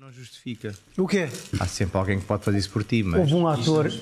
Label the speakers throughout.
Speaker 1: Não justifica.
Speaker 2: O quê?
Speaker 1: Há sempre alguém que pode fazer isso por ti, mas.
Speaker 2: Houve um ator.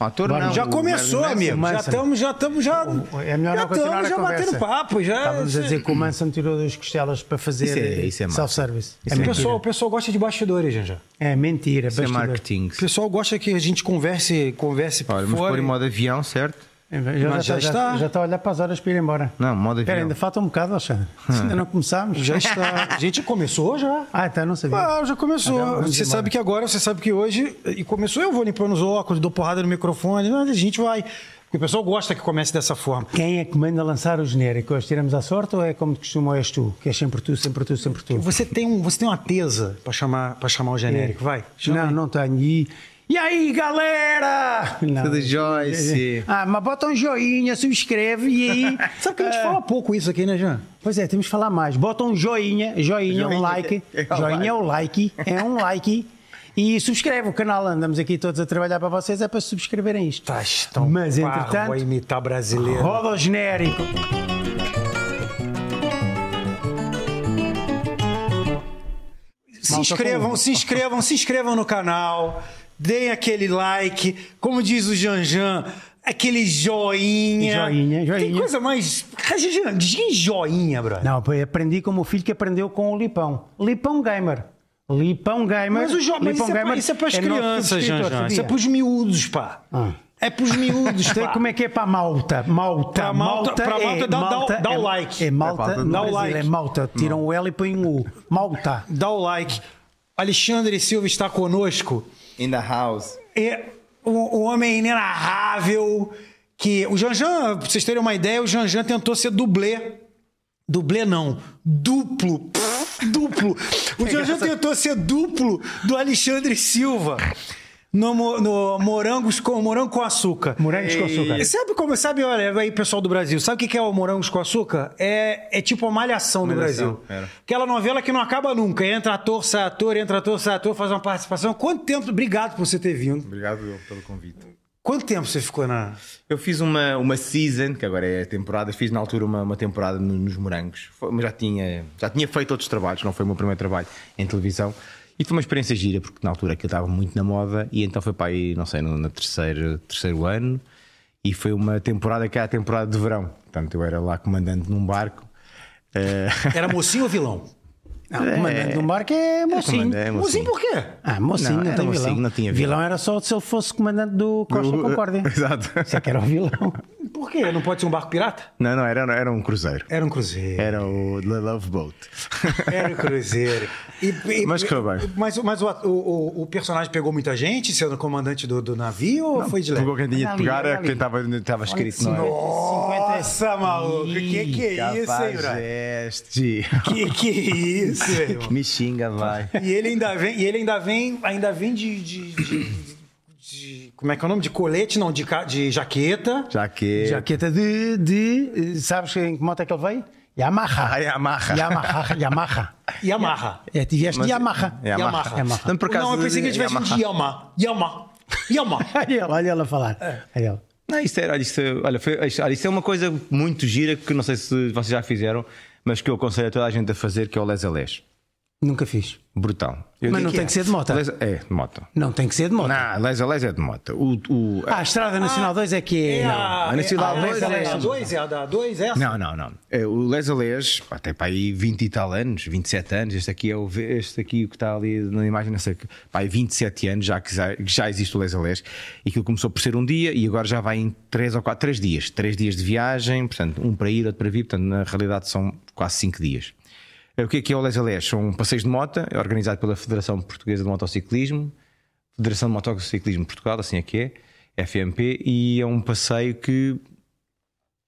Speaker 1: Um ator não.
Speaker 3: Já
Speaker 1: o
Speaker 3: começou,
Speaker 1: Marilyn
Speaker 3: amigo.
Speaker 1: Manson.
Speaker 3: Já
Speaker 2: Manson.
Speaker 3: estamos, já estamos, já.
Speaker 2: É melhor
Speaker 3: já
Speaker 2: não continuar
Speaker 3: estamos,
Speaker 2: a
Speaker 3: já
Speaker 2: conversa.
Speaker 3: bater papo, já.
Speaker 2: Estávamos a dizer que o Manson tirou das costelas para fazer
Speaker 1: Ah, Isso é- isso é
Speaker 2: self-service.
Speaker 1: marketing. Isso é
Speaker 3: o,
Speaker 2: mentira.
Speaker 3: pessoal, o pessoal gosta de bastidores, já.
Speaker 2: É mentira.
Speaker 1: Isso é
Speaker 2: bastidor.
Speaker 1: marketing.
Speaker 3: O pessoal gosta que a gente converse, converse por
Speaker 1: Olha, vamos
Speaker 3: fora.
Speaker 1: pôr em modo avião, certo?
Speaker 2: É, Já,
Speaker 3: Mas
Speaker 2: já,
Speaker 3: já
Speaker 2: está.
Speaker 3: está.
Speaker 2: Já está a olhar para as horas para ir embora.
Speaker 1: Não, modo
Speaker 2: Espera,
Speaker 1: avião. Hum.
Speaker 2: ainda falta um bocado, Alexandre. Ainda não começámos.
Speaker 3: Já está. A gente começou já.
Speaker 2: Ah, então não sabia.
Speaker 3: Ah, já começou.
Speaker 2: Agora vamos
Speaker 3: você
Speaker 2: embora.
Speaker 3: sabe que agora, você sabe que hoje. E começou, eu vou limpando os óculos, dou porrada no microfone, mas a gente vai. Porque o pessoal gosta que comece dessa forma.
Speaker 2: Quem é que manda lançar o genérico? Hoje tiramos à sorte ou é como de costume ou és tu? Que és sempre tu, sempre tu, sempre tu?
Speaker 3: Você tem, um, você tem uma tesa pra chamar, pra chamar o genérico, vai. Chama
Speaker 2: Não,
Speaker 3: aí.
Speaker 2: não tenho. E, e aí, galera? Não.
Speaker 1: Tudo Joyce.
Speaker 2: Ah, mas bota um joinha, subscreve e aí.
Speaker 3: Sabe que a gente
Speaker 2: Ah,
Speaker 3: fala pouco isso aqui, né, Jean?
Speaker 2: Pois é, temos que falar mais. Bota um joinha, joinha, um
Speaker 1: Joinha.
Speaker 2: like.
Speaker 1: É o
Speaker 2: Joinha é o like, é um like. E subscreve o canal, andamos aqui todos a trabalhar para vocês, é para subscreverem isto.
Speaker 3: Tá, estão
Speaker 2: Mas,
Speaker 3: parvo
Speaker 2: entretanto,
Speaker 3: a imitar brasileiro.
Speaker 2: Roda o genérico.
Speaker 3: se
Speaker 2: Malta
Speaker 3: inscrevam,
Speaker 2: tá com-
Speaker 3: se inscrevam, se inscrevam no canal. Deem aquele like. Como diz o Janjan, aquele joinha.
Speaker 2: Joinha, joinha.
Speaker 3: Tem coisa mais. Janjan, diz joinha, brother.
Speaker 2: Não, pô, aprendi com o meu filho que aprendeu com o Lipão. Lipão Gamer. Lipão Gamer.
Speaker 3: Mas o jo... mas
Speaker 2: Lipão
Speaker 3: isso, é pra,
Speaker 2: Gamer
Speaker 3: isso é pras
Speaker 2: nosso
Speaker 3: crianças,
Speaker 2: subscritor,
Speaker 3: Janjan. Isso
Speaker 2: sabia?
Speaker 3: é pros miúdos, pá.
Speaker 2: Ah.
Speaker 3: É pros miúdos,
Speaker 2: Sei
Speaker 3: pá.
Speaker 2: como é que é para malta. Malta.
Speaker 3: Pra malta- pra malta dá- dá- dá o
Speaker 2: é-
Speaker 3: like.
Speaker 2: É
Speaker 1: É
Speaker 2: malta.
Speaker 1: malta,
Speaker 2: no
Speaker 3: dá o
Speaker 2: Brasil,
Speaker 3: like.
Speaker 2: É malta. Tiram o L e põem o U. Malta.
Speaker 3: Dá o like. Alexandre Silva está conosco.
Speaker 1: In the house.
Speaker 3: É um, um homem inenarrável que o Janjan, pra vocês terem uma ideia, o Janjan tentou ser dublê. Dublê não, duplo. Duplo. O Janjan tentou ser duplo do Alexandre Silva no, mo- no morangos com morango com açúcar.
Speaker 2: Morangos com açúcar.
Speaker 3: E Sabe como, sabe, olha, aí pessoal do Brasil, sabe o que que é o Morangos com Açúcar? É, é tipo a malhação do
Speaker 1: Malhação,
Speaker 3: Brasil.
Speaker 1: era.
Speaker 3: Aquela novela que não acaba nunca. Entra ator, sai ator, entra ator, sai ator, faz uma participação. Quanto tempo, obrigado por você ter vindo.
Speaker 1: Obrigado pelo convite.
Speaker 3: Quanto tempo você ficou na...
Speaker 1: Eu fiz uma, uma season, que agora é temporada, fiz na altura uma, uma temporada no- nos Morangos. Foi- mas já tinha, já tinha feito outros trabalhos, não foi o meu primeiro trabalho em televisão. E foi uma experiência gira, porque na altura aquilo estava muito na moda, e então foi para aí, não sei, no, no terceiro, terceiro ano. E foi uma temporada que era a temporada de verão. Portanto, eu era lá comandante num barco. Eh,
Speaker 3: Era mocinho ou vilão?
Speaker 2: Não, o comandante do barco é mocinho.
Speaker 1: comandante, é
Speaker 3: Mocinho por quê?
Speaker 2: Ah, mocinho,
Speaker 1: Não,
Speaker 2: não,
Speaker 1: era
Speaker 2: tem
Speaker 1: mocinho,
Speaker 2: vilão.
Speaker 1: não tinha vilão.
Speaker 2: vilão. era só se ele fosse comandante do Costa
Speaker 1: Eu-
Speaker 2: Concórdia.
Speaker 1: Exato.
Speaker 2: Isso é que era o vilão.
Speaker 3: Por quê? Não pode ser um barco pirata?
Speaker 1: Não, não, era, era um cruzeiro.
Speaker 3: Era um cruzeiro.
Speaker 1: Era o The Love Boat.
Speaker 3: Era um cruzeiro. E- e-
Speaker 1: Mas que bem.
Speaker 3: Mas, mas o, o- o- o personagem pegou muita gente sendo comandante do, do navio ou foi de leve?
Speaker 1: Pegou quem tinha de
Speaker 2: Ali,
Speaker 1: pegar,
Speaker 2: era
Speaker 1: era quem
Speaker 2: ali.
Speaker 1: estava estava escrito, não é?
Speaker 3: Nossa, maluco, que que é isso, hein, brother?
Speaker 1: Cafajeste.
Speaker 3: Que que é isso, meu irmão?
Speaker 1: Me xinga, vai.
Speaker 3: E ele ainda vem, e ele ainda vem, ainda vem de, de- de- de- como é que é o nome? De colete, não, de, ca- de jaqueta.
Speaker 1: Já que.
Speaker 2: Jaqueta de, de. eh, Sabes em que moto é que ele veio? Yamaha.
Speaker 1: Ai, amarra.
Speaker 2: Yamaha. Yamaha.
Speaker 3: E amarra.
Speaker 2: É, tiveste
Speaker 1: Mas-
Speaker 2: Yamaha.
Speaker 1: É, amarra.
Speaker 3: Yamaha.
Speaker 2: Yamaha.
Speaker 1: Não, por acaso,
Speaker 3: não, eu pensei que ele tivesse
Speaker 1: Yamaha.
Speaker 3: de Yamaha. Yamaha. Yamaha.
Speaker 2: Olha ela, olha ela a falar. Olha ela.
Speaker 1: Não, isto é, olha, isto, é- olha, foi, olha, isto é uma coisa muito gira que não sei se vocês já fizeram, mas que eu aconselho a toda a gente a fazer, que é o Les a Les.
Speaker 2: Nunca fiz.
Speaker 1: Brutal.
Speaker 2: Mas não tem que ser de moto.
Speaker 1: Les- é, de moto.
Speaker 2: Não tem que ser de moto.
Speaker 1: Não, Les a Les é de moto. O, o-
Speaker 2: Ah, a Estrada Nacional 2 é que é.
Speaker 3: É
Speaker 2: Ah, não.
Speaker 3: a,
Speaker 1: a Nacional
Speaker 3: é a-
Speaker 1: dois,
Speaker 3: é a-
Speaker 1: ela é
Speaker 3: é a
Speaker 1: essa.
Speaker 3: dois, é a da dois, é essa?
Speaker 1: Não, não, não. É, O Les Alés, pá, tem para aí 20 e tal anos, 27 anos. Este aqui é o ve- este aqui que está ali na imagem, não sei, que- pá, aí 27 anos já que já, que já existe o Les Alés. E aquilo começou por ser um dia e agora já vai em 3 ou 4, 3 dias. 3 dias de viagem, portanto, um para ir, outro para vir, portanto, na realidade são quase 5 dias. É, O que é que é o Les Alés? São passeios de moto, é organizado pela Federação Portuguesa de Motociclismo. Federação de Motociclismo de Portugal, assim é que é, FMP, e é um passeio que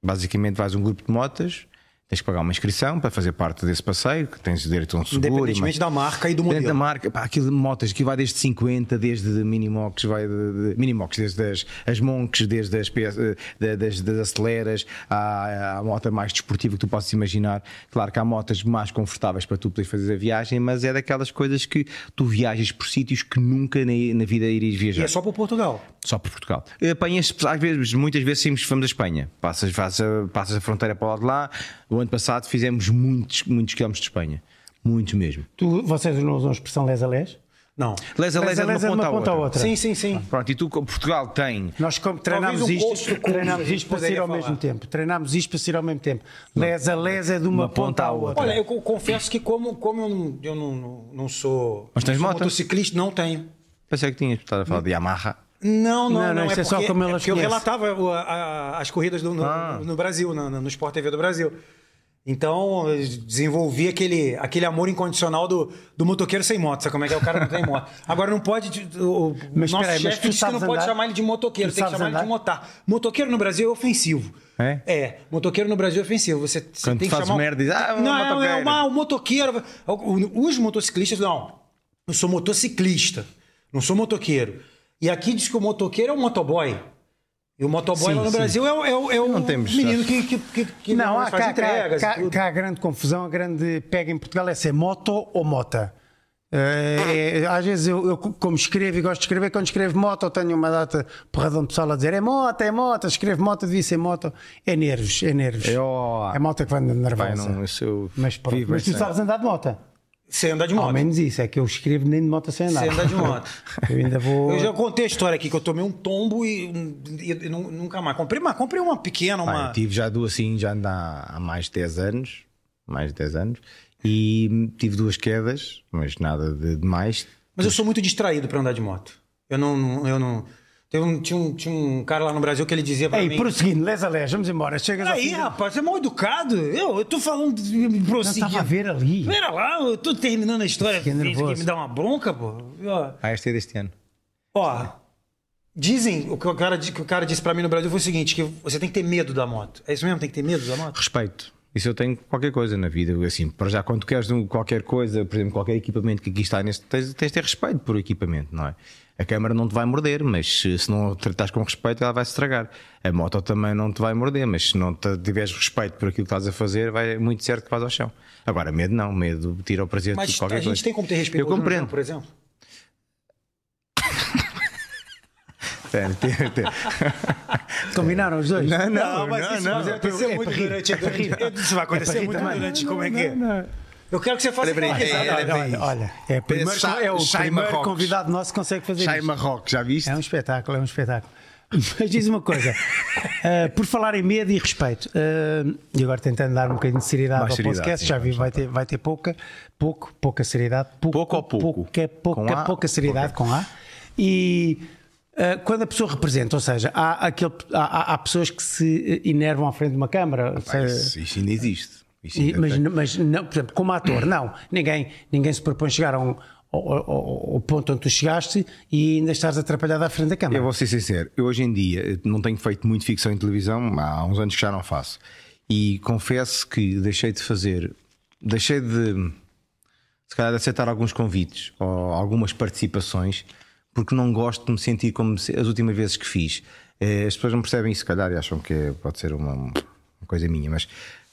Speaker 1: basicamente vais a um grupo de motas, tens que pagar uma inscrição para fazer parte desse passeio, que tens direito a um seguro.
Speaker 3: Independentemente da marca e do
Speaker 1: Dentro da
Speaker 3: modelo.
Speaker 1: marca, pá, aquilo de motas que vai desde 50, desde Minimox, vai de, de, Minimox, desde as, as Monks, desde as, PS, eh, da- das, das aceleras, à, à moto mais desportiva que tu possas imaginar. Claro que há motas mais confortáveis para tu poderes fazer a viagem, mas é daquelas coisas que tu viajas por sítios que nunca na, na vida irias
Speaker 3: E
Speaker 1: viajar.
Speaker 3: é só para Portugal.
Speaker 1: Só por Portugal. Apanhas, às vezes, muitas vezes saímos, vamos à Espanha. Passas, passas, passas a fronteira para lá de lá. O ano passado fizemos muitos, muitos quilómetros de Espanha. Muitos mesmo.
Speaker 2: Tu, vocês não usam a expressão les a les?
Speaker 3: Não.
Speaker 1: Lesa, lesa, de uma ponta à outra.
Speaker 3: Sim, sim, sim.
Speaker 1: Pronto, e tu, como Portugal tem.
Speaker 2: Nós como treinámos
Speaker 3: um
Speaker 2: isto,
Speaker 3: coach do clube
Speaker 2: treinámos isto para sair
Speaker 3: poderia
Speaker 2: ao
Speaker 3: falar.
Speaker 2: mesmo tempo. Treinámos isto para sair ao mesmo tempo. Lesa, lesa de uma, ponta à outra.
Speaker 3: Olha, eu co- confesso que como, como eu, não, eu não, não, não sou,
Speaker 1: Mas tens
Speaker 3: não sou
Speaker 1: moto?
Speaker 3: motociclista, não tenho.
Speaker 1: Pensei que tinhas estado a falar de Yamaha.
Speaker 3: Não, não,
Speaker 2: Não,
Speaker 3: não.
Speaker 2: não, isso é só como elas
Speaker 3: porque eu
Speaker 2: conhecem. Ah.
Speaker 3: relatava o- a- a- as corridas do- no, no Brasil, no, no Sport TV do Brasil. Então, eu desenvolvi aquele, aquele amor incondicional do, do motoqueiro sem moto. Sabe como é que é? O cara não tem moto. Agora, não pode... O, o
Speaker 2: Mas
Speaker 3: nosso
Speaker 2: peraí, mas
Speaker 3: chefe
Speaker 2: tu
Speaker 3: disse que não
Speaker 2: sabes
Speaker 3: pode
Speaker 2: andar?
Speaker 3: chamar ele de motoqueiro.
Speaker 2: Tu
Speaker 3: tem que
Speaker 2: sabes
Speaker 3: chamar ele de
Speaker 2: andar?
Speaker 3: motar. Motoqueiro no Brasil é ofensivo.
Speaker 1: É?
Speaker 3: É. Motoqueiro no Brasil é ofensivo. Você, você
Speaker 1: Quando
Speaker 3: tem
Speaker 1: tu
Speaker 3: que
Speaker 1: faz
Speaker 3: chamar...
Speaker 1: merda, diz, "Ah, é um
Speaker 3: não, é, é
Speaker 1: motoqueiro."
Speaker 3: uma, o motoqueiro. o- Os motociclistas, não. Eu sou motociclista, não sou motoqueiro. E aqui diz que o motoqueiro é o motoboy. E o motoboy
Speaker 2: Sim,
Speaker 3: lá no
Speaker 2: sim.
Speaker 3: Brasil é, o- é, o- é
Speaker 1: Não
Speaker 3: o
Speaker 1: temos, ah,
Speaker 3: menino que, que, que, que
Speaker 2: não, há
Speaker 3: faz
Speaker 2: cá, cá,
Speaker 3: entregas. e
Speaker 2: cá,
Speaker 3: tudo.
Speaker 2: cá a grande confusão, a grande pega em Portugal é se é moto ou mota. É, é, às vezes eu, eu, como escrevo e gosto de escrever, quando escrevo moto, eu tenho uma data porradão de pessoal a dizer é moto, é moto, escrevo moto, devia ser moto. É nervos, é nervos.
Speaker 1: É, ó.
Speaker 2: É moto que vai andando
Speaker 1: Pai,
Speaker 2: nervosa.
Speaker 1: não, isso eu
Speaker 2: Mas, pronto.
Speaker 1: vivo
Speaker 2: mas tu
Speaker 1: essa-
Speaker 2: sabes andar de moto.
Speaker 3: Você
Speaker 1: Ah,
Speaker 3: anda de
Speaker 2: Ao
Speaker 3: moto.
Speaker 2: menos isso, é que eu escrevo nem de moto sem andar.
Speaker 3: Você anda de moto.
Speaker 2: Eu ainda vou.
Speaker 3: Eu já contei a história aqui que eu tomei um tombo e, e- e nu- nunca mais. Comprei uma, comprei uma pequena,
Speaker 1: Pá,
Speaker 3: uma.
Speaker 1: eu tive já duas assim, já ando há, há mais de 10 anos, mais de 10 anos, e hum, tive duas quedas, mas nada de demais.
Speaker 3: Mas eu sou muito distraído pra andar de moto. Eu não. não- eu não... Teve um- tinha, um, tinha um cara lá no Brasil que ele dizia pra mim.
Speaker 2: Ei, prosseguindo, lesa, lesa, vamos embora. Chegas ao
Speaker 3: Aí,
Speaker 2: fim do-
Speaker 3: rapaz, você é mal educado. Eu, eu tô falando de me
Speaker 2: Não estava a
Speaker 3: prosseguir.
Speaker 2: ver ali.
Speaker 3: Pera lá, eu tô terminando a história.
Speaker 2: Fiquei
Speaker 3: Isso
Speaker 2: nervoso.
Speaker 3: aqui me dá uma bronca, pô. Ó,
Speaker 1: Ah, esta é deste ano.
Speaker 3: ó, dizem, o que o cara, di- que o cara disse pra mim no Brasil foi o seguinte, que você tem que ter medo da moto. É isso mesmo? Tem que ter medo da moto?
Speaker 1: Respeito. Isso eu tenho com qualquer coisa na vida, assim, para já quando tu queres um- qualquer coisa, por exemplo, qualquer equipamento que aqui está neste, tens, tens de ter respeito por equipamento, não é? A câmara não te vai morder, mas se, se não a tratares com respeito, ela vai se estragar. A moto também não te vai morder, mas se não te- tiveres respeito por aquilo que estás a fazer, vai é muito certo que vais ao chão. Agora, medo não, medo tira o prazer de
Speaker 3: Mas a
Speaker 1: qualquer
Speaker 3: gente
Speaker 1: coisa.
Speaker 3: tem como ter respeito
Speaker 1: Eu
Speaker 3: ao
Speaker 1: compreendo.
Speaker 3: João, por exemplo?
Speaker 1: Tem, tem, tem.
Speaker 3: é?
Speaker 2: Combinaram os dois?
Speaker 1: Não, não,
Speaker 3: mas
Speaker 1: não,
Speaker 3: isso
Speaker 1: não.
Speaker 3: vai acontecer
Speaker 2: É
Speaker 3: muito
Speaker 2: para rir,
Speaker 3: durante,
Speaker 2: é para rir.
Speaker 3: Isso vai acontecer
Speaker 2: rir
Speaker 3: muito
Speaker 2: também.
Speaker 3: durante, como é que é?
Speaker 1: Não, não.
Speaker 3: Eu quero que você faça Ah,
Speaker 1: Peraí, peraí,
Speaker 3: uma risada.
Speaker 1: é-
Speaker 2: Olha, olha, olha, é, o primeiro-
Speaker 1: Sa-
Speaker 2: é o
Speaker 1: Sai
Speaker 2: primeiro
Speaker 1: Marrocos.
Speaker 2: convidado nosso que consegue fazer
Speaker 1: Sai
Speaker 2: isto.
Speaker 1: Marrocos, já viste?
Speaker 2: É um espetáculo, é um espetáculo. Mas diz uma coisa, eh, por falar em medo e respeito, eh, e agora tentando dar um bocadinho de seriedade
Speaker 1: Mais
Speaker 2: ao
Speaker 1: seriedade,
Speaker 2: podcast,
Speaker 1: sim,
Speaker 2: já vi, vai ter, vai ter pouca, pouco, pouca seriedade, pouco,
Speaker 1: Pouco ou pouco?
Speaker 2: pouca, pouca,
Speaker 1: Com A?
Speaker 2: pouca seriedade com A. E eh, quando a pessoa representa, ou seja, há, aquele, há, há- há pessoas que se eh, inervam à frente de uma câmara, ou
Speaker 1: Pá,
Speaker 2: seja,
Speaker 1: Ah, isso, É, isso
Speaker 3: é.
Speaker 1: ainda existe. Isso
Speaker 2: e-
Speaker 1: ainda
Speaker 2: mas,
Speaker 1: tem.
Speaker 2: n- mas não, por exemplo, como ator, não. Ninguém, ninguém se propõe chegar a um, ao, ao- ao ponto onde tu chegaste e ainda estás atrapalhado à frente da câmara.
Speaker 1: Eu vou ser sincero, eu hoje em dia eh, não tenho feito muito ficção em televisão, há uns anos que já não faço. E confesso que deixei de fazer, deixei de se calhar de aceitar alguns convites ou algumas participações, porque não gosto de me sentir como se- as últimas vezes que fiz. Eh, As pessoas não percebem isso, se calhar, e acham que é- pode ser uma, uma coisa minha, mas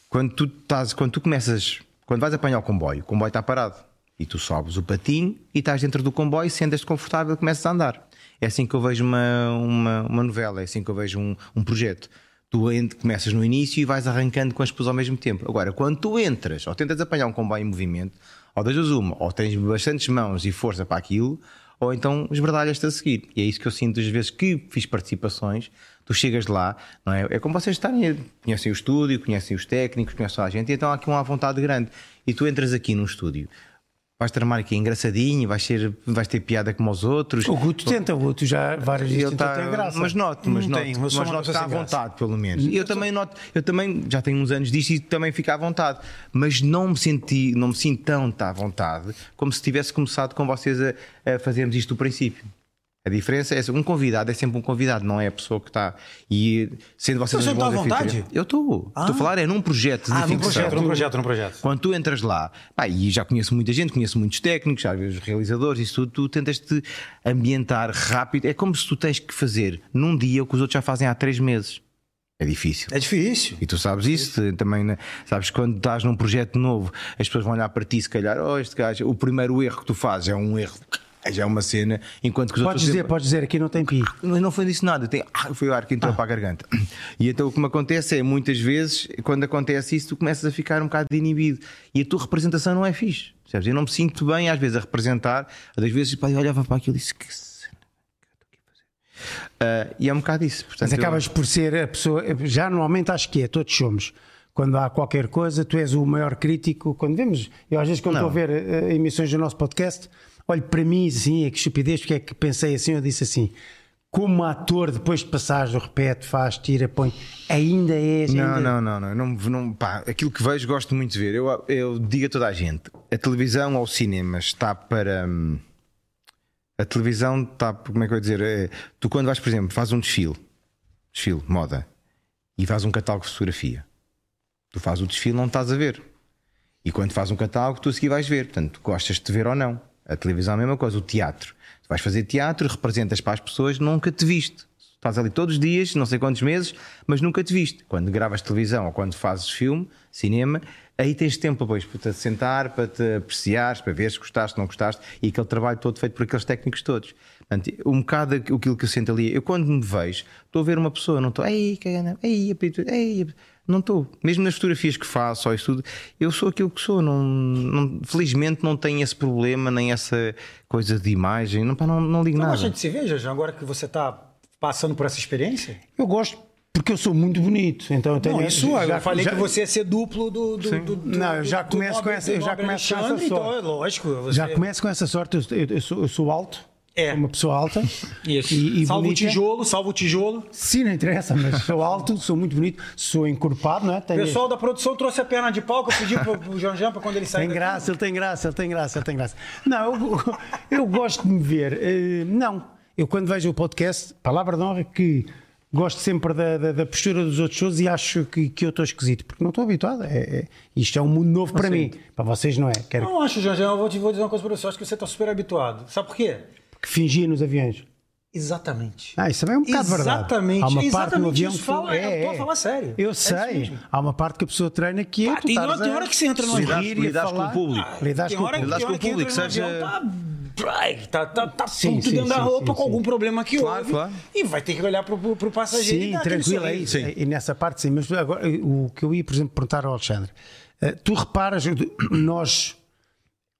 Speaker 1: quando tu, estás, quando tu começas, quando vais apanhar o comboio, o comboio está parado e tu sobes o patinho e estás dentro do comboio, sentas-te confortável e começas a andar. É assim que eu vejo uma, uma, uma novela, é assim que eu vejo um, um projeto. Tu en- começas no início e vais arrancando com as pessoas ao mesmo tempo. Agora, quando tu entras ou tentas apanhar um comboio em movimento, ou das duas uma, ou tens bastantes mãos e força para aquilo, ou então esbradalhas-te a seguir. E é isso que eu sinto às vezes que fiz participações. Tu chegas lá, não é? É como vocês estarem, conhecem o estúdio, conhecem os técnicos, conhecem a gente, e então há aqui uma vontade grande. E tu entras aqui num estúdio, vais tramar aqui engraçadinho, vais, ser, vais ter piada como os outros.
Speaker 2: O Guto tenta, o Guto já várias
Speaker 1: E
Speaker 2: vezes
Speaker 1: ele
Speaker 2: tentou
Speaker 1: tá-
Speaker 2: ter graça.
Speaker 1: Mas noto, mas
Speaker 3: Não
Speaker 1: noto,
Speaker 3: tem, eu sou
Speaker 1: mas
Speaker 3: uma
Speaker 1: noto que
Speaker 3: pessoa
Speaker 1: está à
Speaker 3: sem graça.
Speaker 1: vontade, pelo menos. Eu também noto, eu também já tenho uns anos disto e também fico à vontade, mas não me senti, não me sinto tão tá à vontade como se tivesse começado com vocês a, a fazermos isto do princípio. A diferença é essa, um convidado é sempre um convidado, não é a pessoa que está. E sendo vocês
Speaker 3: Mas eu
Speaker 1: os
Speaker 3: tô à
Speaker 1: bons
Speaker 3: vontade?
Speaker 1: anfitriões- Eu estou. Estou a falar, é num projeto de
Speaker 3: Ah, num
Speaker 1: ficção.
Speaker 3: projeto, num projeto, num projeto.
Speaker 1: Quando tu entras lá, pá, e já conheço muita gente, conheço muitos técnicos, já vejo os realizadores, isso tudo, tu tentas te ambientar rápido. É como se tu tens que fazer num dia o que os outros já fazem há três meses. É difícil.
Speaker 3: É difícil.
Speaker 1: E tu sabes isso te- também, né? sabes quando estás num projeto novo, as pessoas vão olhar para ti, se calhar, oh, este gajo, o primeiro erro que tu fazes é um erro já é uma cena. Enquanto que os
Speaker 2: Pode
Speaker 1: outros.
Speaker 2: dizer, pode dizer, aqui não tem pi.
Speaker 1: Mas não foi disso nada, tem, ah, foi o ar que entrou para a garganta. E então o que me acontece é, muitas vezes, quando acontece isso, tu começas a ficar um bocado inibido e a tua representação não é fixe. Percebes? Eu não me sinto bem, às vezes, a representar, às vezes pá, eu olhava para aquilo e disse que cena que eu estou aqui a fazer. Ah, e é um bocado isso. Portanto,
Speaker 2: Mas
Speaker 1: eu-
Speaker 2: acabas por ser a pessoa. Já normalmente acho que é, todos somos. Quando há qualquer coisa, tu és o maior crítico. Quando vemos, eu às vezes, quando estou a ver eh, emissões do nosso podcast, olho para mim e assim, é que estupidez, porque é que pensei assim, eu disse assim. Como ator, depois de passares, repete, faz, tira, põe, ainda és.
Speaker 1: Não,
Speaker 2: ainda... é.
Speaker 1: não, não, não, não, não pá, aquilo que vejo gosto muito de ver. Eu, eu digo a toda a gente: a televisão ao cinema está para. hum, a televisão está, como é que eu ia dizer? É, tu, quando vais, por exemplo, faz um desfile, desfile, moda, e faz um catálogo de fotografia, tu fazes o desfile, não estás a ver. E quando faz um catálogo, tu a seguir vais ver. Portanto, gostas de ver ou não. A televisão é a mesma coisa, o teatro. Tu vais fazer teatro, representas para as pessoas, nunca te viste. Estás ali todos os dias, não sei quantos meses, mas nunca te viste. Quando gravas televisão ou quando fazes filme, cinema, aí tens tempo depois para te sentar, para te apreciares, para ver se gostaste, se não gostaste, e aquele trabalho todo feito por aqueles técnicos todos. Portanto, um bocado aquilo que eu sinto ali, eu quando me vejo, estou a ver uma pessoa, não estou, ei, cagana, ei, apito, ei, apito." Não estou. Mesmo nas fotografias que faço ou isso tudo, eu sou aquilo que sou. Não, não- felizmente não tenho esse problema, nem essa coisa de imagem. Não, pá, não, não ligo
Speaker 3: Não gosta
Speaker 1: nada.
Speaker 3: de cerveja, João, agora que você está passando por essa experiência?
Speaker 2: Eu gosto porque eu sou muito bonito. Então eu tenho
Speaker 3: Não, isso eu já falei
Speaker 2: já-
Speaker 3: que você ia ser duplo do. do, do, do-
Speaker 2: Não, eu já
Speaker 3: do
Speaker 2: começo com essa- eu
Speaker 3: do
Speaker 2: já
Speaker 3: nobre
Speaker 2: começo com essa
Speaker 3: Alexandre,
Speaker 2: só.
Speaker 3: Então, é lógico. Você...
Speaker 2: Já começo com essa sorte, eu, eu- eu sou, eu sou alto,
Speaker 3: É.
Speaker 2: sou uma pessoa alta
Speaker 3: Isso.
Speaker 2: e, e
Speaker 3: salva
Speaker 2: bonita.
Speaker 3: o tijolo, salva o tijolo.
Speaker 2: Sim, não interessa, mas sou alto, sou muito bonito, sou encorpado, não é?
Speaker 3: O
Speaker 2: Tenho,
Speaker 3: pessoal da produção trouxe a perna de pau que eu pedi pro, pro João Jean pra quando ele sair.
Speaker 2: tem
Speaker 3: daqui.
Speaker 2: graça, ele tem graça, ele tem graça, ele tem graça. Não, eu, eu gosto de me ver. eh, não, eu quando vejo o podcast, palavra de honra, que gosto sempre da, da- da postura dos outros shows e acho que, que eu estou esquisito, porque não estou habituado. É- é- isto é um mundo novo para mim, para vocês não é. Quero
Speaker 3: Eu não acho, João Jean, eu vou, te, vou dizer uma coisa pra você. Eu acho que você tá super habituado. Sabe por quê?
Speaker 2: que fingir nos aviões.
Speaker 3: Exatamente.
Speaker 2: Ah, isso também é um bocado verdade.
Speaker 3: Exatamente,
Speaker 2: Há uma parte no
Speaker 3: exatamente,
Speaker 2: avião
Speaker 3: isso
Speaker 2: que-
Speaker 3: fala- eu tô a falar sério.
Speaker 2: Eu
Speaker 3: É isso
Speaker 2: sei.
Speaker 3: mesmo.
Speaker 2: Há uma parte que a pessoa treina que é.
Speaker 3: Ah,
Speaker 2: tu
Speaker 3: tem
Speaker 2: estás
Speaker 3: hora- tem
Speaker 2: a
Speaker 3: hora que você entra no
Speaker 2: sorrir
Speaker 1: avião.
Speaker 2: e a
Speaker 1: Lidares com o
Speaker 2: falar.
Speaker 1: público.
Speaker 2: Lidares
Speaker 3: Tem
Speaker 2: Ah, com o
Speaker 3: hora,
Speaker 2: público.
Speaker 1: Lidar
Speaker 3: tem
Speaker 1: com
Speaker 3: hora
Speaker 1: o
Speaker 3: que entra
Speaker 1: público,
Speaker 3: no
Speaker 1: seja-
Speaker 3: avião, tá, ai, tá, tá, tá
Speaker 2: Sim,
Speaker 3: puto
Speaker 2: sim,
Speaker 3: dentro da
Speaker 2: sim,
Speaker 3: roupa
Speaker 2: sim,
Speaker 3: com
Speaker 2: sim.
Speaker 3: algum problema que
Speaker 1: Claro,
Speaker 3: houve.
Speaker 1: claro.
Speaker 3: E vai ter que olhar pro, pro, pro passageiro. e
Speaker 2: Sim,
Speaker 3: dar aquele
Speaker 2: tranquilo, é
Speaker 3: sorriso.
Speaker 2: isso.
Speaker 1: Sim.
Speaker 2: E nessa parte, sim. Mas agora, o que eu ia, por exemplo, perguntar ao Alexandre: eh, tu reparas, nós,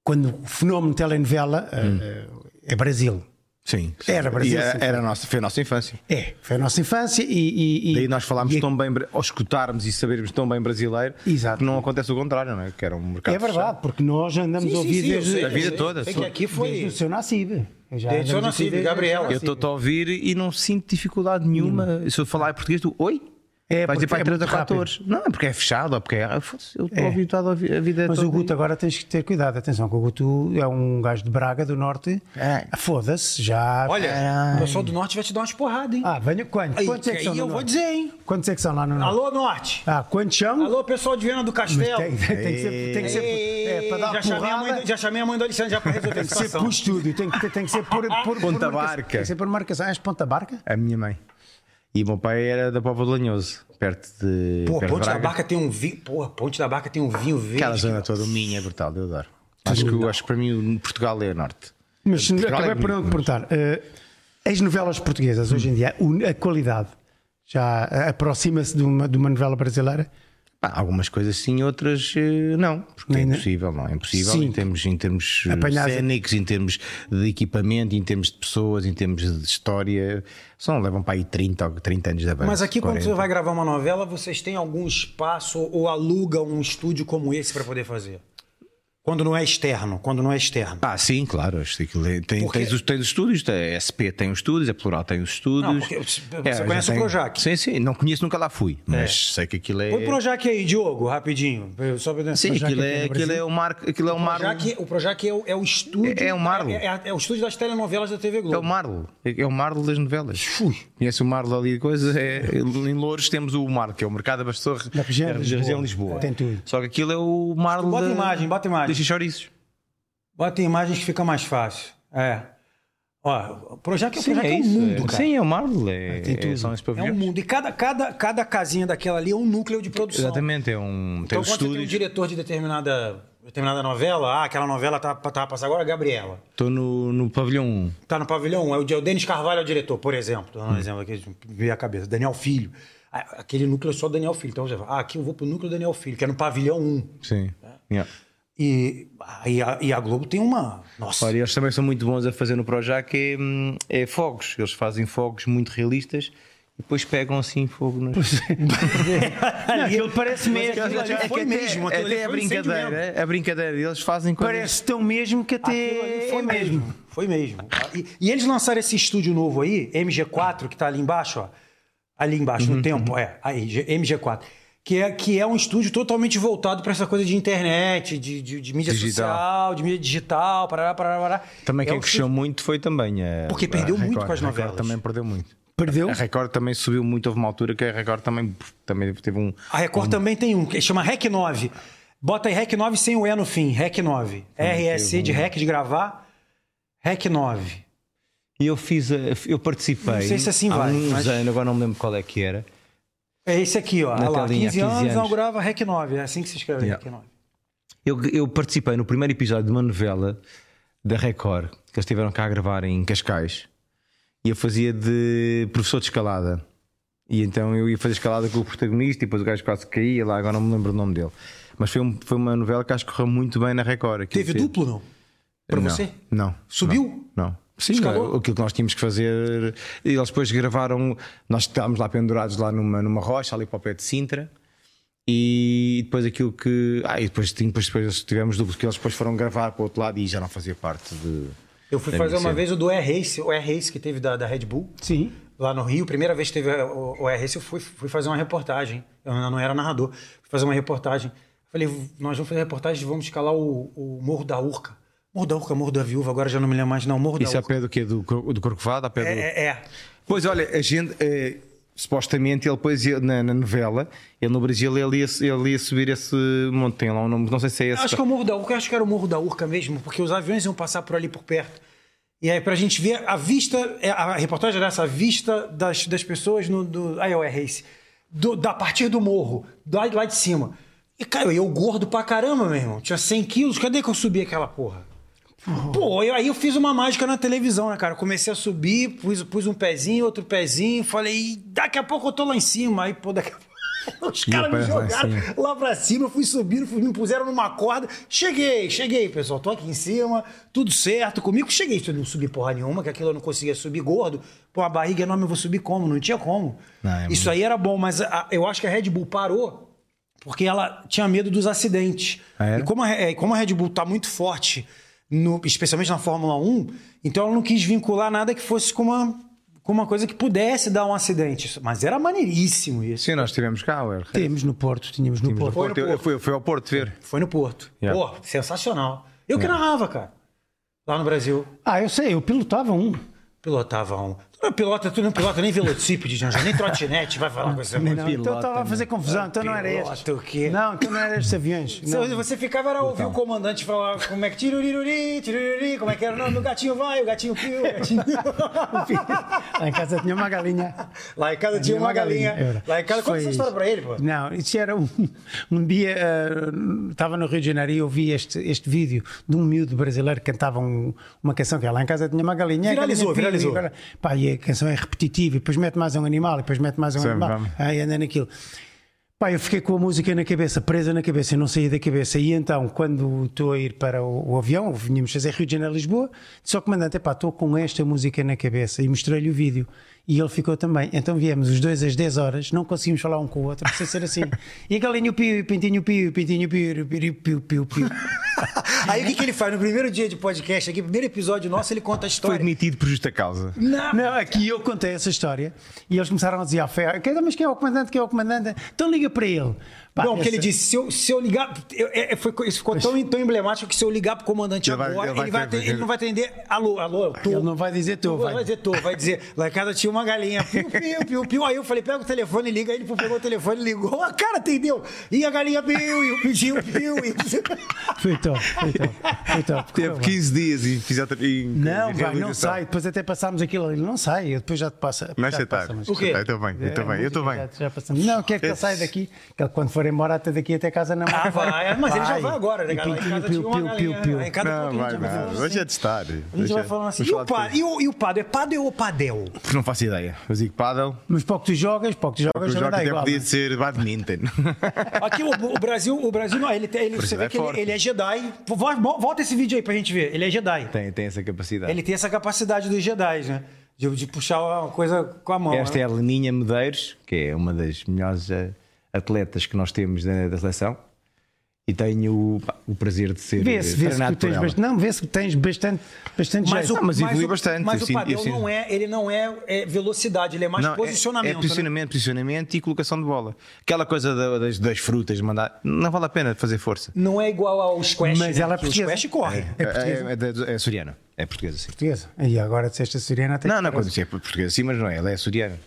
Speaker 2: quando o fenómeno telenovela eh,
Speaker 1: Hum.
Speaker 2: eh, é Brasil.
Speaker 1: Sim.
Speaker 2: Era Brasil,
Speaker 1: E era,
Speaker 2: sim.
Speaker 1: era a nossa, foi a nossa infância.
Speaker 2: É, foi a nossa infância e. e, e
Speaker 1: Daí nós falámos
Speaker 2: e- é
Speaker 1: tão bem, bra- ao escutarmos e sabermos tão bem brasileiro,
Speaker 2: Exato.
Speaker 1: que não acontece o contrário, não é? Que era um mercado.
Speaker 2: É verdade, porque nós andamos
Speaker 3: Sim,
Speaker 2: a
Speaker 3: sim,
Speaker 2: ouvir
Speaker 3: sim, eu sei,
Speaker 2: desde,
Speaker 1: A vida
Speaker 3: eu sei.
Speaker 1: toda,
Speaker 3: Sei
Speaker 1: só-
Speaker 3: que aqui
Speaker 2: desde o
Speaker 3: foi.
Speaker 2: seu nascido. Eu
Speaker 3: Desde o
Speaker 2: já andamos
Speaker 3: seu
Speaker 2: a
Speaker 3: nascido,
Speaker 2: ouvir desde o
Speaker 3: Gabriel.
Speaker 2: seu
Speaker 1: Eu estou-te a ouvir e não sinto dificuldade nenhuma. Se eu falar em português, tu, oi?
Speaker 2: É,
Speaker 1: Vais
Speaker 2: porque
Speaker 1: dizer para
Speaker 2: é
Speaker 1: três ou
Speaker 2: muito
Speaker 1: quatro
Speaker 2: rápido.
Speaker 1: horas. Não, é porque é fechado, ou porque é. ah, foda-se, Eu estou
Speaker 2: É.
Speaker 1: habituado a ouvir a vida
Speaker 2: Mas
Speaker 1: toda.
Speaker 2: o Guto agora tens que ter cuidado, atenção, que o Guto é um gajo de Braga, do Norte.
Speaker 1: É.
Speaker 2: Foda-se, já.
Speaker 3: Olha, o pessoal do norte vai te dar umas porradas, hein?
Speaker 2: Ah, venha quantos?
Speaker 3: Aí,
Speaker 2: Quantos é que
Speaker 3: aí
Speaker 2: são?
Speaker 3: eu
Speaker 2: no
Speaker 3: vou
Speaker 2: Norte?
Speaker 3: dizer, hein?
Speaker 2: Quantos é que são lá no Norte?
Speaker 3: Alô, norte.
Speaker 2: Ah, quantos são?
Speaker 3: Alô, pessoal de Viana do
Speaker 2: Mas
Speaker 3: Castelo.
Speaker 2: tem, tem que ser. Tem que ser é, para dar
Speaker 3: já, chamei a mãe
Speaker 2: porrada,
Speaker 3: do, já chamei a mãe do Alexandre já pra resolver a
Speaker 2: tem que ser
Speaker 3: situação.
Speaker 2: por estúdio, tem que, tem que ser por. por- por
Speaker 1: Ponta
Speaker 2: marcação.
Speaker 1: Barca.
Speaker 2: Tem que ser por marcação. És ponta barca?
Speaker 1: A minha mãe. E o meu pai era da Póvoa de Lanhoso, perto de.
Speaker 3: Pô,
Speaker 1: perto de
Speaker 3: Ponte da
Speaker 1: Braga.
Speaker 3: Barca tem um vinho. Porra, Ponte da Barca tem um vinho verde.
Speaker 1: Aquela zona toda minha é brutal, eu adoro. Acho que, acho que para mim o Portugal é o norte.
Speaker 2: Mas
Speaker 1: Portugal
Speaker 2: acabei
Speaker 1: é
Speaker 2: por não te
Speaker 1: bonito,
Speaker 2: perguntar. eh, as novelas portuguesas hoje em dia, o- a qualidade já eh, aproxima-se de uma, de uma novela brasileira?
Speaker 1: Pá, algumas coisas sim, outras eh, não, porque é
Speaker 3: né?
Speaker 2: Nem-
Speaker 1: impossível, não é impossível
Speaker 2: Sim.
Speaker 1: em termos, em termos eh,
Speaker 2: Apanhar-
Speaker 1: cénicos, em termos de equipamento, em termos de pessoas, em termos de história. Só não levam para aí 30, ou 30 anos de avanço.
Speaker 3: Mas aqui, quando
Speaker 1: 40.
Speaker 3: você vai gravar uma novela, vocês têm algum espaço ou aluga um estúdio como esse pra poder fazer? Quando não é externo, quando não é externo.
Speaker 1: Ah, sim, claro. acho que aquilo é- Tem,
Speaker 3: Porque-
Speaker 1: tens, os, tens os estúdios, a SP tem os estúdios, a Plural tem os estúdios.
Speaker 3: Não, porque você
Speaker 1: É, já
Speaker 3: conhece o
Speaker 1: tem-
Speaker 3: Projac.
Speaker 1: Sim, sim. Não conheço, nunca lá fui, mas sei que aquilo é.
Speaker 3: Põe o Projac aí, Diogo, rapidinho. Só pra...
Speaker 1: Sim,
Speaker 2: Projac
Speaker 1: aquilo
Speaker 2: aqui
Speaker 1: é,
Speaker 2: no
Speaker 1: aquilo é
Speaker 2: Brasil.
Speaker 1: o Marco. Aquilo é o Marlo.
Speaker 3: Projac, o Projac é, o- é o estúdio.
Speaker 1: É- é o Marlo.
Speaker 3: É, é- é o estúdio das telenovelas da TV Globo.
Speaker 1: É o Marlo. É é o Marlo das novelas.
Speaker 2: Fui.
Speaker 1: Conhece o Marlo ali, coisa. É, em Louros temos o Marlo, que é o mercado abastecedor da
Speaker 2: região de Lisboa.
Speaker 1: região de Lisboa.
Speaker 2: Tem tudo.
Speaker 1: Só que aquilo é o Marlo.
Speaker 3: Bota
Speaker 1: da-
Speaker 3: imagem, bota
Speaker 1: Dos
Speaker 3: imagem.
Speaker 1: chichoriços.
Speaker 3: Bota imagens que fica mais fácil. É. Ó, o Projac é, o Projac é, um
Speaker 1: isso,
Speaker 3: mundo, cara.
Speaker 1: Sim, é o Marlo. É,
Speaker 2: Tem tudo.
Speaker 1: é- são esses
Speaker 3: É um
Speaker 1: pavilhões.
Speaker 3: mundo. E cada, cada, cada casinha daquela ali é um núcleo de produção.
Speaker 1: Exatamente, é um. Tem
Speaker 3: Então,
Speaker 1: os
Speaker 3: quando você tem um
Speaker 1: estúdios.
Speaker 3: diretor de determinada Determinada novela, ah, aquela novela tá, tá passando agora, Gabriela.
Speaker 1: Estou no, no pavilhão 1.
Speaker 3: Tá no pavilhão 1, é o, é o Denis Carvalho é o diretor, por exemplo. Tô dando
Speaker 1: Hum.
Speaker 3: um exemplo aqui, veio a cabeça. Daniel Filho. Ah, Aquele núcleo é só Daniel Filho. Então você fala, ah, aqui eu vou pro núcleo Daniel Filho, que é no pavilhão 1.
Speaker 1: Sim.
Speaker 3: Ah.
Speaker 1: Yeah.
Speaker 3: E, e, a, e a Globo tem uma. Nossa.
Speaker 1: Ora, eles também são muito bons a fazer no Projac é, hum, é fogos. Eles fazem fogos muito realistas e depois pegam assim fogo nas.
Speaker 2: Não, aquilo parece mesmo.
Speaker 3: aquilo já
Speaker 2: é
Speaker 3: foi
Speaker 2: que
Speaker 3: mesmo,
Speaker 1: Até,
Speaker 3: aquilo ali
Speaker 1: até a
Speaker 3: foi um incêndio
Speaker 1: brincadeira. A brincadeira. Eles fazem coisas.
Speaker 2: Parece tão mesmo que
Speaker 3: Ah, Aquilo ali
Speaker 2: até
Speaker 3: foi
Speaker 2: é
Speaker 3: mesmo. Foi mesmo. E, e eles lançaram esse estúdio novo aí, MG4, que tá ali embaixo, ó. Ali embaixo,
Speaker 1: Uhum,
Speaker 3: no tempo, é. Aí, G- MG4. Que é, que é um estúdio totalmente voltado para essa coisa de internet, de, de, de mídia
Speaker 1: Digital.
Speaker 3: social, de mídia digital, parará, parará, parará.
Speaker 1: Também
Speaker 3: é
Speaker 1: quem
Speaker 3: um
Speaker 1: cresceu muito foi também. A,
Speaker 3: Porque perdeu
Speaker 1: a
Speaker 3: muito
Speaker 1: Record.
Speaker 3: com as
Speaker 1: A Record
Speaker 3: novelas.
Speaker 1: também perdeu muito.
Speaker 2: Perdeu?
Speaker 1: A Record também subiu muito. Houve uma altura que a Record também, também teve um.
Speaker 3: A Record também tem um, que chama REC 9. Bota aí REC 9 sem o E no fim, REC 9.
Speaker 1: Ah,
Speaker 3: RSC de REC de gravar, REC 9.
Speaker 1: E eu fiz. a- Eu participei.
Speaker 3: Não sei se assim
Speaker 1: há
Speaker 3: vai,
Speaker 1: uns
Speaker 3: mas-
Speaker 1: anos, agora não me lembro qual é que era.
Speaker 3: É esse aqui, ó.
Speaker 1: Na
Speaker 3: Olha lá, 15,
Speaker 1: telinha, 15
Speaker 3: anos,
Speaker 1: anos.
Speaker 3: inaugurava REC 9. É assim que se escreve
Speaker 1: Yeah.
Speaker 3: REC 9.
Speaker 1: Eu, eu participei no primeiro episódio de uma novela da Record que eles tiveram cá a gravar em Cascais e eu fazia de professor de escalada. E então eu ia fazer escalada com o protagonista e depois o gajo quase caía lá, agora não me lembro o nome dele. Mas foi, um- foi uma novela que acho que correu muito bem na Record. aquilo que-
Speaker 3: Teve duplo, não? Para
Speaker 1: Não,
Speaker 3: você?
Speaker 1: Não.
Speaker 3: Subiu?
Speaker 1: Não. não. Sim,
Speaker 3: Escalou?
Speaker 1: aquilo que nós tínhamos que fazer. E eles depois gravaram. Nós estávamos lá pendurados lá numa, numa rocha, ali para o pé de Sintra. E depois aquilo que. Ah, e depois, tinha- depois, depois tivemos duplo, que eles depois foram gravar para o outro lado e já não fazia parte de.
Speaker 3: Eu fui
Speaker 1: da
Speaker 3: fazer
Speaker 1: minha
Speaker 3: uma
Speaker 1: cena.
Speaker 3: vez o do Air Race, o Air Race que teve da, da Red Bull.
Speaker 2: Sim.
Speaker 3: Lá no Rio, primeira vez que teve eh, o, o Air Race, eu fui, fui fazer uma reportagem. Eu ainda não era narrador. Fui fazer uma reportagem. Falei, nós vamos fazer reportagem, vamos escalar o, o Morro da Urca. Morro da Urca, Morro da Viúva, agora já não me lembro mais, não. Morro
Speaker 1: Isso
Speaker 3: da
Speaker 1: é a
Speaker 3: Urca.
Speaker 1: pé do quê? Do, Cor- do Corcovado? A pé do...
Speaker 3: É, é, é.
Speaker 1: Pois olha, a gente. eh, supostamente ele depois ia- na, na novela, ele no Brasil, ele ia, ele ia subir esse monte. Tem lá um nome, não sei se é esse.
Speaker 3: Acho que é o Morro da Urca, acho que era o Morro da Urca mesmo, porque os aviões iam passar por ali por perto. E aí, pra gente ver a vista, é, a reportagem era essa, a vista das, das pessoas no. Do, aí é o Air Race. Do, da a partir do morro, do, lá de cima. E, cara, eu gordo pra caramba, meu irmão. Tinha 100 quilos, cadê que eu subi aquela porra? Pô, eu, aí eu fiz uma mágica na televisão, né, cara? Comecei a subir, pus, pus um pezinho, outro pezinho, falei, "Ih, daqui a pouco eu tô lá em cima. Aí, pô, daqui a pouco. Os
Speaker 1: Ia
Speaker 3: caras
Speaker 1: pra
Speaker 3: me
Speaker 1: lá em
Speaker 3: jogaram
Speaker 1: cima.
Speaker 3: lá pra cima, eu fui subindo, fui, me puseram numa corda. Cheguei, cheguei, pessoal. Tô aqui em cima, tudo certo comigo. Cheguei, eu não subi porra nenhuma, que aquilo eu não conseguia subir gordo. Pô, a barriga enorme, eu vou subir como? Não tinha como.
Speaker 1: Não, é
Speaker 3: Isso aí era bom, mas a- eu acho que a Red Bull parou porque ela tinha medo dos acidentes.
Speaker 1: Ah, era?
Speaker 3: E como a, é, e como a Red Bull tá muito forte, no- especialmente na Fórmula 1, então ela não quis vincular nada que fosse com uma, com uma coisa que pudesse dar um acidente. Mas era maneiríssimo isso.
Speaker 1: Sim, nós tivemos cá, o Air-
Speaker 2: Temos no Porto, tínhamos no Porto.
Speaker 3: Foi no
Speaker 1: Porto, eu, eu fui, eu fui ao Porto ver.
Speaker 3: Foi no Porto.
Speaker 1: Yeah.
Speaker 3: Pô, sensacional. Eu que narrava, cara. Lá no Brasil,
Speaker 2: Ah, eu sei, eu pilotava um.
Speaker 3: pilotava um. Tu não pilota, tu não pilota nem velocípede, Janja, nem trotinete, vai falar com esse
Speaker 2: Não,
Speaker 3: negócio.
Speaker 2: então eu estava a fazer confusão, então não era
Speaker 3: Piloto,
Speaker 2: este.
Speaker 3: o quê?
Speaker 2: Não, então não era estes aviões. Não.
Speaker 3: Você, você ficava era ouvir o comandante falar como é que tiruriruri, tiruriruri, como é que era o nome do gatinho vai, o gatinho pio, o gatinho.
Speaker 2: Lá em casa tinha uma galinha.
Speaker 3: Lá em casa tinha uma galinha.
Speaker 2: era.
Speaker 3: Lá em casa, conta
Speaker 2: Foi
Speaker 3: essa história
Speaker 2: isso.
Speaker 3: pra ele, pô.
Speaker 2: Não, isso era um, um dia. eh, Estava no Rio de Janeiro e eu vi este, este vídeo de um miúdo brasileiro que cantava um- uma canção que lá em casa tinha uma galinha. e a
Speaker 3: Viralizou,
Speaker 2: galinha pio,
Speaker 3: viralizou.
Speaker 2: E, agora- pá, e a canção é repetitiva, e depois mete mais um animal, e depois mete mais um
Speaker 1: Sim,
Speaker 2: animal.
Speaker 1: vamos.
Speaker 2: Aí anda naquilo. Pá, eu fiquei com a música na cabeça, presa na cabeça, eu não saía da cabeça. E então, quando estou a ir para o, o avião, vinhamos fazer Rio de Janeiro Lisboa, disse ao comandante: pá, estou com esta música na cabeça. E mostrei-lhe o vídeo. E ele ficou também. Então viemos os dois às 10 horas, não conseguimos falar um com o outro, precisa ser assim. E a galinha pio, e o pintinho pio, e o pintinho pio, e o piu, piu, piu, piu.
Speaker 3: Aí o que, que ele faz? No primeiro dia de podcast aqui, primeiro episódio nosso, ele conta a
Speaker 1: Foi
Speaker 3: história.
Speaker 1: admitido por justa causa.
Speaker 3: Não,
Speaker 2: Não, aqui eu contei essa história e eles começaram a dizer à fé: "Quem- mas quem é o comandante? Quem é o comandante? Então liga para ele. Pá,
Speaker 3: Não, porque
Speaker 2: essa-
Speaker 3: ele disse: se eu, se eu ligar. eu- é- é- foi, isso ficou tão, tão emblemático que se eu ligar pro comandante
Speaker 1: Ele vai-
Speaker 3: agora,
Speaker 1: ele vai
Speaker 3: ele, vai
Speaker 1: ter-
Speaker 3: atender- ele não vai atender. Alô, alô, tô.
Speaker 2: Ele não vai dizer tu,
Speaker 3: Não
Speaker 2: vai.
Speaker 3: vai dizer tô, vai dizer. Lá em casa tinha uma galinha. Piu, piu, piu, piu. Aí eu falei: pega o telefone e liga. Aí ele pegou o telefone e ligou. A cara atendeu. E a galinha piu, e o pediu, piu. E...
Speaker 2: Foi top, foi top, foi top.
Speaker 1: Teve 15 dias e fisioterapia.
Speaker 2: Não, vai, não sai. Depois até passámos aquilo ali. Não sai, eu depois já te passa.
Speaker 1: Não
Speaker 2: já
Speaker 1: é
Speaker 2: te
Speaker 1: tá.
Speaker 2: passa, mas-
Speaker 3: O quê?
Speaker 1: Eu estou bem, eu estou
Speaker 2: É,
Speaker 1: bem, eu estou
Speaker 2: música
Speaker 1: bem.
Speaker 2: é Já, já passamos. Não, quer que ele saia daqui, que ele, quando for agora embora até daqui até casa na
Speaker 3: Ah, vai. Mas ele já vai agora, né,
Speaker 2: E
Speaker 3: cara? Lá em
Speaker 2: piu,
Speaker 3: casa
Speaker 2: piu,
Speaker 3: tinha uma
Speaker 2: piu, piu,
Speaker 3: galera,
Speaker 2: piu.
Speaker 3: lá em casa
Speaker 1: Não,
Speaker 3: pouquinho,
Speaker 1: vai
Speaker 3: tinha
Speaker 1: nada.
Speaker 3: uma-
Speaker 4: Hoje é de estar. A
Speaker 3: um assim. A gente vai falando assim, e o, pa, e, o, e o Padel? É Padel ou Padel?
Speaker 1: Não faço ideia. Eu digo paddle,
Speaker 2: Mas para o que tu jogas, para o que tu
Speaker 1: o
Speaker 2: jogas, já
Speaker 1: jogo
Speaker 2: dá
Speaker 1: até
Speaker 2: igual. né?
Speaker 1: podia ser badminton.
Speaker 3: Aqui o, o Brasil, o Brasil não, ele, tem- ele- você
Speaker 1: Brasil
Speaker 3: vê
Speaker 1: é
Speaker 3: que ele,
Speaker 1: forte.
Speaker 3: ele é Jedi. Vol- Volta esse vídeo aí pra gente ver. Ele é Jedi.
Speaker 1: tem, tem essa capacidade.
Speaker 3: Ele tem essa capacidade dos Jedi, né? De, de puxar uma coisa com a mão.
Speaker 1: Esta
Speaker 3: né?
Speaker 1: é a Leninha Medeiros, que é uma das melhores eh, atletas que nós temos da, da seleção. E tenho pá, o prazer de ser
Speaker 2: Vê-se,
Speaker 1: eh,
Speaker 2: vê-se que
Speaker 1: treinado
Speaker 2: tu tens
Speaker 1: por ela.
Speaker 2: bastante. Não, vê-se que tens bastante, bastante jeito.
Speaker 1: Não, mas evolui
Speaker 3: o-
Speaker 1: bastante,
Speaker 3: Mas
Speaker 1: eu
Speaker 3: o
Speaker 1: sinto-
Speaker 3: Padel
Speaker 1: eu sinto.
Speaker 3: não é, ele não é, é velocidade, ele é mais
Speaker 1: Não, é-
Speaker 3: posicionamento.
Speaker 1: É, posicionamento, posicionamento e colocação de bola. Aquela coisa da- das, das frutas, de mandar. Não vale a pena fazer força.
Speaker 3: né? Não é igual ao squash.
Speaker 2: Mas
Speaker 3: né?
Speaker 2: ela é
Speaker 3: Que o
Speaker 2: portuguesa.
Speaker 3: squash corre.
Speaker 1: É, é, é,
Speaker 2: né?
Speaker 1: da- é soriano. É português assim.
Speaker 2: portuguesa. E agora disseste a Soriana até
Speaker 1: Não,
Speaker 2: que
Speaker 1: não,
Speaker 2: parece.
Speaker 1: quando disse é português assim, mas não é. Ela é soriana.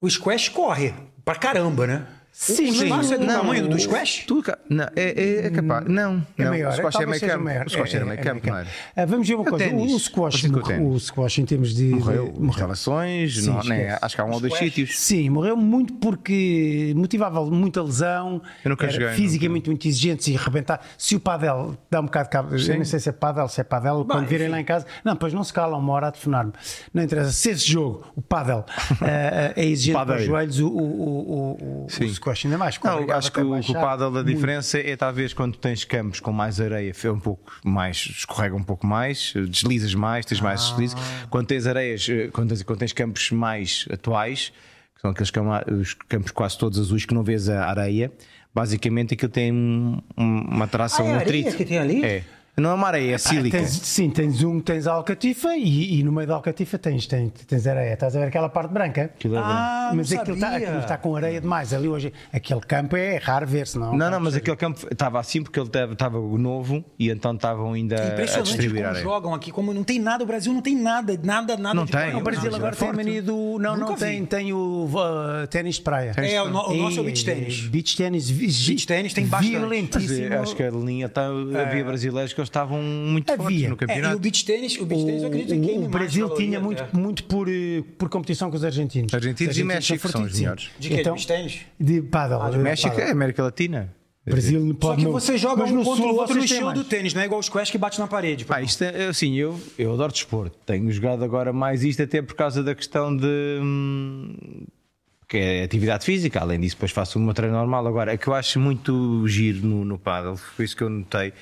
Speaker 3: O squash corre pra caramba, né?
Speaker 2: Sim,
Speaker 3: o espaço
Speaker 2: mas-
Speaker 3: é do
Speaker 2: não,
Speaker 3: tamanho do squash?
Speaker 1: Tudo ca- não, é, é, é capaz. Não,
Speaker 2: É
Speaker 1: não.
Speaker 2: maior.
Speaker 1: o squash é
Speaker 2: talvez
Speaker 1: meio
Speaker 2: seja
Speaker 1: campo.
Speaker 2: maior.
Speaker 1: O squash
Speaker 2: É,
Speaker 1: era
Speaker 2: é,
Speaker 1: meio
Speaker 2: é
Speaker 1: campo, não era?
Speaker 2: Ah, vamos ver uma
Speaker 1: É o
Speaker 2: coisa.
Speaker 1: ténis.
Speaker 2: O squash,
Speaker 1: Parecido com o
Speaker 2: morre-
Speaker 1: ténis.
Speaker 2: o squash em termos de.
Speaker 1: Morreu.
Speaker 2: de- morreu.
Speaker 1: Instalações,
Speaker 2: Sim,
Speaker 1: não, né?
Speaker 2: esquece.
Speaker 1: acho que há um ou dois
Speaker 3: Squash.
Speaker 1: sítios.
Speaker 2: Sim, morreu muito porque motivava muita lesão,
Speaker 1: Eu nunca
Speaker 2: era
Speaker 1: joguei, nunca.
Speaker 2: fisicamente muito exigente e arrebentar. Se o padel dá um bocado de cabo, eu não sei se é padel, se é padel, quando virem lá em casa, não, pois não se calam uma hora a telefonar-me. Não interessa, se esse jogo, o padel, eh, é exigente para os
Speaker 1: Padeiro.
Speaker 2: joelhos, o, o, o, o, o
Speaker 1: Sim.
Speaker 2: squash ainda mais.
Speaker 1: Não,
Speaker 2: obrigado
Speaker 1: Tá acho
Speaker 2: a
Speaker 1: que o
Speaker 2: baixar.
Speaker 1: culpado da diferença é talvez quando tens campos com mais areia, é um pouco mais, escorrega um pouco mais, deslizas mais, tens
Speaker 3: Ah.
Speaker 1: mais deslizes. Quando tens areias, eh, quando tens, quando tens campos mais atuais, que são aqueles cama- os campos quase todos azuis que não vês a areia, basicamente aquilo tem um- um- uma tração,
Speaker 3: Ah, é
Speaker 1: um
Speaker 3: areia
Speaker 1: atrito.
Speaker 3: que tem ali? Ah,
Speaker 1: É. Não é uma areia, é sílica.
Speaker 2: Ah, Tens- sim, tens um, tens a alcatifa e, e no meio da alcatifa tens, tens, tens areia. Estás a ver aquela parte branca?
Speaker 1: Aquilo é branco.
Speaker 3: Ah,
Speaker 2: mas
Speaker 3: não
Speaker 2: aquilo
Speaker 3: sabia.
Speaker 2: está com areia demais ali hoje. Aquele campo é raro ver-se, não?
Speaker 1: Não, não, mas aquele campo estava assim porque ele estava- estava novo e então estavam ainda
Speaker 2: É,
Speaker 1: a
Speaker 3: Impressionante
Speaker 1: distribuir a
Speaker 3: como
Speaker 1: areia.
Speaker 3: jogam aqui, como não tem nada, o Brasil não tem nada, nada, nada
Speaker 1: Não
Speaker 3: de
Speaker 1: tem.
Speaker 3: padel.
Speaker 2: O Brasil
Speaker 1: Não,
Speaker 2: agora
Speaker 1: é
Speaker 2: tem a
Speaker 1: forte.
Speaker 2: mania do. Não,
Speaker 3: Nunca
Speaker 2: não tem.
Speaker 3: vi.
Speaker 2: Tem o uh, ténis de praia.
Speaker 3: É, o, no- o nosso é o beach tennis.
Speaker 2: Beach ténis. Beach
Speaker 3: ténis tem bastante.
Speaker 1: Mas, eh,
Speaker 2: Violentíssimo. É.
Speaker 1: Acho que a linha tá, havia brasileiros que eles estavam muito
Speaker 2: Havia.
Speaker 1: fortes no
Speaker 3: É, e o
Speaker 1: campeonato.
Speaker 3: beach tênis, o beach tênis eu acredito que é queime
Speaker 2: O, o
Speaker 3: mais né?
Speaker 2: Brasil
Speaker 3: caloria
Speaker 2: tinha
Speaker 3: até.
Speaker 2: muito, muito por, eh, por competição com os argentinos.
Speaker 1: Argentinos e México são os
Speaker 2: fortíssimos.
Speaker 1: melhores.
Speaker 3: De quê?
Speaker 2: Então,
Speaker 3: de beach tênis?
Speaker 2: de paddle. de
Speaker 1: México
Speaker 2: paddle.
Speaker 1: é América Latina.
Speaker 2: Brasil não
Speaker 3: Só
Speaker 2: pode
Speaker 3: que
Speaker 2: não.
Speaker 3: você joga
Speaker 2: Mas
Speaker 3: um
Speaker 2: no
Speaker 3: contra o
Speaker 2: sul
Speaker 3: outro no
Speaker 2: vocês têm
Speaker 3: estilo
Speaker 2: mais.
Speaker 3: do tênis, não é igual o squash que bate na parede.
Speaker 1: Pá, isto é, assim, eu, eu adoro desporto. Tenho jogado agora mais isto até por causa da questão de. hum, que é atividade física. Além disso, depois faço o meu treino normal. Agora, é que eu acho muito giro no, no paddle, foi isso que eu notei.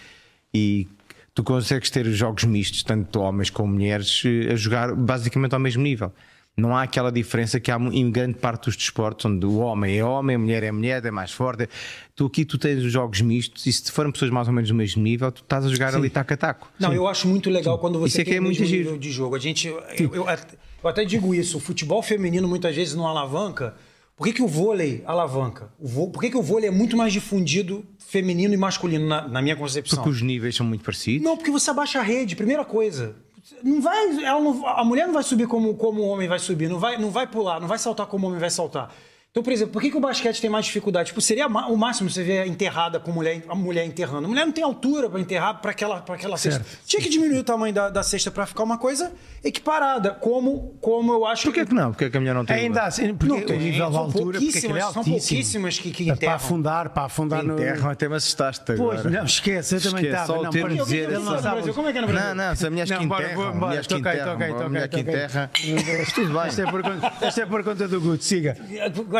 Speaker 1: E tu consegues ter jogos mistos, tanto homens como mulheres, eh, a jogar basicamente ao mesmo nível. Não há aquela diferença que há mu- em grande parte dos desportos, onde o homem é homem, a mulher é mulher, é mais forte. Tu aqui tu tens os jogos mistos e se forem pessoas mais ou menos do mesmo nível, tu estás a jogar ali taco a taco.
Speaker 3: Não, eu acho muito legal quando você
Speaker 1: Isso aqui
Speaker 3: tem
Speaker 1: é
Speaker 3: o
Speaker 1: muito
Speaker 3: mesmo
Speaker 1: giro.
Speaker 3: nível de jogo. A gente, eu, eu at- eu até digo isso, o futebol feminino muitas vezes não alavanca. Por que, que o vôlei alavanca? O vô- por que, que o vôlei é muito mais difundido feminino e masculino, na, na minha concepção?
Speaker 1: Porque os níveis são muito parecidos.
Speaker 3: Não, porque você abaixa a rede, primeira coisa. Não vai, ela não- a mulher não vai subir como, como o homem vai subir, não vai, não vai pular, não vai saltar como o homem vai saltar. Então, por exemplo, por que, que o basquete tem mais dificuldade? Tipo, seria ma- o máximo você ver enterrada com mulher, a mulher enterrando. A mulher não tem altura para enterrar para aquela, pra aquela cesta. Tinha que diminuir o tamanho da, da cesta para ficar uma coisa equiparada, como, como eu acho
Speaker 1: Porquê é que não? Porquê que a mulher não tem
Speaker 2: Ainda
Speaker 1: lugar?
Speaker 2: assim, porque
Speaker 3: Não
Speaker 2: o
Speaker 3: tem,
Speaker 2: nível de
Speaker 3: são
Speaker 2: altura, porque aquilo é
Speaker 3: pouquíssimas- são
Speaker 2: altíssimo. Tá
Speaker 3: pouquíssimas que- que
Speaker 2: Para
Speaker 3: enterram.
Speaker 2: afundar, para afundar no...
Speaker 1: Enterram, até me assustaste agora.
Speaker 2: Pois, não, esquece, eu também
Speaker 1: Esquece,
Speaker 2: estava.
Speaker 1: só o
Speaker 2: não,
Speaker 1: termo
Speaker 2: para-
Speaker 1: dizer
Speaker 2: ele
Speaker 1: isso.
Speaker 2: não
Speaker 1: No
Speaker 2: sabe.
Speaker 3: Brasil, como é que é no Brasil?
Speaker 1: Não, não, se mulheres que
Speaker 2: Não, bora, vou
Speaker 1: enterram,
Speaker 2: embora.
Speaker 1: mulheres que
Speaker 2: Toca aí,
Speaker 1: enterram,
Speaker 2: toca aí, toca
Speaker 1: mulher
Speaker 2: aí,
Speaker 1: que
Speaker 2: toca aí.
Speaker 1: enterra. Mas tudo bem.
Speaker 2: Esta é, por conta, esta é por conta do Guto, siga.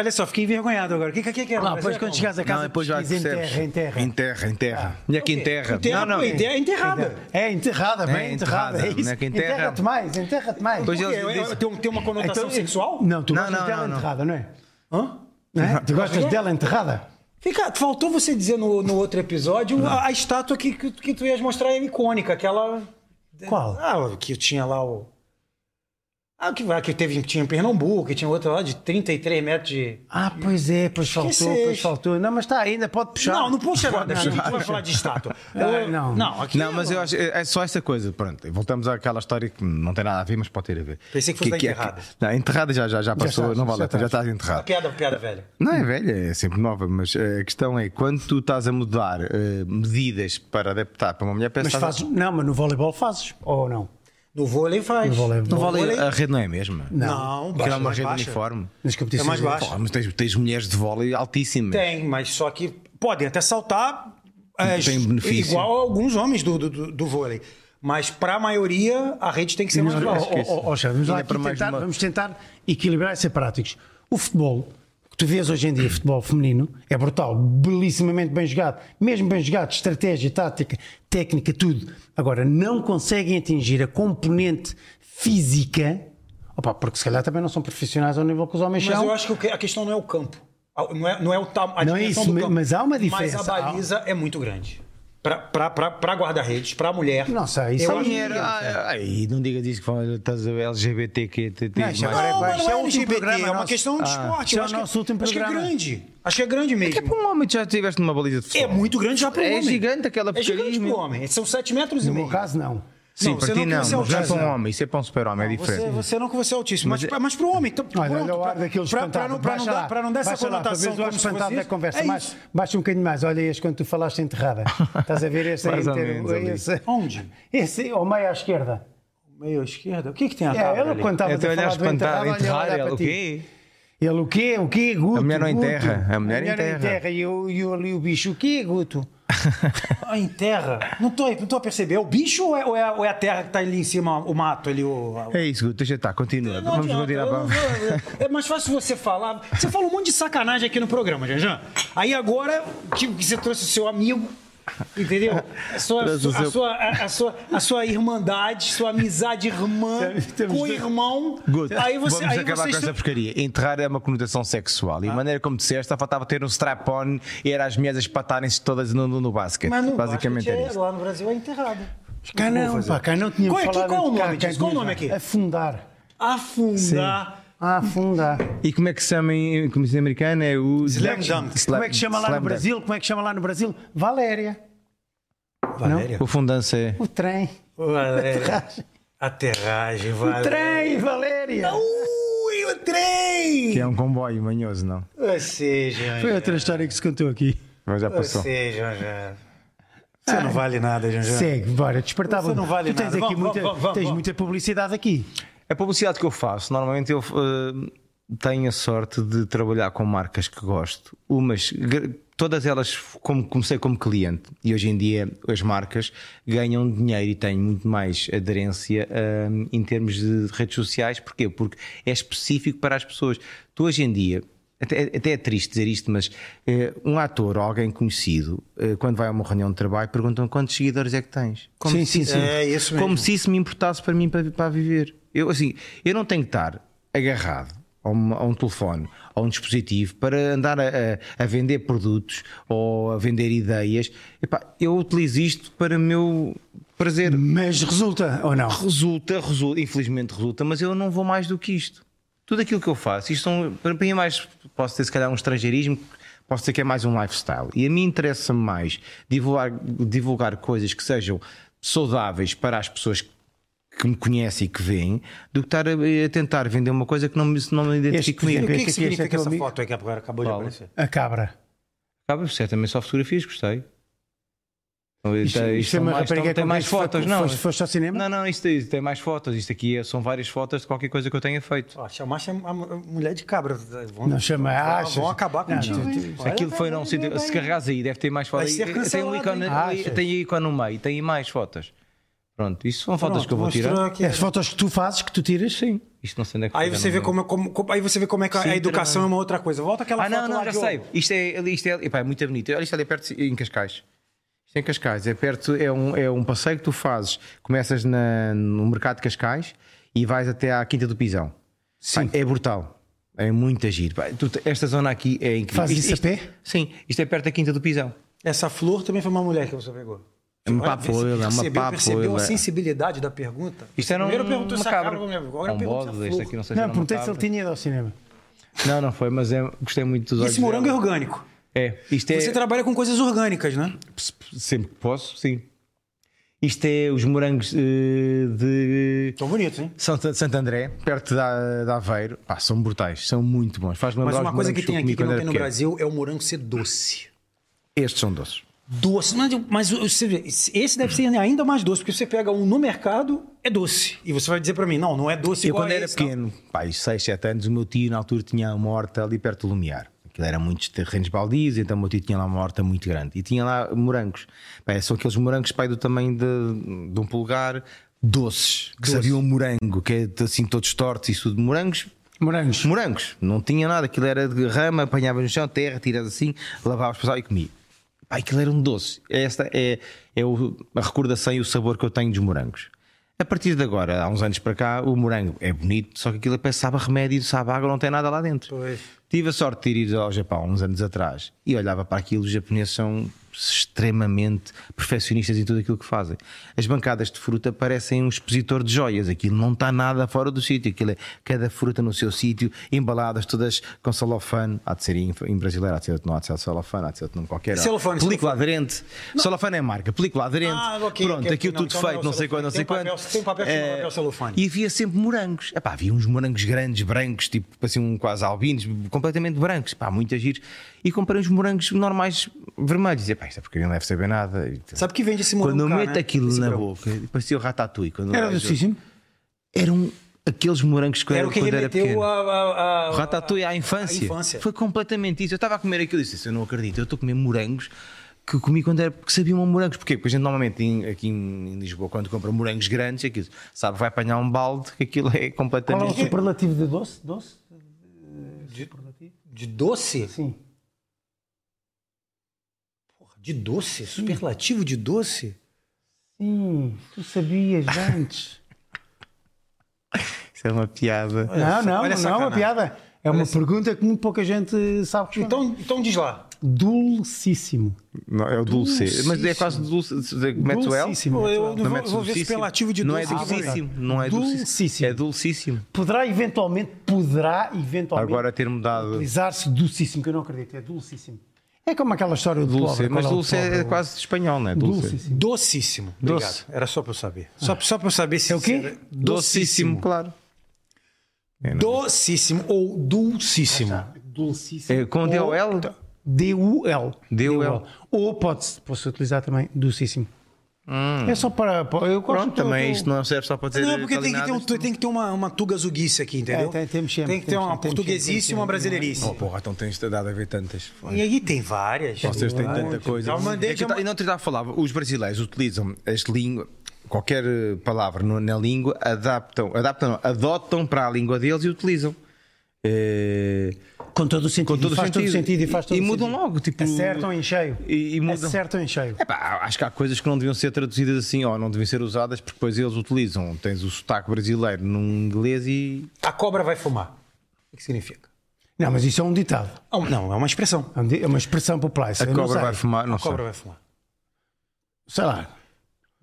Speaker 3: Olha só, fiquei envergonhado agora. O que, que, que, que é?
Speaker 2: Lá,
Speaker 3: Mas
Speaker 2: depois
Speaker 3: é
Speaker 2: quando
Speaker 3: como?
Speaker 2: chegares a casa,
Speaker 1: Não, depois
Speaker 2: depois
Speaker 1: já
Speaker 2: diz enterra,
Speaker 1: percebes.
Speaker 2: enterra.
Speaker 1: Enterra, enterra. Mulher que
Speaker 3: O quê?
Speaker 1: enterra.
Speaker 3: Enterra,
Speaker 1: Não, não.
Speaker 3: pô, enterra- enterrada.
Speaker 2: É enterrada, bem
Speaker 1: É, enterrada,
Speaker 2: enterrada. é isso.
Speaker 1: não é que enterra.
Speaker 2: Enterra-te mais, enterra-te mais. Então,
Speaker 1: Pois
Speaker 3: Por Então, quê?
Speaker 1: eles
Speaker 3: Eu- eu-
Speaker 1: dizem-
Speaker 3: tem, tem uma conotação sexual?
Speaker 2: Não, tu
Speaker 1: Não,
Speaker 2: gostas
Speaker 1: não,
Speaker 2: dela
Speaker 1: não, não.
Speaker 2: enterrada, não é?
Speaker 3: Hã?
Speaker 2: Não é? Tu gostas dela enterrada?
Speaker 3: Fica, faltou você dizer no, no outro episódio a, a estátua que, que, que tu ias mostrar é icônica, aquela.
Speaker 2: Qual?
Speaker 3: Ah, que tinha lá o. Ah, que, que teve, tinha em Pernambuco, que tinha outra lá de 33 metros de.
Speaker 2: Ah, pois é, pois faltou, pois
Speaker 3: Esqueceste.
Speaker 2: faltou. Não, mas está, ainda pode puxar.
Speaker 3: Não, não puxa nada,
Speaker 2: Pode
Speaker 3: a gente
Speaker 2: puxar.
Speaker 3: vai falar de estátua.
Speaker 2: Ah,
Speaker 3: Eu-
Speaker 2: não.
Speaker 3: não, aqui
Speaker 1: Não, mas eu acho, é é só essa coisa, pronto. Voltamos àquela história que não tem nada a ver, mas pode ter a ver. é
Speaker 3: Pensei que fosse da enterrada.
Speaker 1: não, enterrada já, já, já passou,
Speaker 2: estás,
Speaker 1: não vale
Speaker 2: já
Speaker 1: a pena, já
Speaker 2: estás.
Speaker 1: estás enterrada.
Speaker 3: Piada, piada velha.
Speaker 1: Não é velha, é sempre nova, mas eh, a questão é quando tu estás a mudar eh, medidas para adaptar para uma mulher, parece
Speaker 2: Mas
Speaker 1: que estás a-
Speaker 2: fazes, não, mas no voleibol fazes, ou não?
Speaker 3: No vôlei faz.
Speaker 2: No vôlei-
Speaker 1: No
Speaker 2: No
Speaker 1: vôlei, a rede não é a mesma.
Speaker 3: Não,
Speaker 1: Aquilo
Speaker 3: baixa,
Speaker 1: é uma
Speaker 3: mais
Speaker 1: rede
Speaker 3: baixa.
Speaker 1: uniforme.
Speaker 2: Nas competições.
Speaker 3: É mais baixo.
Speaker 1: Pô, mas tens, tens mulheres de vôlei altíssimas.
Speaker 3: Tem, mas só que podem até saltar é,
Speaker 1: Tem benefício.
Speaker 3: igual a alguns homens do, do- do, do vôlei. Mas para a maioria, a rede tem que ser mais
Speaker 2: Mas, ó,
Speaker 3: baixa.
Speaker 1: esquece.
Speaker 2: ó, ó, ó, Xavier, vamos, lá
Speaker 1: Ainda
Speaker 2: aqui
Speaker 1: para mais
Speaker 2: tentar,
Speaker 1: uma-
Speaker 2: vamos tentar equilibrar e ser práticos. O futebol, que tu vês hoje em dia, futebol feminino, é brutal, belíssimamente bem jogado, mesmo bem jogado, estratégia, tática, técnica, tudo. Agora, não conseguem atingir a componente física, opa, porque se calhar também não são profissionais ao nível que os homens
Speaker 3: Mas
Speaker 2: são.
Speaker 3: eu acho que o que a questão não é o campo. A- Não é, não é o tam, a
Speaker 2: Não é
Speaker 3: dimensão
Speaker 2: isso,
Speaker 3: do
Speaker 2: mas-
Speaker 3: campo.
Speaker 2: mas há uma
Speaker 3: Mas
Speaker 2: diferença.
Speaker 3: a baliza é muito grande. Para guarda-redes, para mulher.
Speaker 2: Não sei, isso
Speaker 3: Eu
Speaker 2: é
Speaker 3: acho-
Speaker 1: Mulher, ah, ah, e não digas isso que fala- estás a LGBTQ.
Speaker 2: Não, isso agora
Speaker 3: Não, mas
Speaker 2: Isso
Speaker 3: não
Speaker 2: é
Speaker 3: é
Speaker 2: o último
Speaker 3: LGBT,
Speaker 2: programa
Speaker 3: é uma
Speaker 2: nosso.
Speaker 3: questão de
Speaker 2: Ah.
Speaker 3: esporte.
Speaker 2: Isso é
Speaker 3: Eu
Speaker 2: o
Speaker 3: acho, que,
Speaker 2: nosso último
Speaker 3: acho que é
Speaker 2: programa.
Speaker 3: grande. Acho que é grande
Speaker 1: É para
Speaker 3: mesmo.
Speaker 1: um homem que já estiveste numa baliza de
Speaker 3: É
Speaker 1: futebol.
Speaker 3: muito grande já para o
Speaker 1: É
Speaker 3: homem.
Speaker 1: gigante aquela
Speaker 3: É gigante
Speaker 1: porcaria,
Speaker 3: para o
Speaker 1: meu.
Speaker 3: homem. São 7 metros e
Speaker 2: No meu
Speaker 3: meio.
Speaker 2: caso, não.
Speaker 1: Sim,
Speaker 3: Não,
Speaker 1: para
Speaker 3: você
Speaker 1: ti
Speaker 3: não
Speaker 1: não.
Speaker 3: conhece o
Speaker 1: Não é para
Speaker 3: Jason.
Speaker 1: um homem, isso é para um super-homem, é
Speaker 3: Você,
Speaker 1: diferente.
Speaker 3: você não que você é autíssimo, mas, para- mas para o homem. Então,
Speaker 2: Olha, olha o ar
Speaker 3: pra-
Speaker 2: daqueles
Speaker 3: pra- pra não, pra não dar, pra não dar essa conotação
Speaker 2: Lá,
Speaker 3: como se fosse
Speaker 2: espantado da
Speaker 3: isso.
Speaker 2: conversa.
Speaker 3: É
Speaker 2: mais,
Speaker 3: isso.
Speaker 2: baixa um bocadinho mais. Olha este quando tu falaste enterrada. Estás a ver este aí?
Speaker 1: Mais ou
Speaker 2: ter-
Speaker 1: menos ali.
Speaker 2: esse,
Speaker 3: Onde?
Speaker 2: esse ao meio à esquerda.
Speaker 3: Meio à esquerda. O que que tem a
Speaker 2: É,
Speaker 3: tábua
Speaker 2: ela
Speaker 3: ali?
Speaker 2: quando estava a
Speaker 1: Até
Speaker 2: falar
Speaker 1: olhar
Speaker 2: do
Speaker 1: Então espantado,
Speaker 2: enterrada, olha,
Speaker 1: enterrar
Speaker 2: olha
Speaker 1: ele, é
Speaker 2: para
Speaker 1: o
Speaker 2: ti.
Speaker 1: quê?
Speaker 2: Ele o quê? O quê, Guto?
Speaker 1: mulher não
Speaker 2: Guto?
Speaker 1: enterra, a mulher enterra.
Speaker 2: E eu, e eu ali o bicho. O quê, Guto?
Speaker 3: Ah, em terra? Não tô, não tô a perceber. É o bicho ou é, ou é- ou é a terra que tá ali em cima, o mato ali? O, a-
Speaker 1: É isso, Guto, já está, continua.
Speaker 3: Não
Speaker 1: Vamos
Speaker 3: adianta,
Speaker 1: continuar.
Speaker 3: eu não
Speaker 1: para-
Speaker 3: vou- É mais fácil você falar. Você falou um monte de sacanagem aqui no programa, Janjan. Aí agora que que você trouxe o seu amigo. Entendeu? A sua, a
Speaker 1: Trouxe o
Speaker 3: sua,
Speaker 1: seu-
Speaker 3: a sua, a sua, a sua irmandade, sua amizade irmã
Speaker 2: Temos
Speaker 3: com
Speaker 2: dois-
Speaker 3: irmão.
Speaker 1: Guto,
Speaker 3: aí você,
Speaker 1: vamos
Speaker 3: aí
Speaker 1: acabar
Speaker 3: vocês
Speaker 1: com essa
Speaker 3: têm-
Speaker 1: porcaria. Enterrar é uma conotação sexual. E a maneira como disseste, faltava ter um strap-on e era as mulheres a espatarem-se todas no, no, no basquete.
Speaker 3: Mas no
Speaker 1: Basicamente
Speaker 3: basquete
Speaker 1: era
Speaker 3: é-
Speaker 1: isso.
Speaker 3: lá no Brasil é enterrado.
Speaker 2: Cá não, pá, cá não tínhamos
Speaker 3: Qual é-
Speaker 2: falado.
Speaker 3: qual é o
Speaker 2: de- cá-
Speaker 3: nome
Speaker 2: cá
Speaker 3: disso? Qual o
Speaker 1: né?
Speaker 2: tínhamos-
Speaker 3: nome aqui?
Speaker 2: Afundar.
Speaker 3: Afundar.
Speaker 2: Ah, Afundar.
Speaker 1: E como é que se chama em comissão americana? É o
Speaker 3: Slam dunk.
Speaker 2: Como é que chama lá
Speaker 1: slam
Speaker 2: no
Speaker 1: dunk.
Speaker 2: Brasil? Como é que chama lá no Brasil? Valéria.
Speaker 3: Valéria?
Speaker 1: O fundança é.
Speaker 2: O trem.
Speaker 3: Valéria. Aterragem,
Speaker 2: O
Speaker 3: Valéria.
Speaker 2: trem, Valéria.
Speaker 3: Ui, o trem!
Speaker 1: Que é um comboio manhoso, não?
Speaker 3: Ou seja,
Speaker 2: Foi outra história que se contou aqui.
Speaker 1: Mas já passou.
Speaker 3: Você, Janjan. Você
Speaker 1: Ah,
Speaker 3: não vale nada, Janjan.
Speaker 2: Segue, bora, despertava.
Speaker 3: Você não vale
Speaker 2: tu tens
Speaker 3: nada.
Speaker 2: aqui
Speaker 3: Vamos,
Speaker 2: muita,
Speaker 3: vamos, vamos,
Speaker 2: tens
Speaker 3: vamos.
Speaker 2: muita publicidade aqui.
Speaker 1: A publicidade que eu faço, normalmente eu eh, tenho a sorte de trabalhar com marcas que gosto. Umas, gr- todas elas, como comecei como cliente e hoje em dia as marcas ganham dinheiro e têm muito mais aderência eh, em termos de redes sociais. Porquê? Porque é específico para as pessoas. Tu hoje em dia. Até, até é triste dizer isto, mas eh, um ator ou alguém conhecido, eh, quando vai a uma reunião de trabalho, perguntam quantos seguidores é que tens. Como
Speaker 2: Sim, sim,
Speaker 1: se-
Speaker 2: sim.
Speaker 3: É isso mesmo.
Speaker 1: como se isso me importasse para mim para, para viver. Eu, assim, eu não tenho que estar agarrado a, uma- a um telefone, a um dispositivo para andar a, a- a vender produtos ou a vender ideias. Epá, eu utilizo isto para o meu prazer.
Speaker 2: Mas resulta, ou não?
Speaker 1: Resulta, resulta, infelizmente resulta, mas eu não vou mais do que isto. Tudo aquilo que eu faço, isto são, para mim é mais, posso ter se calhar um estrangeirismo, posso dizer que é mais um lifestyle. E a mim interessa mais divulgar, divulgar coisas que sejam saudáveis para as pessoas que me conhecem e que veem, do que estar a, a tentar vender uma coisa que não me, não me
Speaker 2: Este,
Speaker 1: identifica
Speaker 2: por
Speaker 1: comigo.
Speaker 3: O
Speaker 2: exemplo,
Speaker 3: que, que
Speaker 2: este aqui, este é
Speaker 3: significa
Speaker 2: teu
Speaker 3: essa
Speaker 2: amigo.
Speaker 3: foto aí que agora acabou de
Speaker 1: Fala.
Speaker 3: aparecer?
Speaker 2: A cabra.
Speaker 1: Acaba por ser também só fotografias, gostei. Então,
Speaker 2: Isto-
Speaker 1: tem-
Speaker 2: isto é
Speaker 1: são
Speaker 2: uma
Speaker 1: mais-
Speaker 2: rapariga
Speaker 1: tem- tem
Speaker 2: com
Speaker 1: mais
Speaker 2: quem foste-
Speaker 1: fotos, não.
Speaker 2: foste- foste ao cinema?
Speaker 1: Não, não, isto, isto tem mais fotos. Isto aqui é- são várias fotos de qualquer coisa que eu tenha feito.
Speaker 3: Ó, chamaste a a mulher de cabra. Vão,
Speaker 2: Não chama,
Speaker 3: vão,
Speaker 2: achas?
Speaker 3: Vão acabar
Speaker 2: Não,
Speaker 3: contigo.
Speaker 2: não.
Speaker 3: Olha,
Speaker 1: Aquilo
Speaker 3: vai,
Speaker 1: foi
Speaker 3: vai,
Speaker 1: não
Speaker 3: vai,
Speaker 1: se,
Speaker 3: vai.
Speaker 1: se carregares aí, deve ter mais
Speaker 3: Vai
Speaker 1: fotos.
Speaker 3: ser
Speaker 1: Tem um
Speaker 3: cancelado,
Speaker 1: ícone,
Speaker 3: hein?
Speaker 1: ali-
Speaker 2: Achas?
Speaker 1: tem um ícone no meio, tem mais fotos. Pronto, isso são fotos
Speaker 3: Pronto,
Speaker 1: que eu vou
Speaker 3: mostrou
Speaker 1: tirar.
Speaker 3: aqui.
Speaker 2: As fotos Ah, que tu fazes, que tu tiras, sim.
Speaker 1: Isto não sei onde é que
Speaker 3: Aí
Speaker 1: foi,
Speaker 3: você
Speaker 1: não
Speaker 3: vê
Speaker 1: lembro.
Speaker 3: como, é- como- como- aí você vê como é que
Speaker 1: Sim,
Speaker 3: a
Speaker 1: tra-
Speaker 3: educação é uma outra coisa. Volta aquela
Speaker 1: Ah,
Speaker 3: foto
Speaker 1: não, não,
Speaker 3: lá
Speaker 1: já
Speaker 3: de
Speaker 1: sei.
Speaker 3: ouro.
Speaker 1: Isto é, ali- isto é, epá, é muito bonito. Olha isto ali perto, em Cascais. Isto é em Cascais, é perto, é um, é um passeio que tu fazes. Começas na- no mercado de Cascais e vais até à Quinta do Pisão.
Speaker 2: Sim.
Speaker 1: Pá, é brutal. É muito agir. Esta zona aqui é incrível.
Speaker 2: Fazes
Speaker 1: Isto-
Speaker 2: isso a
Speaker 1: isto-
Speaker 2: pé?
Speaker 1: Sim, isto é perto da Quinta do Pisão.
Speaker 3: Essa flor também foi uma mulher que você pegou.
Speaker 1: É uma
Speaker 3: Olha,
Speaker 1: papoila,
Speaker 3: perce-
Speaker 1: uma
Speaker 3: percebeu- Percebeu
Speaker 1: papoila.
Speaker 3: a sensibilidade da pergunta?
Speaker 1: Isto era um
Speaker 3: Primeiro perguntou se a
Speaker 1: macabro.
Speaker 3: cabra, agora
Speaker 1: Um
Speaker 3: pergunta
Speaker 1: bode,
Speaker 3: se a
Speaker 1: este
Speaker 3: flor.
Speaker 1: aqui, não sei se
Speaker 2: Não,
Speaker 1: era
Speaker 2: perguntei
Speaker 1: uma
Speaker 2: se ele
Speaker 1: cabra.
Speaker 2: tinha ido ao cinema.
Speaker 1: Não, não foi, mas é- gostei muito dos olhos.
Speaker 3: Esse morango é
Speaker 1: dela.
Speaker 3: orgânico.
Speaker 1: é isto é
Speaker 3: Você tá- trabalha com coisas orgânicas, né?
Speaker 1: sempre que posso, sim. Isto é os morangos eh, de
Speaker 3: Tão bonitos, hein?
Speaker 1: Santo, Santo André, perto da, da Aveiro. Pá, são brutais, são muito bons. Faz-me
Speaker 3: Mas
Speaker 1: lembrar
Speaker 3: uma
Speaker 1: os
Speaker 3: coisa
Speaker 1: morangos
Speaker 3: que tem é
Speaker 1: eu comi
Speaker 3: aqui que
Speaker 1: quando
Speaker 3: não
Speaker 1: era
Speaker 3: tem no
Speaker 1: pequeno.
Speaker 3: Brasil é o morango ser doce.
Speaker 1: Estes são doces.
Speaker 3: doce. Mas, mas você vê, esse deve ser ainda mais doce, porque você pega um no mercado, é doce. E você vai dizer pra mim, não, não é doce
Speaker 1: Eu
Speaker 3: igual
Speaker 1: quando
Speaker 3: a
Speaker 1: era
Speaker 3: esse, não.
Speaker 1: pequeno, pá, 6, 7 anos, o meu tio na altura tinha uma horta ali perto do Lumiar. Aquilo era muitos terrenos baldios, então o meu tio tinha lá uma horta muito grande. E tinha lá morangos. Pá, são aqueles morangos pai do tamanho de, de um polegar, doces, que sabiam um morango, que é assim todos tortos e tudo. Morangos,
Speaker 2: Morangos.
Speaker 1: morangos. Não tinha nada. Aquilo era de rama, apanhava no chão, terra, tirava assim, lavava passava e comia. Pá, aquilo era um doce. Esta é, é o- a recordação e o sabor que eu tenho dos morangos. A partir de agora, há uns anos para cá, o morango é bonito, só que aquilo parece que sabe a remédio, sabe a água, não tem nada lá dentro. Tive a sorte de ir ao Japão uns anos atrás e olhava para aquilo, os japoneses são extremamente perfeccionistas em tudo aquilo que fazem. As bancadas de fruta parecem um expositor de joias, aquilo não está nada fora do sítio, aquilo é cada fruta no seu sítio, embaladas todas com celofane, há de ser em, em brasileiro, há de ser outro, não há de ser celofane, há de ser outro nome qualquer.
Speaker 3: Celofane,
Speaker 1: película aderente, celofane é marca, película aderente,
Speaker 3: Ah, ok,
Speaker 1: pronto,
Speaker 3: ok,
Speaker 1: aquilo
Speaker 3: não,
Speaker 1: tudo
Speaker 3: então não é
Speaker 1: feito,
Speaker 3: o
Speaker 1: não sei quando, não sei É,
Speaker 3: celofane,
Speaker 1: quando.
Speaker 3: tem papel- tem papel que chama papel celofane.
Speaker 1: E havia sempre morangos. Epá, havia uns morangos grandes, brancos, tipo assim, um quase albinos, completamente brancos, pá, muito giros. E comprei uns morangos normais vermelhos. E, pá, isto é porque não deve saber nada. E, então,
Speaker 3: Sabe que vende esse morango
Speaker 1: quando eu
Speaker 3: cá,
Speaker 1: meto
Speaker 3: né?
Speaker 1: aquilo
Speaker 3: Esse
Speaker 1: na
Speaker 3: branco.
Speaker 1: boca, parecia o ratatouille. Quando
Speaker 2: Era
Speaker 1: eu-
Speaker 2: docíssimo.
Speaker 1: Eram aqueles morangos que eu
Speaker 3: Era
Speaker 1: era
Speaker 3: o que
Speaker 1: quando era pequeno.
Speaker 3: remeteu a, a, a,
Speaker 1: O Ah, Ratatouille à
Speaker 3: à
Speaker 1: infância.
Speaker 3: infância.
Speaker 1: Foi completamente isso. Eu estava a comer aquilo e disse: Eu não acredito, eu estou a comer morangos que comi quando era porque sabiam a morangos. Porquê? Porque a gente normalmente em- aqui em em Lisboa, quando compra morangos grandes, aquilo, sabe, vai apanhar um balde que aquilo é
Speaker 2: Qual é o
Speaker 1: completamente.
Speaker 2: superlativo de doce? Doce?
Speaker 3: De doce?
Speaker 2: Sim.
Speaker 3: Porra, de doce? Superlativo de doce?
Speaker 2: Sim, tu sabias antes.
Speaker 1: Isso é uma piada.
Speaker 3: olha
Speaker 2: não, não, não é uma
Speaker 3: sacanagem.
Speaker 2: piada. É uma pergunta que muito pouca gente sabe responder.
Speaker 3: Então, então diz lá.
Speaker 2: dulcíssimo.
Speaker 1: Não, é o dulce. Mas é quase dulce. Mete o L.
Speaker 3: Eu,
Speaker 2: Dulcíssimo.
Speaker 3: eu
Speaker 1: Não
Speaker 3: vou,
Speaker 1: mete
Speaker 3: vou ver
Speaker 1: dulcíssimo.
Speaker 3: superlativo de
Speaker 1: Não
Speaker 3: doce.
Speaker 1: é dulcíssimo. Não é
Speaker 2: Dulcíssimo.
Speaker 1: dulcíssimo. É dulcíssimo.
Speaker 2: Poderá eventualmente, poderá eventualmente
Speaker 1: Agora ter mudado.
Speaker 2: utilizar-se dulcíssimo, que eu não acredito, é dulcíssimo. É como aquela história do
Speaker 1: Dulce.
Speaker 2: pobre, qual
Speaker 1: Mas
Speaker 2: é o
Speaker 1: dulce
Speaker 2: pobre?
Speaker 1: é quase espanhol, não é? Dulce.
Speaker 2: Dulcíssimo.
Speaker 3: Docíssimo. Obrigado.
Speaker 1: Doce. Ah.
Speaker 3: Era só pra eu saber. Só, só pra eu saber se...
Speaker 2: É o quê?
Speaker 3: se era-
Speaker 1: Docíssimo, claro. É, não.
Speaker 3: Docíssimo ou dulcíssimo.
Speaker 2: Ah, Dulcíssimo.
Speaker 1: É, com D ou L?
Speaker 2: D-U-L.
Speaker 1: D-U-L.
Speaker 2: Ou pode-se posso utilizar também dulcíssimo. É só para. para- Eu gosto
Speaker 1: Hum. Pronto,
Speaker 2: do-
Speaker 1: também
Speaker 2: do-
Speaker 1: isto não serve só para dizer.
Speaker 3: Não, porque tem que,
Speaker 1: alienadas,
Speaker 3: ter um- tem que ter uma, uma tugazuguice aqui, entendeu?
Speaker 2: É, tem- temos sempre,
Speaker 3: Tem que ter
Speaker 2: temos
Speaker 3: uma
Speaker 2: sempre, temos
Speaker 3: portuguesice
Speaker 2: sempre,
Speaker 3: e uma
Speaker 2: temos
Speaker 1: Oh,
Speaker 2: sempre.
Speaker 3: brasileirice.
Speaker 1: porra, então tens dado a ver tantas.
Speaker 3: E aí tem várias.
Speaker 1: Vocês têm tanta coisa.
Speaker 3: Eu mandei
Speaker 1: É que eu
Speaker 3: de-
Speaker 1: ta- eu não te estava a falar, os brasileiros utilizam as línguas, qualquer eh, palavra no- na língua, adaptam, adaptam, não, adotam para a língua deles e utilizam. Eh,
Speaker 2: Com todo o sentido.
Speaker 1: Com todo
Speaker 2: e
Speaker 1: o
Speaker 2: faz todo
Speaker 1: sentido.
Speaker 2: sentido e faz todo
Speaker 1: E
Speaker 2: o
Speaker 1: mudam
Speaker 2: sentido.
Speaker 1: logo, tipo-
Speaker 2: Acertam em cheio.
Speaker 1: E- e mudam.
Speaker 2: Acertam em cheio.
Speaker 1: Epá, acho que há coisas que não deviam ser traduzidas assim, ou não deviam ser usadas, porque depois eles utilizam. Tens o sotaque brasileiro num inglês e.
Speaker 3: A cobra vai fumar. O que significa?
Speaker 2: Não, mas isso é um ditado.
Speaker 3: Ah, Não, é uma expressão.
Speaker 2: É um di- É uma expressão popular. isso
Speaker 1: A
Speaker 2: eu não
Speaker 1: cobra
Speaker 2: sei.
Speaker 1: vai fumar, não
Speaker 3: A
Speaker 1: sei.
Speaker 3: cobra vai fumar.
Speaker 2: Sei lá.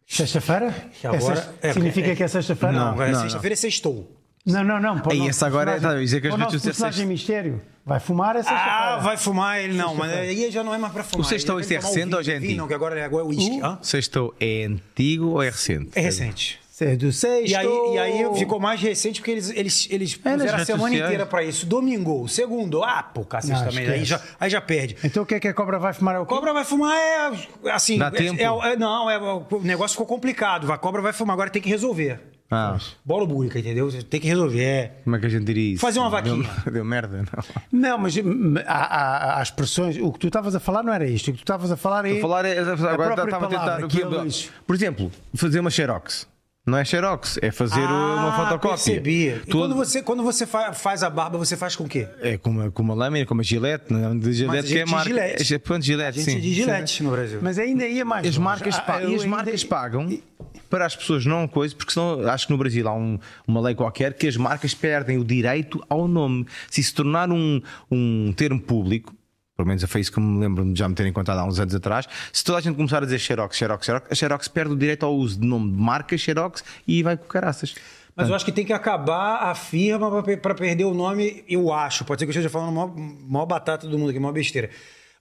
Speaker 2: Sexta-feira?
Speaker 3: E agora-
Speaker 2: É sexta-
Speaker 3: é-
Speaker 2: significa
Speaker 3: é-
Speaker 2: que é sexta-feira?
Speaker 3: Não, agora é
Speaker 1: Ah, não,
Speaker 3: sexta-feira é sextou.
Speaker 2: Não, não, não. para o
Speaker 1: Ei,
Speaker 2: nosso
Speaker 1: essa agora é-
Speaker 2: personagem-
Speaker 1: tá, isso é que
Speaker 2: para
Speaker 1: as pessoas
Speaker 2: o nosso
Speaker 1: dizem
Speaker 2: personagem
Speaker 1: sexta-
Speaker 2: mistério. Vai fumar é sexta-feira.
Speaker 3: Ah, vai fumar ele não, mas
Speaker 2: Sexta-feira.
Speaker 3: aí já não é mais pra fumar.
Speaker 1: O sextou,
Speaker 3: Ele
Speaker 1: isso é
Speaker 3: vai tomar um
Speaker 1: recente ou já é
Speaker 3: vinho,
Speaker 1: antigo?
Speaker 3: Não, que agora é- agora é
Speaker 1: Uh.
Speaker 3: uísque. Hã?
Speaker 1: Sextou é antigo ou é recente?
Speaker 3: É recente.
Speaker 2: É do sexto.
Speaker 3: E aí, e aí ficou mais recente porque eles, eles, eles
Speaker 1: nas
Speaker 3: puseram a
Speaker 1: redes
Speaker 3: semana
Speaker 1: sociais.
Speaker 3: inteira pra isso. Domingo, segundo. Ah, pô, cacete
Speaker 2: Não,
Speaker 3: também. Aí já,
Speaker 2: esquece.
Speaker 3: aí já perde.
Speaker 2: Então o que é que a cobra vai fumar? É o quê?
Speaker 3: Cobra vai fumar é assim.
Speaker 1: Dá
Speaker 3: é-
Speaker 1: tempo?
Speaker 3: é- é- não, é, o negócio ficou complicado. A cobra vai fumar, agora tem que resolver.
Speaker 1: Ah.
Speaker 3: Bola búrica, entendeu? Tem que resolver. é.
Speaker 1: Como é que a gente diria isso?
Speaker 3: Fazer uma vaquinha.
Speaker 1: Deu, deu merda, não.
Speaker 2: Não, mas hum, há, há, há expressões. O que tu estavas a falar não era isto. O que tu estavas a falar é.
Speaker 1: Vou falar, é- agora
Speaker 2: própria
Speaker 1: estava a tentar.
Speaker 2: palavra que é eles-
Speaker 1: Por exemplo, fazer uma Xerox. Não é Xerox, é fazer uma fotocópia.
Speaker 3: Ah, Percebi. E
Speaker 1: Tu-
Speaker 3: quando você, quando você fa- faz a barba, você faz com o quê?
Speaker 1: É com uma, com uma lâmina, com uma gilete, não é? de
Speaker 3: Mas a
Speaker 1: gilete que é
Speaker 3: gente
Speaker 1: marca.
Speaker 3: Gillette.
Speaker 1: É, pronto, gilete,
Speaker 3: A gente
Speaker 1: sim.
Speaker 3: diz gilete no Brasil.
Speaker 2: Mas ainda ia mais.
Speaker 1: As
Speaker 2: longe.
Speaker 1: marcas,
Speaker 2: Ah,
Speaker 1: pa-
Speaker 2: eu
Speaker 1: e as
Speaker 2: ainda-
Speaker 1: marcas pagam para as pessoas não coisa, porque senão acho que no Brasil há um- uma lei qualquer que as marcas perdem o direito ao nome. Se se tornar um, um termo público, pelo menos foi isso que eu me lembro de já me terem contado há uns anos atrás, se toda a gente começar a dizer Xerox, Xerox, Xerox, a Xerox perde o direito ao uso de nome de marca Xerox e vai com caraças.
Speaker 3: Mas
Speaker 1: É.
Speaker 3: eu acho que tem que acabar a firma pra pe- pra perder o nome, eu acho. Pode ser que eu esteja falando a maior, maior batata do mundo aqui, a maior besteira.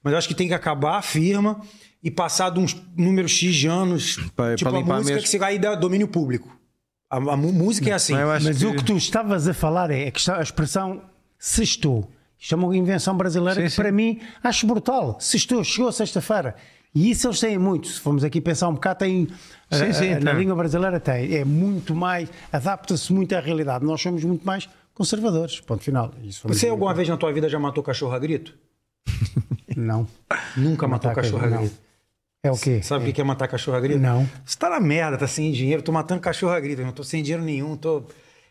Speaker 3: Mas eu acho que tem que acabar a firma e passar de uns números X de anos,
Speaker 1: Pra-
Speaker 3: tipo
Speaker 1: pra
Speaker 3: a
Speaker 1: limpar
Speaker 3: música
Speaker 1: mesmo.
Speaker 3: que se aí dá domínio público. A, a mu- música é assim.
Speaker 1: Mas eu acho
Speaker 2: Mas o que tu estavas a falar é a, questão, a expressão sextou. Isto é uma invenção brasileira
Speaker 1: Sim,
Speaker 2: que,
Speaker 1: sim.
Speaker 2: para mim, acho brutal. Sextou, chegou sexta-feira. E isso eles têm muito. Se formos aqui pensar um bocado, tem.
Speaker 1: Sim,
Speaker 2: eh,
Speaker 1: sim,
Speaker 2: eh, na
Speaker 1: tem.
Speaker 2: língua brasileira tem. É muito mais. Adapta-se muito à realidade. Nós somos muito mais conservadores. Ponto final. Isso somos
Speaker 3: Você
Speaker 2: muito-
Speaker 3: alguma vez na tua vida já matou cachorro a grito?
Speaker 2: Não.
Speaker 3: Nunca matou
Speaker 2: Matar
Speaker 3: cachorro a
Speaker 2: cachorro, não.
Speaker 3: grito.
Speaker 2: É o quê?
Speaker 3: Sabe o que que é matar cachorro a grito?
Speaker 2: Não.
Speaker 3: Você tá na merda, tá sem dinheiro, tô matando cachorro a grito, eu não tô sem dinheiro nenhum, tô.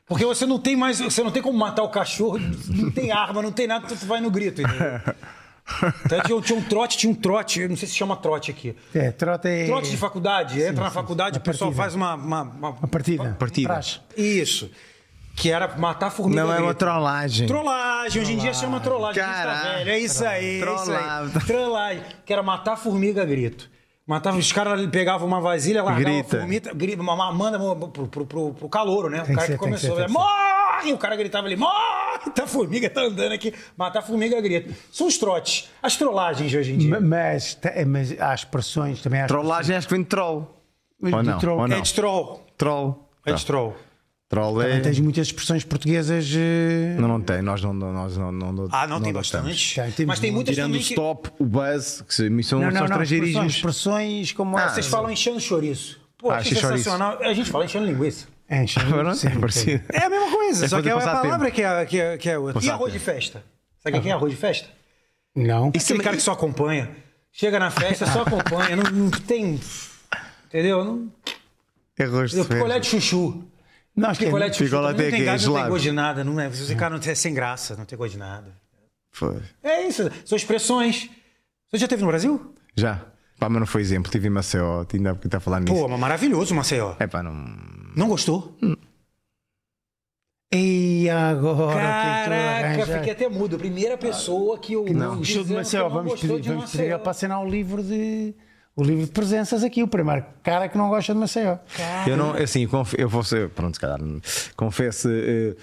Speaker 3: Porque você não tem mais, você não tem como matar o cachorro, não tem arma, não tem nada, tu vai no grito. entendeu? Então, tinha, tinha um trote, tinha um trote, eu não sei se chama trote aqui.
Speaker 2: É, trota é.
Speaker 3: Trote de faculdade, entra na
Speaker 2: sim,
Speaker 3: faculdade,
Speaker 2: uma
Speaker 3: o pessoal
Speaker 2: partida.
Speaker 3: faz uma. uma, uma-
Speaker 2: Uma partida.
Speaker 1: Partida.
Speaker 2: Praxe.
Speaker 3: Isso. Que era matar formiga.
Speaker 1: Não
Speaker 3: a
Speaker 1: é uma
Speaker 3: grito.
Speaker 1: trollagem.
Speaker 3: Trollagem, hoje em dia chama trollagem. a gente tá
Speaker 1: Caraca.
Speaker 3: velho. É isso aí. É isso
Speaker 1: Trollagem.
Speaker 3: aí. Trollagem. Que era matar formiga a grito. Matava, os caras pegavam uma vasilha, largavam a
Speaker 1: Grita.
Speaker 3: formita, grita, ma- ma- manda pro, pro, pro, pro calouro, né? O
Speaker 2: Tem que
Speaker 3: cara que,
Speaker 2: ser, tem que
Speaker 3: começou.
Speaker 2: ser, tem que ser.
Speaker 3: morre! O cara gritava ali, morre! Tá formiga, tá andando aqui. Matar formiga a grito. São os trotes. As trollagens de hoje em dia.
Speaker 2: Ma- Mas, te- eh, mas há expressões também. Há
Speaker 1: Trollagem acho que vem de troll.
Speaker 2: expressões
Speaker 1: Ou
Speaker 2: de
Speaker 1: não,
Speaker 2: troll.
Speaker 1: ou não. Tá.
Speaker 3: É de troll.
Speaker 1: Troll.
Speaker 3: É de troll.
Speaker 1: Troll
Speaker 2: Também
Speaker 1: é.
Speaker 2: Tens muitas expressões portuguesas. eh,
Speaker 1: Não, não tem. Nós não. Nós não, não
Speaker 3: Ah, não, tem
Speaker 1: adotamos.
Speaker 3: bastante.
Speaker 2: Tem, tem
Speaker 3: Mas tem
Speaker 2: muito.
Speaker 3: muitas
Speaker 1: Tirando o
Speaker 3: também que...
Speaker 1: stop, o buzz, que são, são
Speaker 2: expressões,
Speaker 1: estrangeirismos.
Speaker 2: expressões como
Speaker 1: Ah,
Speaker 2: essas.
Speaker 3: Vocês falam enchendo chouriço. Pô,
Speaker 1: Ah,
Speaker 3: acho
Speaker 1: encher chouriço.
Speaker 3: sensacional. A gente fala enchendo linguiça.
Speaker 2: Enche,
Speaker 1: Agora
Speaker 2: sim,
Speaker 1: é parecido.
Speaker 3: É a mesma coisa,
Speaker 1: É
Speaker 3: só
Speaker 1: fazer
Speaker 3: que é a
Speaker 1: passar
Speaker 3: palavra que é, que, é, que é outra. E
Speaker 1: Passar
Speaker 3: arroz de
Speaker 1: tempo.
Speaker 3: festa? Sabe o que é arroz de festa?
Speaker 2: tem. Não.
Speaker 3: Aquele cara que só acompanha. Chega na festa, só acompanha. Não, não tem. Entendeu? Não,
Speaker 1: É rosto.
Speaker 3: picolé de chuchu.
Speaker 2: Não, acho que é-
Speaker 3: Picolé de chuchu.
Speaker 1: Picolé
Speaker 3: Não
Speaker 1: tem
Speaker 3: tem,
Speaker 1: que-
Speaker 3: gás, não tem
Speaker 1: gelado.
Speaker 3: gosto de nada. Não é. Esse cara não tem, é sem graça, não tem gosto de nada.
Speaker 1: Foi.
Speaker 3: É isso. São expressões. Você já teve no Brasil?
Speaker 1: Já. Pá, mas não foi exemplo. Tive em Maceió, ainda há bocado está a falar nisso.
Speaker 3: Pô, mas maravilhoso, Maceió.
Speaker 1: É pá, não.
Speaker 3: Não gostou?
Speaker 2: E agora? o que é que tu
Speaker 3: Caraca,
Speaker 2: arranjas?
Speaker 3: fiquei até mudo. A Primeira pessoa que eu.
Speaker 2: Não, gostou de
Speaker 3: dizendo
Speaker 2: Maceió.
Speaker 3: que não
Speaker 2: Vamos
Speaker 3: gostou
Speaker 2: pedir,
Speaker 3: de
Speaker 2: vamos pedir
Speaker 3: Maceió.
Speaker 2: ele para assinar o livro de. O livro de presenças aqui, o primeiro cara que não gosta de Maceió.
Speaker 1: Eu não, assim, eu, conf, eu vou ser, pronto, se calhar, confesso, eh,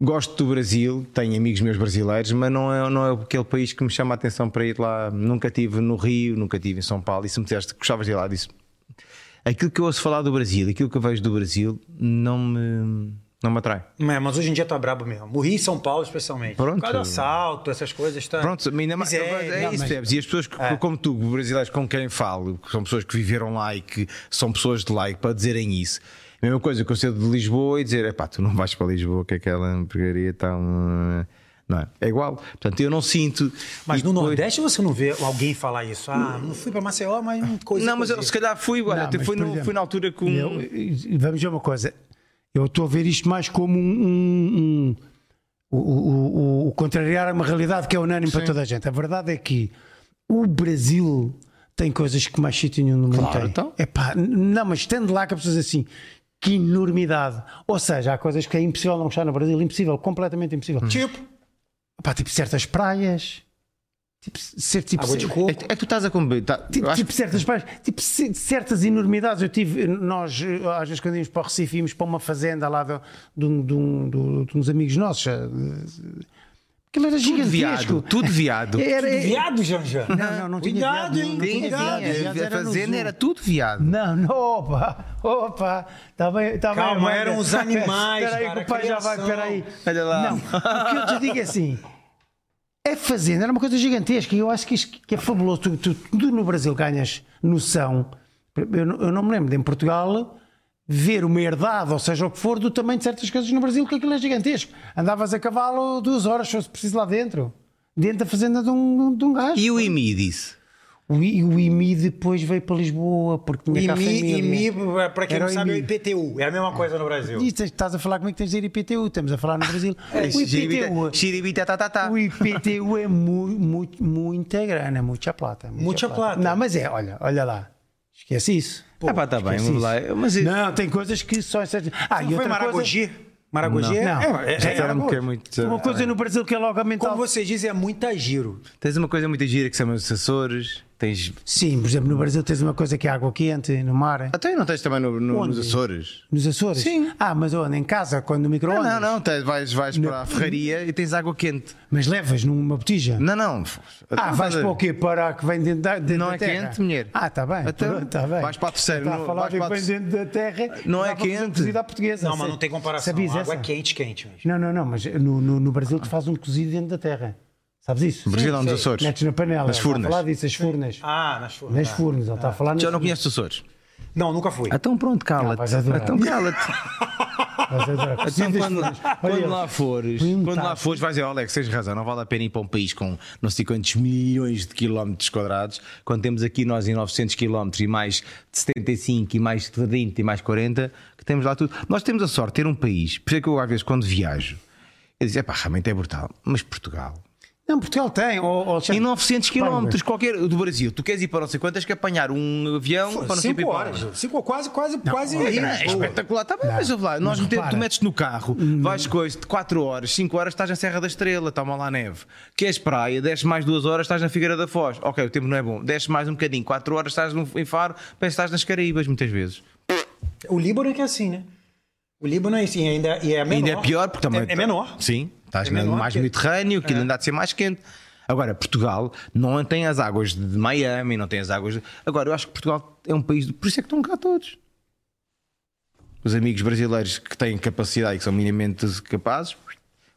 Speaker 1: gosto do Brasil, tenho amigos meus brasileiros, mas não é, não é aquele país que me chama a atenção para ir lá. Nunca tive no Rio, nunca tive em São Paulo, e se me disseste que gostavas de ir lá, disse aquilo que eu ouço falar do Brasil, aquilo que eu vejo do Brasil, não me, não me atrai.
Speaker 3: É, mas hoje em dia tá brabo mesmo. O Rio e São Paulo, especialmente.
Speaker 1: Pronto.
Speaker 3: Por causa do assalto, essas coisas. Tá...
Speaker 1: Pronto, ainda mais.
Speaker 3: Mas
Speaker 1: É,
Speaker 3: é,
Speaker 1: é
Speaker 3: não,
Speaker 1: isso,
Speaker 3: mas-
Speaker 1: percebes? E as pessoas, que- como tu, brasileiros com quem falo, que são pessoas que viveram lá e que são pessoas de lá e para dizerem isso. A mesma coisa que eu ser de Lisboa e dizer, pá, tu não vais para Lisboa que aquela hamburgueria está. um-" Não é? É igual. Portanto, eu não sinto.
Speaker 3: Mas
Speaker 1: E
Speaker 3: no
Speaker 1: depois-
Speaker 3: Nordeste você não vê alguém falar isso. Ah, não fui pra Maceió, mas uma coisa.
Speaker 1: Não, mas eu,
Speaker 3: coisa.
Speaker 1: se calhar fui, olha,
Speaker 2: Não,
Speaker 1: até
Speaker 2: mas,
Speaker 1: foi,
Speaker 2: por
Speaker 1: no-
Speaker 2: exemplo,
Speaker 1: foi na altura com. um-
Speaker 2: Eu- e- e vamos ver uma coisa. Eu estou a ver isto mais como um. um- um- o, o- o- o contrariar a uma realidade que é unânime para toda a gente. A verdade é que o Brasil tem coisas que mais sítio nenhum no mundo
Speaker 1: Claro,
Speaker 2: tem.
Speaker 1: então.
Speaker 2: Epá, n- não, mas estando lá que as pessoas dizem assim, que enormidade. Ou seja, há coisas que é impossível não gostar no Brasil, impossível, completamente
Speaker 1: Hum.
Speaker 2: impossível.
Speaker 3: Tipo,
Speaker 2: Epá, tipo certas praias, tipo, ser, tipo,
Speaker 3: água de
Speaker 2: ser-
Speaker 3: coco.
Speaker 1: É, que- é que tu estás a comer. tá- eu
Speaker 2: Tipo,
Speaker 1: acho
Speaker 2: tipo certas pais, tipo ce- certas enormidades. Eu tive, nós eh, às vezes quando íamos para o Recife, íamos para uma fazenda lá de, de um- de um- do- de uns amigos nossos. eh, Aquilo era
Speaker 1: tudo
Speaker 2: gigantesco.
Speaker 1: viado, tudo viado.
Speaker 2: Era- é,
Speaker 3: Viado, Janjan.
Speaker 2: Não, não, não tinha
Speaker 3: Cuidado,
Speaker 2: viado,
Speaker 3: hein?
Speaker 1: Sim,
Speaker 2: não tinha
Speaker 3: Cuidado,
Speaker 2: viado,
Speaker 3: hein?
Speaker 1: sim,
Speaker 2: viado
Speaker 1: a
Speaker 2: era no
Speaker 1: fazenda
Speaker 2: zoo.
Speaker 1: era tudo viado.
Speaker 2: Não, não, opa, opa, está bem, está bem.
Speaker 3: Calma,
Speaker 2: banda.
Speaker 3: eram os animais,
Speaker 2: Espera aí,
Speaker 3: cara,
Speaker 2: que o pai já vai,
Speaker 3: criação.
Speaker 2: espera aí.
Speaker 1: Olha lá.
Speaker 2: Não, o que eu te digo é assim. A fazenda era uma coisa gigantesca e eu acho que isto que é fabuloso. Tu, tu- tu no Brasil ganhas noção. Eu, não- eu não me lembro de em Portugal ver uma herdade, ou seja, o que for, do tamanho de certas coisas no Brasil, que aquilo é gigantesco. Andavas a cavalo duas horas, se fosse preciso lá dentro. Dentro da fazenda de um, de um gajo.
Speaker 1: E o IMI disse.
Speaker 2: O, I- o IMI depois veio para Lisboa, porque tinha cá a
Speaker 3: IMI,
Speaker 2: família.
Speaker 3: IMI, pra quem
Speaker 2: Era
Speaker 3: não
Speaker 2: o
Speaker 3: sabe, é o
Speaker 2: IMI.
Speaker 3: IPTU. É a mesma coisa no Brasil.
Speaker 2: E tens- estás a falar comigo que tens de ir IPTU, estamos a falar no Brasil.
Speaker 1: É,
Speaker 2: o IPTU.
Speaker 1: Xiribita, xiribita, tá, tá, tá.
Speaker 2: O IPTU é mu, mu- muita grana, é muita plata.
Speaker 3: Muita plata.
Speaker 2: Não, mas é, olha, olha lá. Esquece isso.
Speaker 1: ah, pá, tá bem,
Speaker 2: esquece
Speaker 1: vamos
Speaker 2: isso.
Speaker 1: lá. Mas eu-
Speaker 2: Não, tem coisas que só em certos. Ah,
Speaker 3: Não foi
Speaker 2: e outra coisa.
Speaker 3: Maragogi? Maragogi é-
Speaker 2: Não. tá-
Speaker 3: é- é-
Speaker 1: Já
Speaker 3: é-
Speaker 1: disseram-me
Speaker 3: Maragogi.
Speaker 1: que é muito-
Speaker 2: Uma coisa no Brasil que é logo a mental.
Speaker 3: Como você diz, é muita giro.
Speaker 1: Tens uma coisa muito gira que são os Açores. Tens.
Speaker 2: Sim, por exemplo, no Brasil tens uma coisa que é água quente, no mar,
Speaker 1: Até Ah, não tens também no- no-
Speaker 2: Onde?
Speaker 1: nos Açores.
Speaker 2: nos Açores. Sim. Ah, mas onde? Em casa, quando no
Speaker 1: Não,
Speaker 2: micro-ondas.
Speaker 1: não, não. Tens, vais vais para a ferraria e tens água quente.
Speaker 2: Mas levas numa botija.
Speaker 1: Não, não.
Speaker 2: Ah,
Speaker 1: Então,
Speaker 2: vais
Speaker 1: estás a-
Speaker 2: para o quê? Para a que vem dentro da, dentro
Speaker 1: Não
Speaker 2: da
Speaker 1: é
Speaker 2: terra?
Speaker 1: quente, mulher.
Speaker 2: Ah, está bem.
Speaker 1: Então,
Speaker 2: pronto, tá bem.
Speaker 1: vais para a terceira,
Speaker 2: Está a
Speaker 1: não-
Speaker 2: falar
Speaker 1: vais
Speaker 2: que
Speaker 1: para a
Speaker 2: vem
Speaker 1: terceira.
Speaker 2: dentro da terra.
Speaker 1: Não é
Speaker 2: dá para fazer
Speaker 1: quente.
Speaker 2: Cozida à portuguesa.
Speaker 3: Não, mas não tem comparação.
Speaker 2: Sabias
Speaker 3: A água é
Speaker 2: essa?
Speaker 3: quente, quente. mesmo.
Speaker 2: Não, não, não, mas no, no, no Brasil tu fazes um cozido dentro da terra. Sabes isso?
Speaker 1: Brasil nos
Speaker 3: sei.
Speaker 1: Açores.
Speaker 2: Metes na panela.
Speaker 1: Nas
Speaker 2: Ele está a
Speaker 1: furnas.
Speaker 2: falar disso, as furnas.
Speaker 3: Ah, nas furnas.
Speaker 2: Nas
Speaker 3: ah.
Speaker 2: furnas, ele está a falar nas
Speaker 1: Já não
Speaker 2: furnas.
Speaker 1: conheces os Açores?
Speaker 3: Não, nunca fui.
Speaker 1: Então pronto,
Speaker 2: Ah,
Speaker 1: cala-te.
Speaker 2: vais adorar.
Speaker 1: então cala-te.
Speaker 2: Mas é verdade.
Speaker 1: Então,
Speaker 2: Sim, das
Speaker 1: quando,
Speaker 2: furnas.
Speaker 1: quando
Speaker 2: Olha,
Speaker 1: lá fores,
Speaker 2: põe um
Speaker 1: quando lá
Speaker 2: tacho.
Speaker 1: fores, vais dizer, "Oh, Alex, tens razão, não vale a pena ir para um país com não sei quantos milhões de quilómetros quadrados, quando temos aqui nós em 900 quilómetros e mais de 75 e mais de 30 e mais 40, que temos lá tudo. Nós temos a sorte de ter um país, por isso é que eu às vezes quando viajo, eu digo, pá, realmente é brutal, mas Portugal...
Speaker 2: Não, Portugal tem. ó, ó, Alexandre.
Speaker 1: Em 900
Speaker 2: Vamos
Speaker 1: quilómetros,
Speaker 2: ver.
Speaker 1: qualquer do Brasil, tu queres ir para não sei quantas, que apanhar um avião para não sei para
Speaker 3: Cinco
Speaker 1: onde.
Speaker 3: horas. Cinco, quase, quase, quase.
Speaker 1: É,
Speaker 3: Rio.
Speaker 1: é espetacular, está bem, mas ouve lá, nós
Speaker 2: mas
Speaker 1: metemos-
Speaker 2: repara. Hum.
Speaker 1: tu metes no carro, vais coisa de 4 horas, 5 horas estás na Serra da Estrela, toma lá neve. Queres praia, desce mais 2 horas, estás na Figueira da Foz. Ok, o tempo não é bom, desce mais um bocadinho, 4 horas estás no- em Faro, parece que estás nas Caraíbas muitas vezes.
Speaker 3: O Líbano é que é assim, né? O Líbano é assim, ainda e é menor.
Speaker 1: Ainda é pior porque também.
Speaker 3: É, é menor.
Speaker 1: Sim, estás
Speaker 3: É
Speaker 1: no-
Speaker 3: menor
Speaker 1: mais
Speaker 3: que- É.
Speaker 1: no Mediterrâneo, aquilo ainda há de ser mais quente. Agora, Portugal não tem as águas de Miami, não tem as águas. de- Agora, eu acho que Portugal é um país. de- Por isso é que estão cá todos. Os amigos brasileiros que têm capacidade e que são minimamente capazes.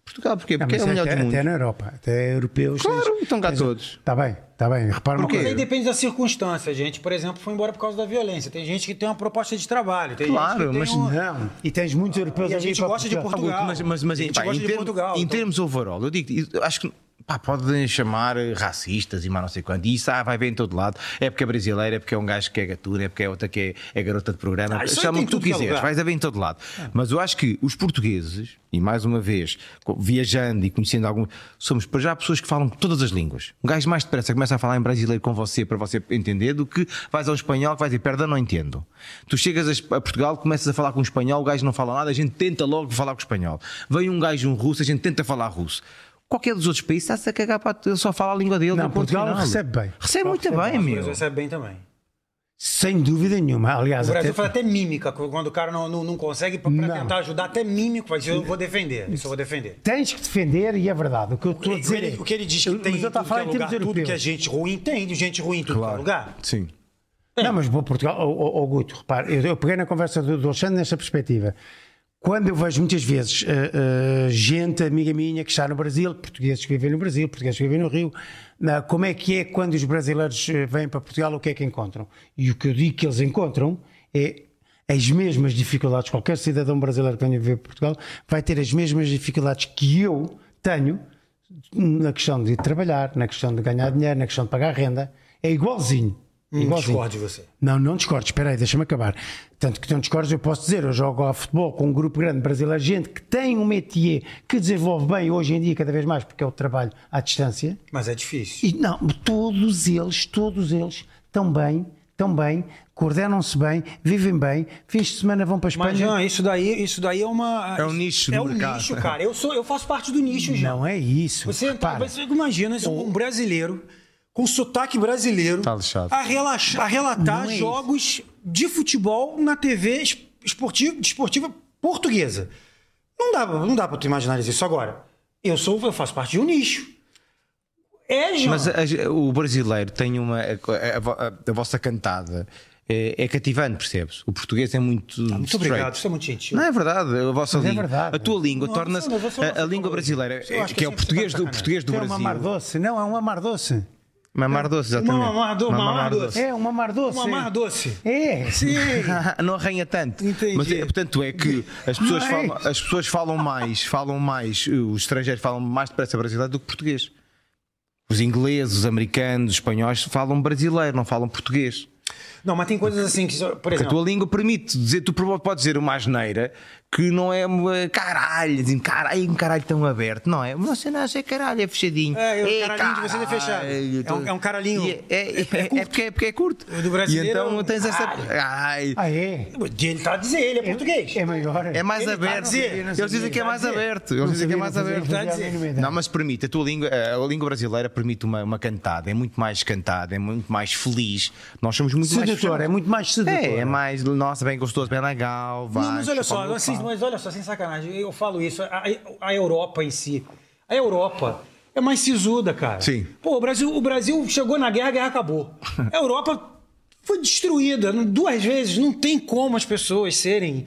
Speaker 1: Portugal, porquê?
Speaker 2: Não,
Speaker 1: Porque é
Speaker 2: mas
Speaker 1: o melhor
Speaker 2: até,
Speaker 1: do mundo.
Speaker 2: até na Europa, até europeus.
Speaker 1: Claro, estão cá todos.
Speaker 2: Está bem, está bem. Repara uma
Speaker 1: Porquê?
Speaker 2: coisa.
Speaker 3: Mas aí depende da circunstância, gente. Por exemplo, foi embora por causa da violência. Tem gente que tem uma proposta de trabalho. Tem
Speaker 1: Claro,
Speaker 3: gente que tem
Speaker 1: mas
Speaker 3: um...
Speaker 2: Não, é e tens muitos europeus
Speaker 3: E a
Speaker 2: ali
Speaker 3: gente
Speaker 2: para
Speaker 3: gosta de
Speaker 2: Portugal.
Speaker 3: Portugal.
Speaker 1: Mas, mas, mas
Speaker 3: A
Speaker 1: em,
Speaker 3: gente
Speaker 1: pá,
Speaker 3: gosta
Speaker 1: em,
Speaker 3: de
Speaker 1: termos,
Speaker 3: Portugal,
Speaker 1: em
Speaker 3: então.
Speaker 1: termos overall, eu digo, eu acho que pá, podem chamar eh, racistas e mais não sei quanto, e isso ah, vai ver em todo lado. É porque é brasileira, é porque é um gajo que é gatuno, é porque é outra que é, é garota de programa,
Speaker 3: Ah, isso aí
Speaker 1: chama
Speaker 3: tem
Speaker 1: o que tu
Speaker 3: tudo que é
Speaker 1: quiseres,
Speaker 3: lugar.
Speaker 1: vais a ver em todo lado.
Speaker 2: Ah.
Speaker 1: Mas eu acho que os portugueses, e mais uma vez, co- viajando e conhecendo alguns, somos para já pessoas que falam todas as línguas. Um gajo mais depressa começa a falar em brasileiro com você para você entender do que vais a um espanhol que vai dizer, perda, não entendo. Tu chegas a Esp- a Portugal, começas a falar com um espanhol, o gajo não fala nada, a gente tenta logo falar com o espanhol. Vem um gajo, um russo, a gente tenta falar russo. Qualquer dos outros países está-se a cagar para ele só fala a língua dele.
Speaker 2: Não,
Speaker 1: ponto
Speaker 2: Portugal
Speaker 1: final.
Speaker 2: recebe bem.
Speaker 1: Recebe muito bem,
Speaker 3: Mas
Speaker 1: meu.
Speaker 3: recebe é bem também.
Speaker 2: Sem dúvida nenhuma.
Speaker 3: O
Speaker 2: Aliás,
Speaker 3: Brasil
Speaker 2: até-
Speaker 3: faz até mímica. Quando o cara não, não, não consegue, pra, pra
Speaker 2: Não.
Speaker 3: tentar ajudar, até mímico. Mas eu vou defender. Isso eu vou defender.
Speaker 2: tens que defender e é verdade. O que eu estou a
Speaker 3: O que
Speaker 2: dizer
Speaker 3: ele,
Speaker 2: é-
Speaker 3: o que ele diz que
Speaker 2: Eu-
Speaker 3: tem
Speaker 2: mas
Speaker 3: em
Speaker 2: eu estou
Speaker 3: tudo
Speaker 2: a
Speaker 3: que
Speaker 2: falar
Speaker 3: é
Speaker 2: em termos
Speaker 3: lugar, tudo
Speaker 2: europeus.
Speaker 3: que é gente ruim, tem de gente ruim em tudo que é lugar.
Speaker 1: Sim.
Speaker 2: Não, mas vou a Portugal, ó ó- ó, Guto, repare, eu, eu peguei na conversa do, do Alexandre nesta perspectiva. Quando eu vejo muitas vezes eh, eh, gente, amiga minha, que está no Brasil, portugueses que vivem no Brasil, portugueses que vivem no Rio, na- como é que é quando os brasileiros eh, vêm para Portugal, o que é que encontram? E o que eu digo que eles encontram é as mesmas dificuldades. Qualquer cidadão brasileiro que venha viver para Portugal vai ter as mesmas dificuldades que eu tenho na questão de trabalhar, na questão de ganhar dinheiro, na questão de pagar renda, é igualzinho.
Speaker 3: Não
Speaker 2: igualzinho.
Speaker 3: discordo de você.
Speaker 2: Não, não discordes, espera aí, deixa-me acabar. Tanto que não discordes, eu posso dizer, eu jogo a futebol com um grupo grande brasileiro, gente que tem um métier que desenvolve bem hoje em dia cada vez mais, porque é o trabalho à distância.
Speaker 3: Mas é difícil.
Speaker 2: E não, todos eles, todos eles estão bem, estão bem, coordenam-se bem, vivem bem, fins de semana vão para a Espanha.
Speaker 3: Mas, Jean, isso daí, isso daí é uma.
Speaker 1: É um nicho
Speaker 3: É
Speaker 1: do
Speaker 3: um
Speaker 1: mercado.
Speaker 3: nicho, cara. Eu, sou, eu faço parte do nicho, Jean.
Speaker 2: não é isso.
Speaker 3: Você, tá,
Speaker 2: repara.
Speaker 3: você imagina então, isso, um brasileiro com sotaque brasileiro
Speaker 1: Tá lixado.
Speaker 3: a, relaxa- a relatar
Speaker 2: Não é isso.
Speaker 3: jogos de futebol na TV es- esportiva, desportiva portuguesa. Não dá, pra- não dá para tu imaginar isso agora. Eu sou, eu faço parte de um nicho. É, Jean.
Speaker 1: Mas a- a- o brasileiro tem uma. A, a- a vo- a- a vossa cantada é, é cativante, percebes? O português é muito.
Speaker 3: Muito
Speaker 1: straight.
Speaker 3: obrigado, você é muito gentil.
Speaker 1: Não é verdade, a vossa
Speaker 2: Mas é
Speaker 1: língua.
Speaker 2: verdade.
Speaker 1: a tua língua
Speaker 3: Não,
Speaker 1: torna-se.
Speaker 3: não, você-
Speaker 1: A, a
Speaker 3: você-
Speaker 1: língua brasileira,
Speaker 3: Eu acho
Speaker 1: é-
Speaker 3: que
Speaker 1: que é o
Speaker 3: sempre
Speaker 1: português
Speaker 3: está
Speaker 1: do,
Speaker 3: sacanagem.
Speaker 1: português do
Speaker 2: é um
Speaker 1: Brasil.
Speaker 2: amar doce, não, é um amar doce.
Speaker 1: Mamar doce, exatamente.
Speaker 3: Uma mamar do-
Speaker 1: Uma
Speaker 3: mamar doce.
Speaker 2: É um amar doce.
Speaker 3: Uma mar doce.
Speaker 2: É,
Speaker 1: não arranha tanto.
Speaker 3: Entendi.
Speaker 1: Mas, é, portanto, é que as pessoas,
Speaker 2: Mas-
Speaker 1: falam, as pessoas falam mais, falam mais, os estrangeiros falam mais depressa brasileiro do que português. Os ingleses, os americanos, os espanhóis falam brasileiro, não falam português.
Speaker 3: Não, mas tem coisas assim que, só- por
Speaker 1: Porque a
Speaker 3: exemplo,
Speaker 1: tua língua permite dizer, tu provo- podes dizer uma asneira que não é uma caralho, assim, caralho, um caralho tão aberto, não é? Você não é caralho, é fechadinho.
Speaker 3: É, o
Speaker 1: Ei,
Speaker 3: caralhinho de vocês é fechado.
Speaker 1: caralho,
Speaker 3: É um- é um caralhinho.
Speaker 1: E É, é,
Speaker 3: É curto.
Speaker 1: é porque, é porque é curto.
Speaker 3: O do brasileiro
Speaker 1: E então
Speaker 3: é um
Speaker 1: tens essa. Ai.
Speaker 2: Ah, é?
Speaker 3: ele tá a dizer, ele é português.
Speaker 2: É maior.
Speaker 1: É mais
Speaker 3: Ele está a
Speaker 1: aberto.
Speaker 3: dizer, não
Speaker 1: Eles
Speaker 3: sabia,
Speaker 1: dizem que é
Speaker 3: está a
Speaker 1: mais
Speaker 3: dizer.
Speaker 1: aberto. Eles dizem que é mais aberto.
Speaker 3: fazia a mínima
Speaker 1: Não, mas é permite, a tua língua, a língua brasileira permite uma, uma cantada, é muito mais cantada, é muito mais feliz. Nós somos muito mais
Speaker 2: sedutor, é muito mais sedutor.
Speaker 1: É, é mais, nossa, bem gostoso, bem legal. Vai,
Speaker 3: Não, mas olha
Speaker 1: chupa
Speaker 3: só,
Speaker 1: muito
Speaker 3: assim,
Speaker 1: pau.
Speaker 3: mas olha só, sem sacanagem, eu falo isso, a, a Europa em si, a Europa é mais sisuda, cara.
Speaker 1: Sim.
Speaker 3: Pô, o Brasil, o Brasil chegou na guerra, a guerra acabou. A Europa foi destruída não- duas vezes, não tem como as pessoas serem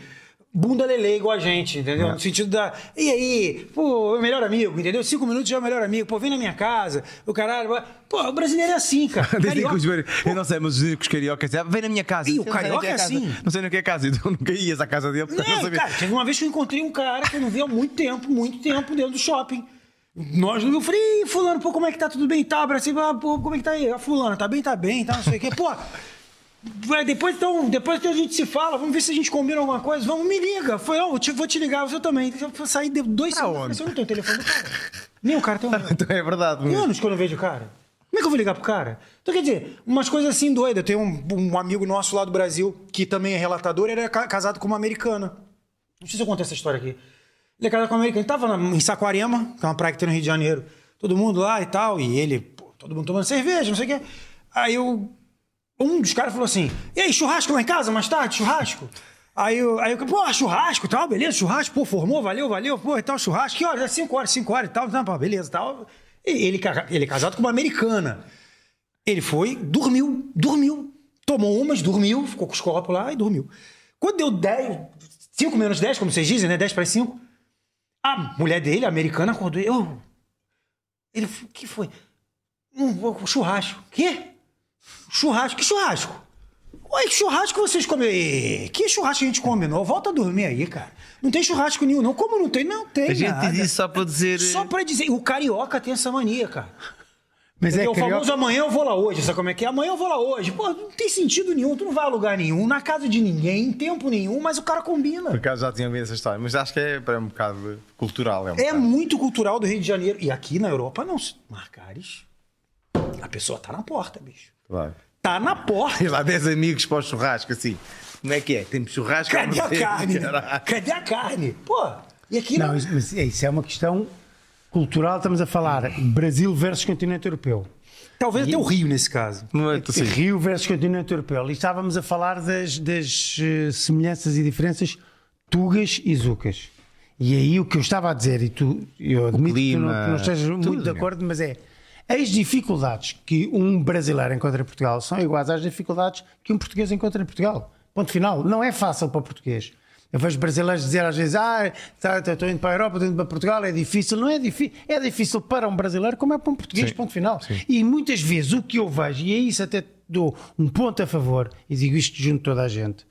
Speaker 3: bunda lelê igual a gente,
Speaker 1: É.
Speaker 3: entendeu? No sentido da. E aí, pô, é o melhor amigo, entendeu? Cinco minutos já é o melhor amigo, pô, vem na minha casa, o caralho. vai- Pô, o brasileiro é assim, cara.
Speaker 1: Dizem que
Speaker 3: Carioca-
Speaker 1: os bar- Eu não sei, mas os únicos cariocas dizem, vem na minha casa.
Speaker 3: Ih, o
Speaker 1: Eu não sei
Speaker 3: carioca
Speaker 1: onde que
Speaker 3: é
Speaker 1: a casa.
Speaker 3: assim.
Speaker 1: Não sei no que é a casa, então nunca ias à casa dele. porque não
Speaker 3: Não,
Speaker 1: sabia.
Speaker 3: cara, teve uma vez que eu encontrei um cara que eu não vi há muito tempo, muito tempo dentro do shopping. Nós no meu falei, "Ih, fulano, pô, como é que tá? Tudo bem? Tá, abracei, ah, pô, como é que tá aí? A fulana, tá bem, tá bem, tá, não sei o quê. Pô, vai, depois então, depois então a gente se fala, vamos ver se a gente combina alguma coisa. Vamos, me liga. Foi, ó, eu te- vou te ligar, você também. Eu saí de dois
Speaker 1: Pra onde?
Speaker 3: segundos, eu não tenho o telefone do cara. Nem o cara tem um o meu.
Speaker 1: Então é verdade.
Speaker 3: Tem
Speaker 1: mas-
Speaker 3: anos que eu não vejo o cara. Como é que eu vou ligar pro cara? Então, quer dizer, umas coisas assim doidas. Tem um, um amigo nosso lá do Brasil, que também é relatador, ele era ca- casado com uma americana. Não sei se eu contei essa história aqui. Ele é casado com uma americana. Ele tava na- em Saquarema, que é uma praia que tem no Rio de Janeiro. Todo mundo lá e tal, e ele, pô, todo mundo tomando cerveja, não sei o quê. Aí eu um dos caras falou assim: E aí, churrasco lá em casa mais tarde? Churrasco? Aí eu, aí eu, pô, churrasco e tal, beleza, churrasco, pô, formou, valeu, valeu, pô, e tal, churrasco, que horas? É 5 horas, 5 horas e tal, tá, pá, beleza e tal. E ele, ca- ele é casado com uma americana. Ele foi, dormiu, dormiu. Tomou umas, dormiu, ficou com os copos lá e dormiu. Quando deu 10, 5 menos 10, como vocês dizem, né? 10 para 5, a mulher dele, a americana, acordou. Eu. Ele, o que foi? Um churrasco. Quê? Churrasco? Que churrasco? Ué, que churrasco vocês comem? Ê, Que churrasco a gente combinou? Volta a dormir aí, cara. Não tem churrasco nenhum, não. Como não tem? Não tem.
Speaker 4: A gente
Speaker 3: nada.
Speaker 4: disse só para dizer. eh,
Speaker 3: Só pra dizer, o carioca tem essa mania, cara.
Speaker 2: Mas
Speaker 3: É
Speaker 2: é
Speaker 3: o famoso
Speaker 2: carioca.
Speaker 3: amanhã eu vou lá hoje, sabe como é que é? Amanhã eu vou lá hoje. Pô, não tem sentido nenhum, tu não vai a lugar nenhum, na casa de ninguém, em tempo nenhum, mas o cara
Speaker 1: Por
Speaker 3: combina.
Speaker 1: acaso já tinha ouvido essa história, mas acho que é para um bocado cultural. É, um
Speaker 3: É
Speaker 1: bocado.
Speaker 3: muito cultural do Rio de Janeiro. E aqui na Europa, não. Se marcares, a pessoa tá na porta, bicho.
Speaker 1: Claro.
Speaker 3: Tá na porta.
Speaker 1: Tens lá 10 amigos para o churrasco, assim. Como é que é? Temos churrasco?
Speaker 3: Cadê a
Speaker 1: Não sei,
Speaker 3: carne?
Speaker 1: caralho.
Speaker 3: Cadê a carne? Pô, e aqui
Speaker 2: Não,
Speaker 3: não.
Speaker 2: isso, mas isso é uma questão cultural. Estamos a falar Brasil versus continente europeu.
Speaker 3: Talvez até o Rio nesse caso.
Speaker 1: Não é, assim.
Speaker 2: Rio versus continente europeu. E estávamos a falar das, das, eh, semelhanças e diferenças tugas e zucas. E aí o que eu estava a dizer, e tu, eu admito que, tu
Speaker 1: clima,
Speaker 2: não, que não estejas
Speaker 1: tudo,
Speaker 2: muito de
Speaker 1: né?
Speaker 2: acordo, mas é as dificuldades que um brasileiro encontra em Portugal são iguais às dificuldades que um português encontra em Portugal. Ponto final. Não é fácil para o português. Eu vejo brasileiros dizer às vezes, ah, tá, tá, estou indo para a Europa, estou indo para Portugal, é difícil. Não é difícil. É difícil para um brasileiro como é para um português,
Speaker 1: Sim.
Speaker 2: ponto final. E muitas vezes o que eu vejo, e é isso até te dou um ponto a favor, e digo isto junto de toda a gente,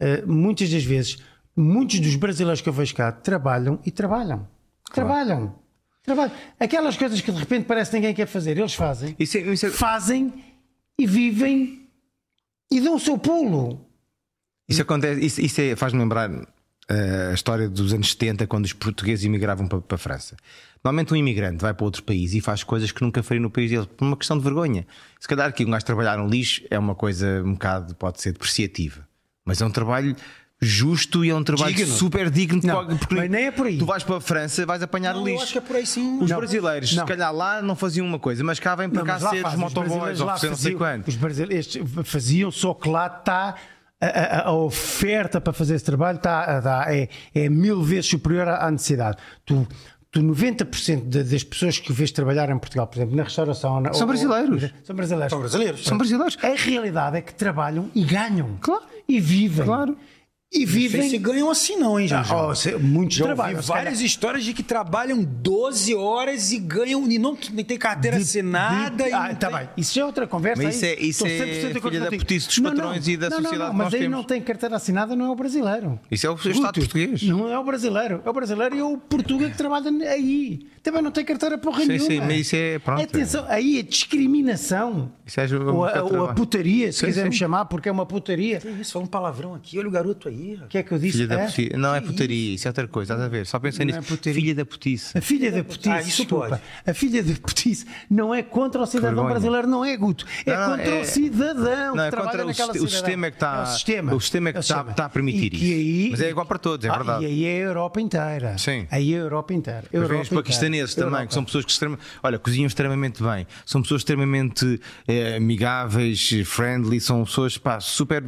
Speaker 2: eh, muitas das vezes, muitos dos brasileiros que eu vejo cá trabalham e trabalham. Trabalham. Trabalham. Aquelas coisas que de repente parece que ninguém quer fazer, eles fazem.
Speaker 1: Isso é- isso é-
Speaker 2: Fazem e vivem e dão o seu pulo.
Speaker 1: Isso acontece, isso, isso é- faz-me lembrar eh, a história dos anos 70, quando os portugueses imigravam para, para a França. Normalmente um imigrante vai para outro país e faz coisas que nunca faria no país dele, por uma questão de vergonha. Se calhar que um gajo trabalhar no lixo é uma coisa um bocado, pode ser depreciativa, mas é um trabalho justo e é um trabalho
Speaker 3: Digno.
Speaker 1: super digno.
Speaker 2: Não, mas nem é por aí.
Speaker 1: Tu vais para a França, vais apanhar
Speaker 3: Não, eu
Speaker 1: lixo.
Speaker 3: acho que é por aí sim.
Speaker 1: Os
Speaker 3: Não.
Speaker 1: brasileiros,
Speaker 2: Não.
Speaker 1: se calhar lá não faziam uma coisa, mas cá vêm para
Speaker 2: Não,
Speaker 1: cá
Speaker 2: mas lá
Speaker 1: ser os
Speaker 2: fazem, os
Speaker 1: motoboys
Speaker 2: brasileiros
Speaker 1: ou
Speaker 2: lá
Speaker 1: não sei
Speaker 2: faziam-
Speaker 1: quantos.
Speaker 2: Os brasileiros estes faziam, só que lá está. A, a- a oferta para fazer esse trabalho está, a dar- é, é mil vezes superior à, à necessidade. Tu, tu 90% de- das pessoas que vês trabalhar em Portugal, por exemplo, na restauração. ou na-
Speaker 1: São
Speaker 2: ou-
Speaker 1: brasileiros.
Speaker 2: ou- são brasileiros.
Speaker 3: São brasileiros.
Speaker 1: São brasileiros.
Speaker 2: A realidade é que trabalham e ganham.
Speaker 1: Claro.
Speaker 2: E vivem.
Speaker 1: Claro. é
Speaker 2: E
Speaker 3: Não sei se
Speaker 2: vivem.
Speaker 3: ganham assim, não, hein, Jorge?
Speaker 2: Oh, se- muitos
Speaker 3: Já ouvi
Speaker 2: trabalham. se calhar.
Speaker 3: várias histórias de que trabalham 12 horas e ganham e não nem tem carteira
Speaker 2: De-
Speaker 3: assinada.
Speaker 2: de-
Speaker 3: e
Speaker 2: ah,
Speaker 3: não
Speaker 2: tá
Speaker 3: tem-
Speaker 2: bem. Isso já é outra conversa.
Speaker 1: Mas isso
Speaker 2: aí.
Speaker 1: é- isso
Speaker 2: Estou
Speaker 1: é
Speaker 2: 100% de acordo
Speaker 1: filha da
Speaker 2: contigo.
Speaker 1: putice dos
Speaker 2: Não,
Speaker 1: patrões
Speaker 2: não,
Speaker 1: e da
Speaker 2: não,
Speaker 1: sociedade
Speaker 2: Não,
Speaker 1: que
Speaker 2: mas
Speaker 1: nós
Speaker 2: aí
Speaker 1: temos.
Speaker 2: não tem carteira assinada, não é o brasileiro.
Speaker 1: Isso é o Estado
Speaker 2: Puto,
Speaker 1: português.
Speaker 2: Não é o brasileiro. É o brasileiro e é o português que trabalha aí. Também não tem carteira porra
Speaker 1: Sim,
Speaker 2: nenhuma.
Speaker 1: sim, mas isso é- pronto.
Speaker 2: Atenção, aí a discriminação.
Speaker 1: Isso é um
Speaker 2: ou, a,
Speaker 1: bocado de
Speaker 2: ou a
Speaker 1: trabalho.
Speaker 2: putaria, se
Speaker 1: Sim,
Speaker 2: quisermos
Speaker 1: sim.
Speaker 2: chamar, porque é uma putaria.
Speaker 3: Que isso, fala um palavrão aqui, olha o garoto aí.
Speaker 2: O que é que eu disse?
Speaker 1: Filha da
Speaker 2: É?
Speaker 1: putice. Não é putaria, isso é outra coisa, estás a ver? Só pensei
Speaker 2: Não
Speaker 1: nisso.
Speaker 2: é putaria.
Speaker 1: Filha da putice.
Speaker 2: A filha da putice,
Speaker 3: Ah, isso
Speaker 2: desculpa.
Speaker 3: pode.
Speaker 2: A filha da putice não é contra o cidadão
Speaker 1: vergonha.
Speaker 2: brasileiro, não é Guto. É
Speaker 1: Não, não,
Speaker 2: contra
Speaker 1: é-
Speaker 2: o cidadão
Speaker 1: Não,
Speaker 2: que
Speaker 1: é
Speaker 2: trabalha
Speaker 1: contra o,
Speaker 2: naquela
Speaker 1: siste- o
Speaker 2: cidadão.
Speaker 1: sistema é que está
Speaker 2: É o sistema.
Speaker 1: o sistema é que
Speaker 2: É o
Speaker 1: está-
Speaker 2: sistema.
Speaker 1: está a permitir
Speaker 2: E
Speaker 1: isso.
Speaker 2: que aí-
Speaker 1: Mas é igual para todos, é
Speaker 2: Ah,
Speaker 1: verdade.
Speaker 2: E aí é a Europa inteira.
Speaker 1: Sim.
Speaker 2: Aí é a Europa inteira.
Speaker 1: Mas
Speaker 2: Europa
Speaker 1: vem os paquistaneses
Speaker 2: inteira.
Speaker 1: também, que são pessoas que extrema- olha, cozinham extremamente bem, são pessoas extremamente eh, amigáveis, friendly, são pessoas pá, super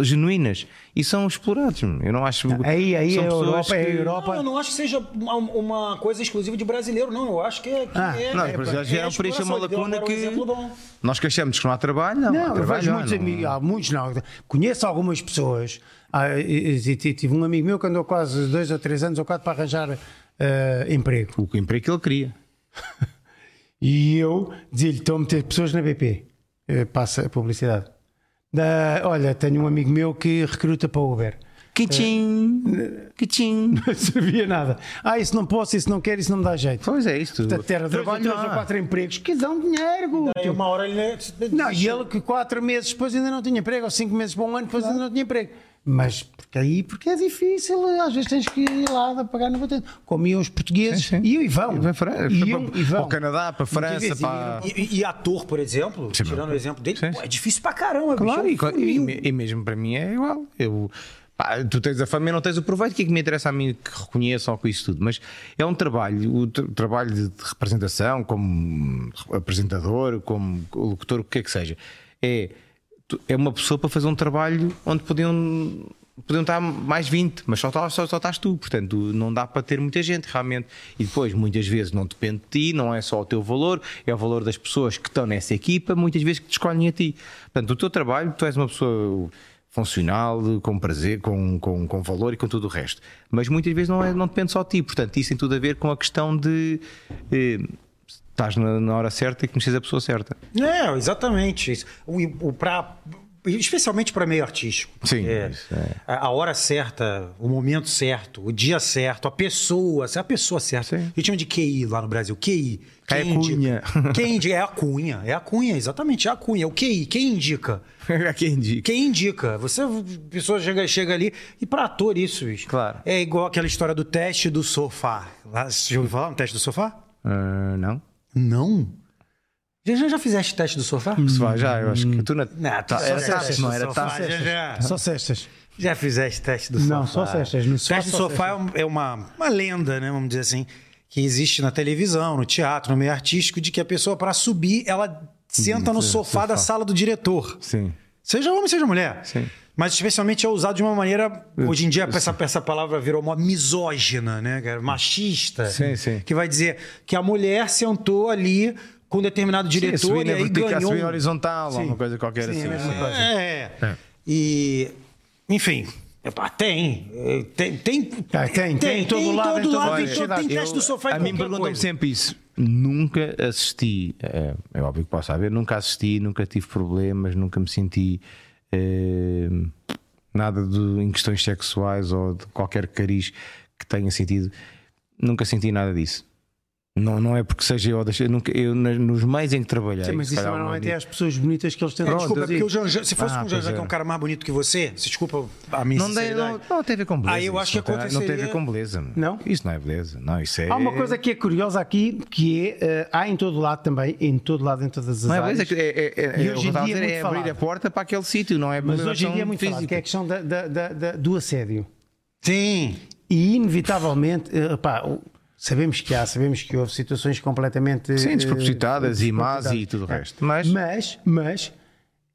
Speaker 1: genuínas e são explorados. meu. Eu não acho.
Speaker 2: Aí, aí,
Speaker 1: são
Speaker 2: a
Speaker 1: pessoas
Speaker 2: Europa, é a
Speaker 1: que-
Speaker 2: Europa.
Speaker 3: Não, eu não acho que seja uma, uma coisa exclusiva de brasileiro, não. Eu acho que é. Que
Speaker 2: Ah,
Speaker 3: é
Speaker 1: Não,
Speaker 3: é,
Speaker 1: os brasileiros
Speaker 3: é
Speaker 1: vieram preencher uma
Speaker 3: exploração. Ele deu
Speaker 1: lacuna
Speaker 3: agora um
Speaker 1: que.
Speaker 3: exemplo bom.
Speaker 1: Nós que achamos que não há trabalho, não. há
Speaker 2: Não, eu
Speaker 1: trabalho,
Speaker 2: vejo
Speaker 1: há,
Speaker 2: muitos
Speaker 1: não-
Speaker 2: amigos, há muitos não. Conheço algumas pessoas. Ah, e- e- e tive um amigo meu que andou quase dois ou três anos ou quatro para arranjar ah, emprego.
Speaker 1: O emprego que ele queria.
Speaker 2: E eu dizia-lhe: estou a meter pessoas na BP. Eh, Passa a publicidade. Da- olha, tenho um amigo meu que recruta para o Uber.
Speaker 1: Kitchen!
Speaker 2: Eh,
Speaker 1: Kitchen!
Speaker 2: Não sabia nada. Ah, isso não posso, isso não quero, isso não me dá jeito.
Speaker 1: Pois é, isto.
Speaker 2: Portanto, era dois ou
Speaker 1: Trabalho
Speaker 2: três
Speaker 1: não
Speaker 2: ou
Speaker 1: há.
Speaker 2: quatro empregos que dão dinheiro. Guto.
Speaker 3: Aí uma hora ele. né,
Speaker 2: Não, e ele que quatro meses depois ainda não tinha emprego, ou cinco meses para um ano depois ainda não tinha emprego. Mas porque aí porque é difícil, às vezes tens que ir lá de pagar no batente. Como iam os portugueses
Speaker 1: Sim, sim.
Speaker 2: iam e vão.
Speaker 1: Para a França,
Speaker 2: Iam
Speaker 1: para-
Speaker 2: e vão.
Speaker 1: para o Canadá, para a França,
Speaker 2: Muitas vezes
Speaker 1: para-
Speaker 2: iam.
Speaker 3: E, e ator, por exemplo,
Speaker 1: Sim,
Speaker 3: tirando
Speaker 1: meu.
Speaker 3: o exemplo dele,
Speaker 1: Sim,
Speaker 3: pô,
Speaker 1: sim.
Speaker 3: é difícil pra caramba.
Speaker 1: Claro, e,
Speaker 3: bicho, é um
Speaker 1: e-
Speaker 3: funil.
Speaker 1: e mesmo para mim é igual. Eu, pá, tu tens a fama e não tens o proveito. O que é que me interessa a mim que reconheçam com isso tudo? Mas é um trabalho, o tra- trabalho de, de representação, como apresentador, como locutor, o que é que seja. É, tu- é uma pessoa para fazer um trabalho onde podiam. Podiam estar mais 20, mas só, tá- só, só estás tu, portanto não dá para ter muita gente realmente. E depois, muitas vezes, não depende de ti, não é só o teu valor, é o valor das pessoas que estão nessa equipa, muitas vezes que te escolhem a ti. Portanto, o teu trabalho, tu és uma pessoa funcional, com prazer, com, com, com valor e com tudo o resto. Mas muitas vezes não, é, não depende só de ti, portanto, isso tem tudo a ver com a questão de. eh, Estás na, na hora certa e conheces a pessoa certa.
Speaker 3: É, exatamente. isso. O, o pra, especialmente para meio artístico.
Speaker 1: Sim,
Speaker 3: É,
Speaker 1: isso é.
Speaker 3: A, a hora certa, o momento certo, o dia certo, a pessoa, a pessoa certa.
Speaker 1: Sim.
Speaker 3: Eu tinha de QI lá no Brasil. QI.
Speaker 1: É
Speaker 3: Quem indica?
Speaker 1: cunha.
Speaker 3: Quem indica? É a cunha. É a cunha, exatamente. É a cunha. É o QI. Quem indica?
Speaker 1: Quem indica?
Speaker 3: Quem indica? Você, a pessoa chega, chega ali. E para ator, isso, bicho.
Speaker 1: Claro.
Speaker 3: É igual aquela história do teste do sofá. Lá, você já ouviu falar no teste do sofá?
Speaker 1: Ah, não?
Speaker 3: Não. Já, já, já fizeste teste do sofá?
Speaker 1: Se vai já, eu acho que tu na.
Speaker 3: Não, tu
Speaker 1: tá,
Speaker 3: só
Speaker 1: era
Speaker 3: sextas
Speaker 1: tarde,
Speaker 3: no
Speaker 1: não era
Speaker 3: sofá,
Speaker 1: tarde.
Speaker 3: já, já.
Speaker 2: Só cestas.
Speaker 3: Já fizeste teste do sofá?
Speaker 2: Não, só sextas, no sofá,
Speaker 3: teste do
Speaker 2: só
Speaker 3: sofá é um- é uma, uma lenda, né? Vamos dizer assim, que existe na televisão, no teatro, no meio artístico, de que a pessoa, para subir, ela senta no
Speaker 1: sim,
Speaker 3: sofá,
Speaker 1: sofá.
Speaker 3: da sala do diretor.
Speaker 1: Sim.
Speaker 3: Seja homem, seja mulher.
Speaker 1: Sim.
Speaker 3: Mas especialmente é usado de uma maneira. Hoje em dia, essa, essa palavra virou uma misógina, né, cara? Machista.
Speaker 1: Sim, sim.
Speaker 3: Que vai dizer que a mulher sentou ali com um determinado diretor
Speaker 1: Sim, a subir
Speaker 3: e
Speaker 1: na
Speaker 3: aí
Speaker 1: vertical- a
Speaker 3: ganhou.
Speaker 1: subir na
Speaker 3: um-
Speaker 1: horizontal, ou uma coisa qualquer
Speaker 2: Sim,
Speaker 1: assim.
Speaker 2: é a mesma
Speaker 1: sim.
Speaker 2: coisa.
Speaker 3: É.
Speaker 1: É.
Speaker 3: E, enfim, epá, tem. eh, Tem, tem,
Speaker 2: Tá, tem, tem, em todo
Speaker 3: em
Speaker 2: lado, em todo
Speaker 3: lado,
Speaker 2: lado.
Speaker 3: em todo-
Speaker 2: Olha,
Speaker 3: tem
Speaker 1: Eu-
Speaker 3: teste do sofá
Speaker 1: A
Speaker 3: em
Speaker 1: mim
Speaker 3: qualquer
Speaker 1: perguntam-me
Speaker 3: coisa.
Speaker 1: sempre isso. Nunca assisti, eh, é óbvio que posso saber, nunca assisti, nunca tive problemas, nunca me senti eh, nada de, em questões sexuais ou de qualquer cariz que tenha sentido. Nunca senti nada disso. Não, não é porque seja eu, deixei- nunca, eu nas- nos meios em que trabalhei.
Speaker 2: Sim, mas
Speaker 1: se
Speaker 2: isso
Speaker 1: calhar
Speaker 2: normalmente
Speaker 1: uma-
Speaker 2: é as pessoas bonitas que eles têm
Speaker 3: É, desculpa, é porque o Jean, Jean- se fosse
Speaker 1: Ah,
Speaker 3: com um Jean,
Speaker 1: pois
Speaker 3: Jean, que é um
Speaker 1: é.
Speaker 3: cara mais bonito que você, se desculpa a minha
Speaker 1: Não, tem,
Speaker 3: sinceridade.
Speaker 1: não, não tem a ver com beleza.
Speaker 3: Aí eu
Speaker 1: isso
Speaker 3: acho que
Speaker 1: não tem- Não tem a ver
Speaker 3: aconteceria-
Speaker 1: com beleza.
Speaker 2: Não?
Speaker 1: Isso não é beleza. Não, isso é.
Speaker 2: Há uma coisa que é curiosa aqui, que é, eh, há em todo lado também, em todo lado, em todas as
Speaker 1: Não é
Speaker 2: áreas.
Speaker 1: beleza. que É, é, é,
Speaker 2: E
Speaker 1: é,
Speaker 2: hoje
Speaker 1: eu
Speaker 2: em
Speaker 1: estava a
Speaker 2: dia
Speaker 1: dizer,
Speaker 2: é muito
Speaker 1: é abrir
Speaker 2: falado.
Speaker 1: a porta para aquele sítio, não é
Speaker 2: Mas hoje em dia
Speaker 1: beleza
Speaker 2: é muito falado,
Speaker 1: física.
Speaker 2: que é a questão da- da- da- da- do assédio.
Speaker 3: Sim.
Speaker 2: E inevitavelmente, eh, pá, o- sabemos que há, sabemos que houve situações completamente
Speaker 1: Sim,
Speaker 2: eh,
Speaker 1: despropositadas e más
Speaker 2: despropositadas.
Speaker 1: e tudo o
Speaker 2: É.
Speaker 1: resto. Mas-
Speaker 2: mas, mas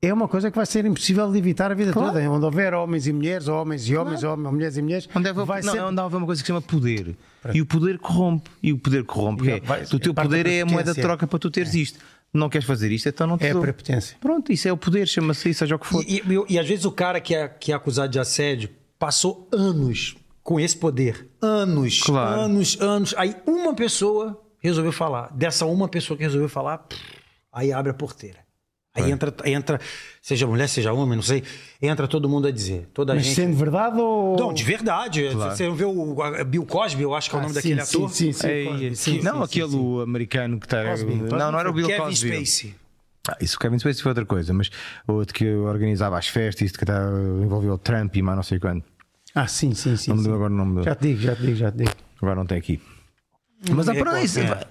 Speaker 2: é uma coisa que vai ser impossível de evitar a vida toda. Onde houver homens e mulheres, ou homens e homens, ou mulheres e mulheres,
Speaker 1: Onde é que eu-
Speaker 2: vai
Speaker 1: não,
Speaker 2: ser
Speaker 1: onde há uma coisa que se chama poder. E o poder corrompe. E o poder corrompe.
Speaker 2: E
Speaker 1: que é,
Speaker 2: vai-
Speaker 1: o teu
Speaker 2: é parte da
Speaker 1: poder é a moeda de
Speaker 2: potência.
Speaker 1: troca para tu teres isto. Não queres fazer isto, então não te
Speaker 2: é a
Speaker 1: dou.
Speaker 2: prepotência.
Speaker 1: Pronto, isso é o poder, chama-se isso, seja o que for.
Speaker 3: E, e- e às vezes o cara que é, que é acusado de assédio passou anos com esse poder. Anos,
Speaker 1: Claro.
Speaker 3: anos, anos. Aí uma pessoa resolveu falar. Dessa uma pessoa que resolveu falar, pff, aí abre a porteira.
Speaker 2: É.
Speaker 3: Aí entra, entra, seja mulher, seja homem, não sei, entra todo mundo a dizer. Toda a
Speaker 2: Mas
Speaker 3: gente.
Speaker 2: sendo verdade ou.
Speaker 3: Não, de verdade. Você vê o a- Bill Cosby, eu acho que é o nome
Speaker 2: Ah,
Speaker 3: daquele
Speaker 2: sim,
Speaker 3: ator.
Speaker 2: Sim, sim, sim,
Speaker 1: Ei,
Speaker 2: Cosby,
Speaker 1: que-
Speaker 2: sim,
Speaker 1: É, não
Speaker 2: sim,
Speaker 1: aquele
Speaker 2: sim,
Speaker 1: americano que está.
Speaker 2: Cosby,
Speaker 1: Não, não era o Bill
Speaker 3: Kevin
Speaker 1: Cosby.
Speaker 3: Spacey.
Speaker 1: Ah, isso o Kevin Spacey foi outra coisa, mas outro que organizava as festas, isso que tá- envolveu o Trump e mais não sei quando.
Speaker 2: sim. Ah, sim, sim, sim.
Speaker 1: Não me
Speaker 2: sim.
Speaker 1: lembro agora o nome dele.
Speaker 2: Já te digo, já te digo, já te digo.
Speaker 1: Agora não tem aqui. Mas há
Speaker 3: me
Speaker 1: para
Speaker 3: recordo
Speaker 1: isso.
Speaker 3: quem
Speaker 1: pá,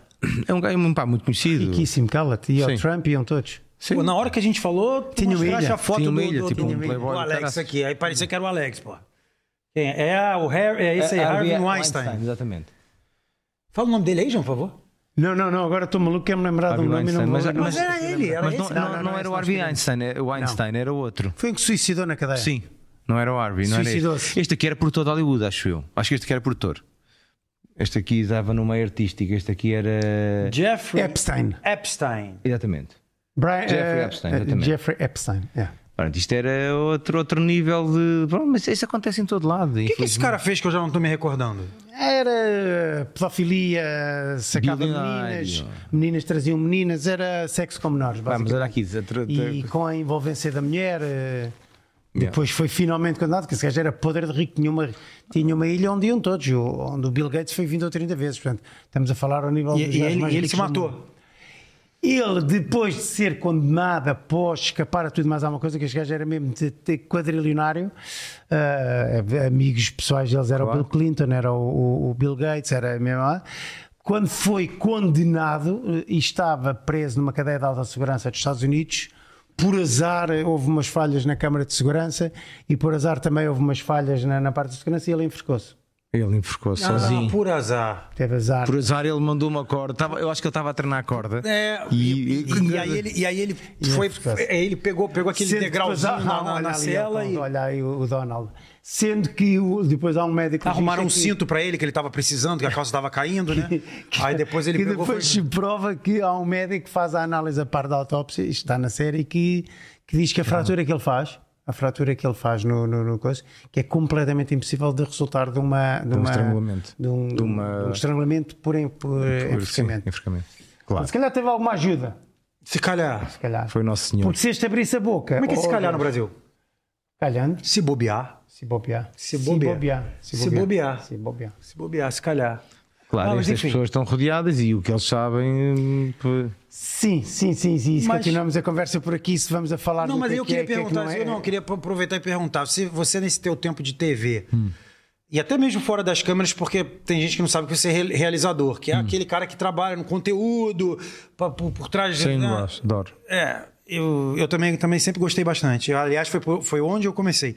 Speaker 1: É um gajo pá, muito conhecido.
Speaker 2: Riquíssimo, cala-te. E
Speaker 1: Sim.
Speaker 2: o Trump iam todos.
Speaker 1: Sim.
Speaker 3: Pô, na hora que a gente falou, tu
Speaker 2: Tinha uma
Speaker 3: mostraste
Speaker 2: ilha,
Speaker 3: a foto
Speaker 1: tinha
Speaker 3: do,
Speaker 1: uma ilha,
Speaker 3: do,
Speaker 1: tipo
Speaker 3: do-
Speaker 1: um
Speaker 3: do
Speaker 1: playboy do
Speaker 3: Alex
Speaker 1: caraças.
Speaker 3: aqui. Aí parecia que era o Alex, pô. Quem é? É o Harry, é esse aí, Harvey Weinstein.
Speaker 1: Exatamente.
Speaker 3: Fala o nome dele aí, João, por favor.
Speaker 2: Não, não, não, agora estou maluco, quero-me lembrar de um
Speaker 1: Harvey
Speaker 2: nome e não
Speaker 1: Weinstein,
Speaker 2: me
Speaker 1: mas-
Speaker 2: lembro.
Speaker 3: Mas era ele, era
Speaker 1: Mas
Speaker 3: esse.
Speaker 1: não, não, não
Speaker 2: não,
Speaker 1: era
Speaker 2: esse
Speaker 1: o
Speaker 2: nós
Speaker 1: Harvey Einstein, é- o Einstein era outro.
Speaker 2: Foi um que se suicidou na cadeia.
Speaker 1: Sim. Não era o Harvey, não era
Speaker 2: Suicidou-se.
Speaker 1: este. Este aqui era produtor de Hollywood, acho eu. Acho que este aqui era produtor. Este aqui estava no meio artístico, este aqui era.
Speaker 3: Jeffrey
Speaker 2: Epstein.
Speaker 3: Epstein.
Speaker 1: Exatamente.
Speaker 2: Brian,
Speaker 1: Jeffrey
Speaker 2: eh,
Speaker 1: Epstein,
Speaker 2: eh,
Speaker 1: exatamente.
Speaker 2: Jeffrey Epstein, yeah.
Speaker 1: Pronto, isto era outro, outro nível de. Bom, mas isso acontece em todo lado.
Speaker 3: O que, que esse cara fez que eu já não tô me recordando?
Speaker 2: Era pedofilia, sacava
Speaker 1: Bilionário.
Speaker 2: meninas, meninas traziam meninas, era sexo com menores,
Speaker 1: Vamos
Speaker 2: basicamente.
Speaker 1: olhar aqui.
Speaker 3: é
Speaker 1: tra- tra-
Speaker 2: E com a envolvência da mulher, eh,
Speaker 1: Yeah.
Speaker 2: depois foi finalmente condenado, que esse gajo era podre de rico, tinha uma, tinha uma ilha onde iam todos, o- onde o Bill Gates foi vindo 30 vezes, portanto, estamos a falar ao nível
Speaker 3: E,
Speaker 2: dos
Speaker 3: e
Speaker 2: gajos
Speaker 3: ele,
Speaker 2: mais
Speaker 3: e ele se
Speaker 2: ricos do mundo.
Speaker 3: matou.
Speaker 2: Ele, depois de ser condenado após escapar a tudo e mais alguma coisa, que este gajo era mesmo de, de quadrilionário, ah, amigos pessoais deles era o
Speaker 1: Claro.
Speaker 2: Bill Clinton, era o, o- o Bill Gates, era mesmo lá. Quando foi condenado eh, e estava preso numa cadeia de alta segurança dos Estados Unidos, por azar eh, houve umas falhas na Câmara de Segurança e por azar também houve umas falhas na, na parte de segurança e ele enfrescou-se.
Speaker 1: Ele enforcou
Speaker 3: Ah,
Speaker 1: sozinho.
Speaker 3: por azar.
Speaker 2: Teve azar.
Speaker 1: Por azar, ele mandou uma corda. Tava- eu acho que ele estava a treinar a corda.
Speaker 3: É, e,
Speaker 1: E-
Speaker 3: e- e aí ele, e aí ele foi.
Speaker 2: ficasse.
Speaker 3: é, ele pegou, pegou aquele
Speaker 2: Sendo que
Speaker 3: degrauzinho
Speaker 2: depois há-
Speaker 3: na,
Speaker 2: há um
Speaker 3: na,
Speaker 2: olha
Speaker 3: na
Speaker 2: ali,
Speaker 3: cela
Speaker 2: ó,
Speaker 3: e
Speaker 2: Olha aí o o Donald. Sendo que o- depois há um médico.
Speaker 3: arrumaram um
Speaker 2: legista que-
Speaker 3: cinto pra ele que ele tava precisando, que a calça tava caindo, né? aí depois ele
Speaker 2: que
Speaker 3: pegou.
Speaker 2: depois
Speaker 3: foi...
Speaker 2: se prova que há um médico que faz a análise a par da autópsia, isto está na série, que, que diz que a fratura que ele faz, a fratura que ele faz no, no, no coisa, que é completamente impossível de resultar de uma. De, uma-
Speaker 1: um estrangulamento.
Speaker 2: De um,
Speaker 1: De uma-
Speaker 2: de um estrangulamento por, en- por, enforcamento.
Speaker 1: Sim, enforcamento. Claro.
Speaker 2: Se calhar teve alguma ajuda,
Speaker 3: Se calhar.
Speaker 2: se calhar.
Speaker 1: Foi o Nosso Senhor.
Speaker 2: Porque se este abrisse a boca.
Speaker 3: Como é que é se
Speaker 2: ou-
Speaker 3: calhar no Brasil?
Speaker 2: Calhando,
Speaker 3: Se bobear.
Speaker 2: se bobear.
Speaker 3: Se bobear.
Speaker 2: Se
Speaker 3: Se
Speaker 2: bobear.
Speaker 3: bobear.
Speaker 2: Se bobear.
Speaker 3: Se bobear, se calhar.
Speaker 1: Claro,
Speaker 3: Ah, mas
Speaker 1: estas
Speaker 3: enfim.
Speaker 1: pessoas estão rodeadas e o que eles sabem. hum, p-
Speaker 2: Sim, sim, sim, sim. Se
Speaker 3: Mas-
Speaker 2: continuamos a conversa por aqui, se vamos a falar
Speaker 3: Não,
Speaker 2: do
Speaker 3: mas
Speaker 2: que é
Speaker 3: eu
Speaker 2: que
Speaker 3: queria
Speaker 2: é, que é que
Speaker 3: perguntar,
Speaker 2: não é.
Speaker 3: eu não, eu queria aproveitar e perguntar, se você nesse teu tempo de TV, e até mesmo fora das câmeras, porque tem gente que não sabe que você é re- realizador, que é aquele cara que trabalha no conteúdo, pa- por, por trás...
Speaker 1: Sim,
Speaker 3: né?
Speaker 1: gosto, adoro.
Speaker 3: É, eu, eu também, também sempre gostei bastante. Aliás, foi, por- foi onde eu comecei.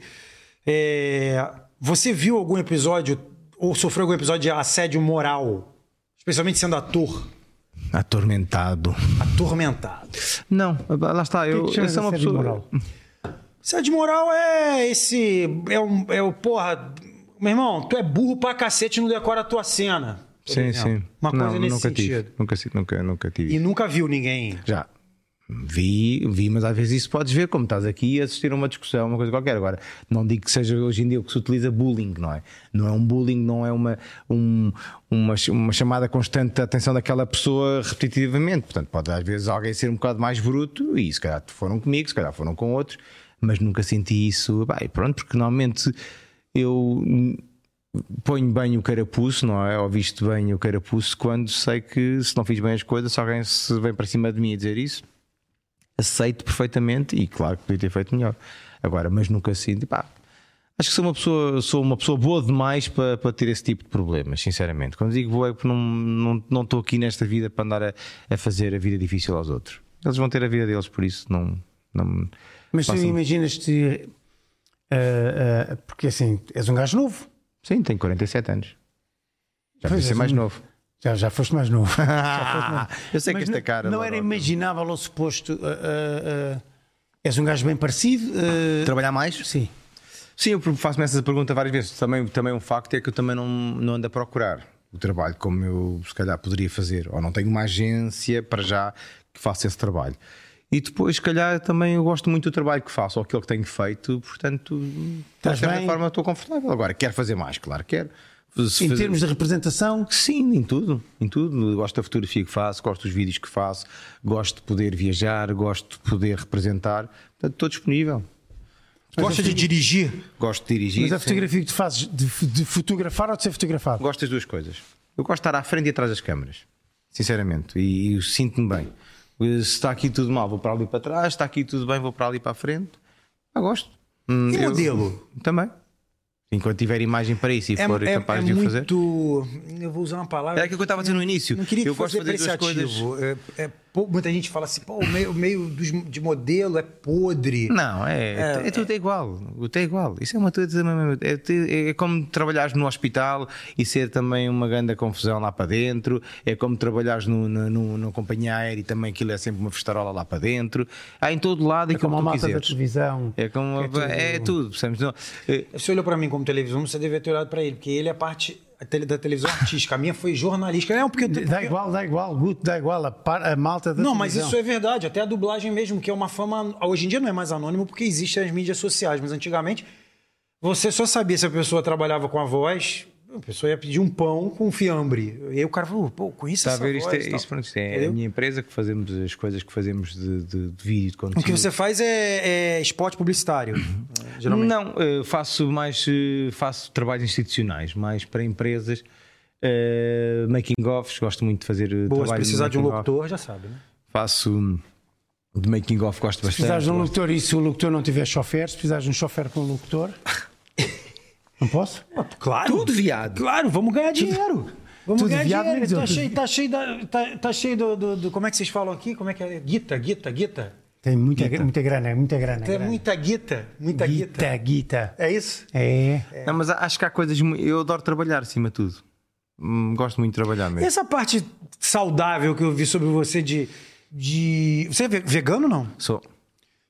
Speaker 3: É, você viu algum episódio, ou sofreu algum episódio de assédio moral? Especialmente sendo ator,
Speaker 1: Atormentado.
Speaker 3: atormentado.
Speaker 1: Não, lá está.
Speaker 3: é
Speaker 1: Eu,
Speaker 2: que
Speaker 1: eu
Speaker 2: chamas
Speaker 1: sou uma
Speaker 2: assédio
Speaker 1: pessoa.
Speaker 2: moral?
Speaker 3: Assédio moral é esse. É um, é o porra. Meu irmão, tu é burro pra cacete e não decora a tua cena. por
Speaker 1: Sim,
Speaker 3: exemplo.
Speaker 1: sim.
Speaker 3: Uma coisa
Speaker 1: Não,
Speaker 3: nesse
Speaker 1: nunca
Speaker 3: sentido.
Speaker 1: tive. Nunca, si- nunca, nunca tive.
Speaker 3: E nunca viu ninguém.
Speaker 1: Já. Vi, vi, mas às vezes isso podes ver, como estás aqui e assistir a uma discussão, uma coisa qualquer. Agora, não digo que seja hoje em dia o que se utiliza bullying, não é? Não é um bullying, não é uma, um- uma, ch- uma chamada constante de atenção daquela pessoa repetitivamente. Portanto, pode às vezes alguém ser um bocado mais bruto e se calhar foram comigo, se calhar foram com outros, mas nunca senti isso. Bem, pronto, porque normalmente eu ponho bem o carapuço, não é? Ou visto bem o carapuço quando sei que se não fiz bem as coisas, se alguém se vem para cima de mim a dizer isso, aceito perfeitamente e claro que podia ter feito melhor. Agora, mas nunca sinto, pá. Acho que sou uma pessoa, sou uma pessoa boa demais para, para ter esse tipo de problemas, sinceramente. Quando digo boa é porque não, não, não estou aqui nesta vida para andar a, a fazer a vida difícil aos outros. Eles vão ter a vida deles, por isso não. não
Speaker 2: Mas tu
Speaker 1: façam-
Speaker 2: imaginas-te. ah, ah, porque assim, és um gajo novo.
Speaker 1: Sim, tenho 47 anos. Já
Speaker 2: Pois,
Speaker 1: podia ser
Speaker 2: és
Speaker 1: mais
Speaker 2: um-
Speaker 1: novo.
Speaker 2: Já, já foste mais novo.
Speaker 1: eu sei
Speaker 2: Mas
Speaker 1: que esta
Speaker 2: não-
Speaker 1: cara. é
Speaker 2: Não era imaginável ou suposto. ah, ah, ah, és um gajo bem parecido. ah,
Speaker 1: Trabalhar mais?
Speaker 2: sim.
Speaker 1: Sim, eu faço-me essa pergunta várias vezes. Também, também um facto é que eu também não, não ando a procurar o trabalho como eu se calhar poderia fazer, ou não tenho uma agência para já que faça esse trabalho. E depois, se calhar, também eu gosto muito do trabalho que faço, ou aquilo que tenho feito, portanto, de
Speaker 2: Estás
Speaker 1: certa
Speaker 2: Tá bem?
Speaker 1: forma estou confortável. Agora, quero fazer mais, claro, quero. Se
Speaker 2: Em
Speaker 1: fazer-
Speaker 2: termos de representação,
Speaker 1: Sim, em tudo, em tudo. Gosto da fotografia que faço, gosto dos vídeos que faço, gosto de poder viajar, gosto de poder representar. Portanto, estou disponível.
Speaker 3: Gosta de dirigir?
Speaker 1: Gosto de dirigir.
Speaker 2: mas a
Speaker 1: sim.
Speaker 2: fotografia que tu fazes de, de fotografar ou de ser fotografado?
Speaker 1: Gosto das duas coisas. Eu gosto de estar à frente e atrás das câmaras, sinceramente, e, e sinto-me bem. Se está aqui tudo mal, vou para ali para trás, se está aqui tudo bem, vou para ali para a frente. Eu gosto. Hum,
Speaker 3: Que
Speaker 1: eu-
Speaker 3: modelo?
Speaker 1: Também. Enquanto tiver imagem para isso e
Speaker 3: É,
Speaker 1: for
Speaker 3: é-
Speaker 1: capaz
Speaker 3: é
Speaker 1: de o fazer.
Speaker 3: muito. Eu vou usar uma palavra.
Speaker 1: Era aquilo que eu estava a dizer no início.
Speaker 3: Não queria que
Speaker 1: eu
Speaker 3: fosse
Speaker 1: gosto de fazer duas coisas.
Speaker 3: depreciativo. É, é pô, muita gente fala assim, pô, o meio, o meio dos- de modelo é podre.
Speaker 1: Não, é, é, tudo é igual. Tudo é igual. Isso é uma coisa. É, tu- é como trabalhares no hospital e ser também uma grande confusão lá para dentro. É como trabalhares no, no, no, na companhia aérea e também aquilo é sempre uma festarola lá para dentro. Há em todo lado e
Speaker 2: É como a
Speaker 1: como tu
Speaker 2: malta da
Speaker 1: quiseres.
Speaker 2: televisão.
Speaker 1: É como. É tudo. É tudo percebes? Não, é,
Speaker 3: Você olhou pra mim como televisão, você devia ter olhado pra ele, porque ele é parte a tele- da televisão artística. A minha foi jornalística. Não, porque,
Speaker 2: Dá
Speaker 3: porque
Speaker 2: igual, dá igual, Guto, dá igual, a, par- a malta da
Speaker 3: Não, mas isso
Speaker 2: televisão.
Speaker 3: é verdade. Até a dublagem mesmo, que é uma fama. Hoje em dia não é mais anônimo porque existem as mídias sociais, mas antigamente você só sabia se a pessoa trabalhava com a voz. A pessoa ia pedir um pão com fiambre. E aí o cara falou, pô, conheço
Speaker 1: Está a
Speaker 3: essa
Speaker 1: ver?
Speaker 3: voz.
Speaker 1: Isto é,
Speaker 3: e tal.
Speaker 1: isso, pronto, isto é a
Speaker 3: Entendeu?
Speaker 1: minha empresa que fazemos as coisas que fazemos de, de, de vídeo, de
Speaker 3: O que
Speaker 1: conteúdo.
Speaker 3: você faz é, é esporte publicitário, geralmente.
Speaker 1: Uhum. Não, eh, faço mais eh, faço trabalhos institucionais, mais para empresas. eh, making offs, gosto muito de fazer eh,
Speaker 3: Boa, se
Speaker 1: trabalho
Speaker 3: precisar de um
Speaker 1: making of.
Speaker 3: locutor, já sabe, né?
Speaker 1: Faço hum, de making off, gosto
Speaker 2: Se precisares
Speaker 1: bastante.
Speaker 2: de um locutor e se o locutor não tiver chofer, se precisares de um chofer com um locutor. não posso?
Speaker 3: Claro.
Speaker 1: Tudo viado.
Speaker 3: Claro, vamos ganhar dinheiro. Vamos
Speaker 2: Tudo
Speaker 3: ganhar
Speaker 2: viado, né,
Speaker 3: dinheiro. Tá
Speaker 2: Deus?
Speaker 3: cheio, tá cheio, da, tá, tá cheio do, do- do- Como é que vocês falam aqui? Como é que é? Guita, guita, guita.
Speaker 2: Tem muita, muita grana, muita grana.
Speaker 3: Tem
Speaker 2: grana.
Speaker 3: muita guita, muita guita.
Speaker 2: guita, guita.
Speaker 3: É isso?
Speaker 2: É.
Speaker 1: Não, mas acho que há coisas. mu- Eu adoro trabalhar acima de tudo. Hum, Gosto muito de trabalhar
Speaker 3: E
Speaker 1: mesmo.
Speaker 3: essa parte saudável que eu vi sobre você de. de... Você é ve- vegano ou não?
Speaker 1: Sou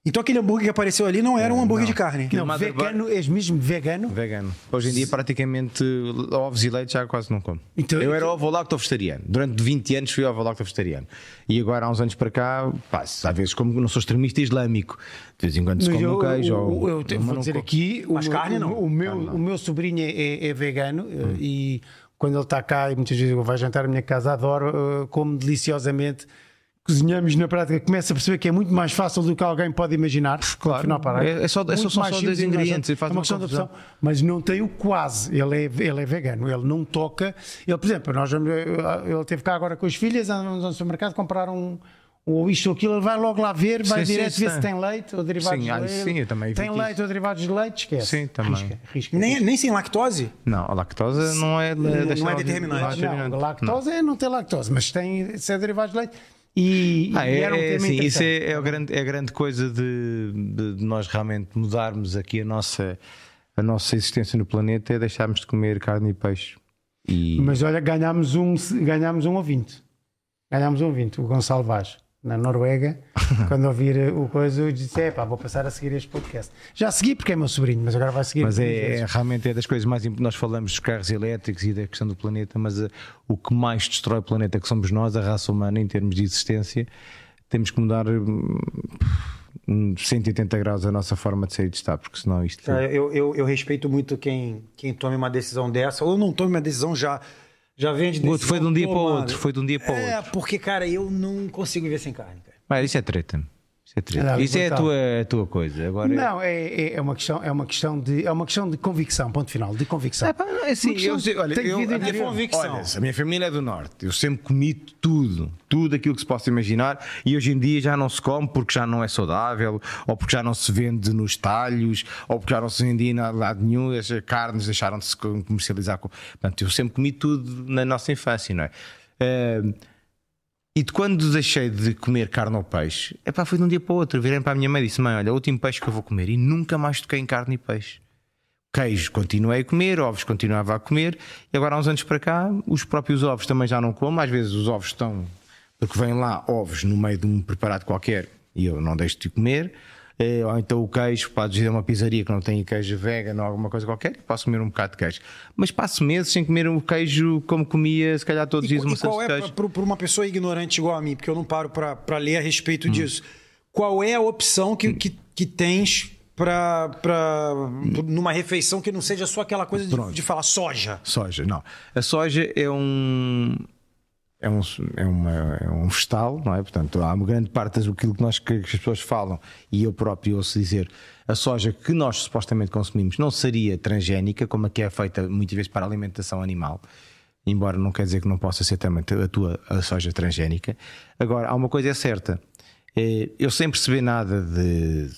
Speaker 3: Então aquele hambúrguer que apareceu ali não era um hambúrguer de carne.
Speaker 2: É, Não,
Speaker 1: Mother
Speaker 2: vegano, és mesmo vegano?
Speaker 1: vegano. Hoje em dia, praticamente, ovos e leite já quase não como.
Speaker 2: Então-
Speaker 1: eu era ovo lacto vegetariano. Durante 20 anos fui ovo lacto vegetariano. E agora, há uns anos para cá, pá, às vezes, como não sou extremista islâmico, de vez em quando se
Speaker 2: Mas
Speaker 1: come
Speaker 2: eu,
Speaker 1: um queijo.
Speaker 2: eu-
Speaker 1: ou-
Speaker 2: eu te-
Speaker 1: mas
Speaker 2: vou
Speaker 1: não
Speaker 2: dizer
Speaker 1: como.
Speaker 2: aqui, o
Speaker 3: Mas
Speaker 2: meu,
Speaker 3: carne não.
Speaker 2: o, o meu, o meu sobrinho é, é- é vegano eh,
Speaker 1: Hum.
Speaker 2: e quando ele está cá e muitas vezes ele vai jantar à minha casa, adoro, eh, como deliciosamente. Cozinhamos na prática, começa a perceber que é muito mais fácil do que alguém pode imaginar. Claro, Afinal, para,
Speaker 1: É- é só- é só-
Speaker 2: muito
Speaker 1: são
Speaker 2: mais
Speaker 1: só
Speaker 2: simples
Speaker 1: dois
Speaker 2: e mais
Speaker 1: ingredientes e faz
Speaker 2: é uma
Speaker 1: uma
Speaker 2: questão de
Speaker 1: confusão.
Speaker 2: opção. Mas não tem o quase. Ele é, ele é vegano, ele não toca. Ele, por exemplo, nós, vamos- eh, ele teve cá agora com as filhas, andamos ao supermercado, compraram um, ou isto ou aquilo, ele vai logo lá ver, vai
Speaker 1: Sim,
Speaker 2: direto
Speaker 1: sim,
Speaker 2: ver se
Speaker 1: sim.
Speaker 2: tem leite ou derivados
Speaker 1: Sim,
Speaker 2: de
Speaker 1: ah,
Speaker 2: leite.
Speaker 1: sim, eu também
Speaker 2: Tem
Speaker 1: evito
Speaker 2: leite ou derivados de leite, esquece.
Speaker 1: Sim, também.
Speaker 2: Risca, risca.
Speaker 1: é
Speaker 3: Nem, nem sem lactose?
Speaker 1: Não, a lactosa não é,
Speaker 3: não é
Speaker 1: deixar-
Speaker 3: determinante.
Speaker 1: não é
Speaker 2: Não,
Speaker 1: determinante.
Speaker 2: lactose é não tem lactose, mas tem se é derivados de leite. E,
Speaker 1: Ah,
Speaker 2: e
Speaker 1: é,
Speaker 2: era um
Speaker 1: é,
Speaker 2: tema
Speaker 1: sim, isso
Speaker 2: interessante.
Speaker 1: é, é, o grande, é a grande coisa de, de- de nós realmente mudarmos aqui a nossa, a nossa existência no planeta é deixarmos de comer carne e peixe. E
Speaker 2: Mas olha, ganhámos um, ganhámos um ouvinte. Ganhámos um ouvinte, o Gonçalo Vaz, na Noruega. quando ouvir eh, o coisa, eu disse: é pá, vou passar a seguir este podcast. Já segui porque é meu sobrinho, mas agora vai seguir.
Speaker 1: Mas
Speaker 2: duas
Speaker 1: é,
Speaker 2: vezes.
Speaker 1: é realmente é das coisas mais. imp- Nós falamos dos carros elétricos e da questão do planeta, mas eh, o que mais destrói o planeta que somos nós, a raça humana, em termos de existência, temos que mudar hum, hum, 180 graus a nossa forma de ser e de estar, porque senão isto.
Speaker 2: Ah, é?
Speaker 3: Cara, Tá, eu, eu, eu respeito muito quem, quem tome uma decisão dessa, ou não tome uma decisão já. Já vem de
Speaker 1: O
Speaker 3: decisão
Speaker 1: outro foi de um dia para o
Speaker 3: tomada.
Speaker 1: outro, foi de um dia para o
Speaker 3: é,
Speaker 1: outro.
Speaker 3: porque, cara, eu não consigo viver sem carne, cara.
Speaker 1: Mas isso é treta. Isso é treta.
Speaker 2: Não,
Speaker 1: isso é a
Speaker 2: brutal.
Speaker 1: tua, a tua coisa. Agora
Speaker 2: Não, é, é- é uma questão, é uma questão de, é uma questão de convicção, ponto final, de convicção.
Speaker 1: É, pá, não, é assim,
Speaker 2: Uma questão
Speaker 1: eu,
Speaker 2: de-
Speaker 1: olha,
Speaker 2: tem
Speaker 1: eu-
Speaker 2: vida
Speaker 1: a, minha
Speaker 2: interior.
Speaker 1: convicção- olha, a minha família é do Norte. Eu sempre comi tudo, tudo aquilo que se possa imaginar. E hoje em dia já não se come porque já não é saudável, ou porque já não se vende nos talhos, ou porque já não se vendia em nada- lado nenhum. As carnes deixaram de se com- comercializar. com- Portanto, eu sempre comi tudo na nossa infância, não é? Eh, e de quando deixei de comer carne ou peixe, epá, foi de um dia para o outro. Virei para a minha mãe e disse: Mãe, olha, o último peixe que eu vou comer. E nunca mais toquei em carne e peixe. Queijo continuei a comer, ovos continuava a comer, e agora há uns anos para cá os próprios ovos também já não como. Às vezes os ovos estão. Porque vêm lá ovos no meio de um preparado qualquer e eu não deixo de comer. Eh, Ou então o queijo, para dizer uma pizzaria que não tem queijo vegan ou alguma coisa qualquer, e posso comer um bocado de queijo. Mas passo meses sem comer o queijo como comia, se calhar todos os dias
Speaker 3: E
Speaker 1: uma
Speaker 3: qual
Speaker 1: sandes de
Speaker 3: é,
Speaker 1: queijo.
Speaker 3: para uma pessoa ignorante igual a mim, porque eu não paro para ler a respeito disso, qual é a opção que, que, que tens para numa refeição que não seja só aquela coisa de, de falar soja?
Speaker 1: Soja, não. A soja é um. É um, é, uma, é um vegetal, não é? Portanto, há uma grande parte daquilo que, nós, que as pessoas falam, e eu próprio ouço dizer, a soja que nós supostamente consumimos não seria transgénica, como a que é feita muitas vezes para a alimentação animal, embora não quer dizer que não possa ser também a tua a soja transgénica. Agora, há uma coisa é certa, eh, eu sem perceber nada de,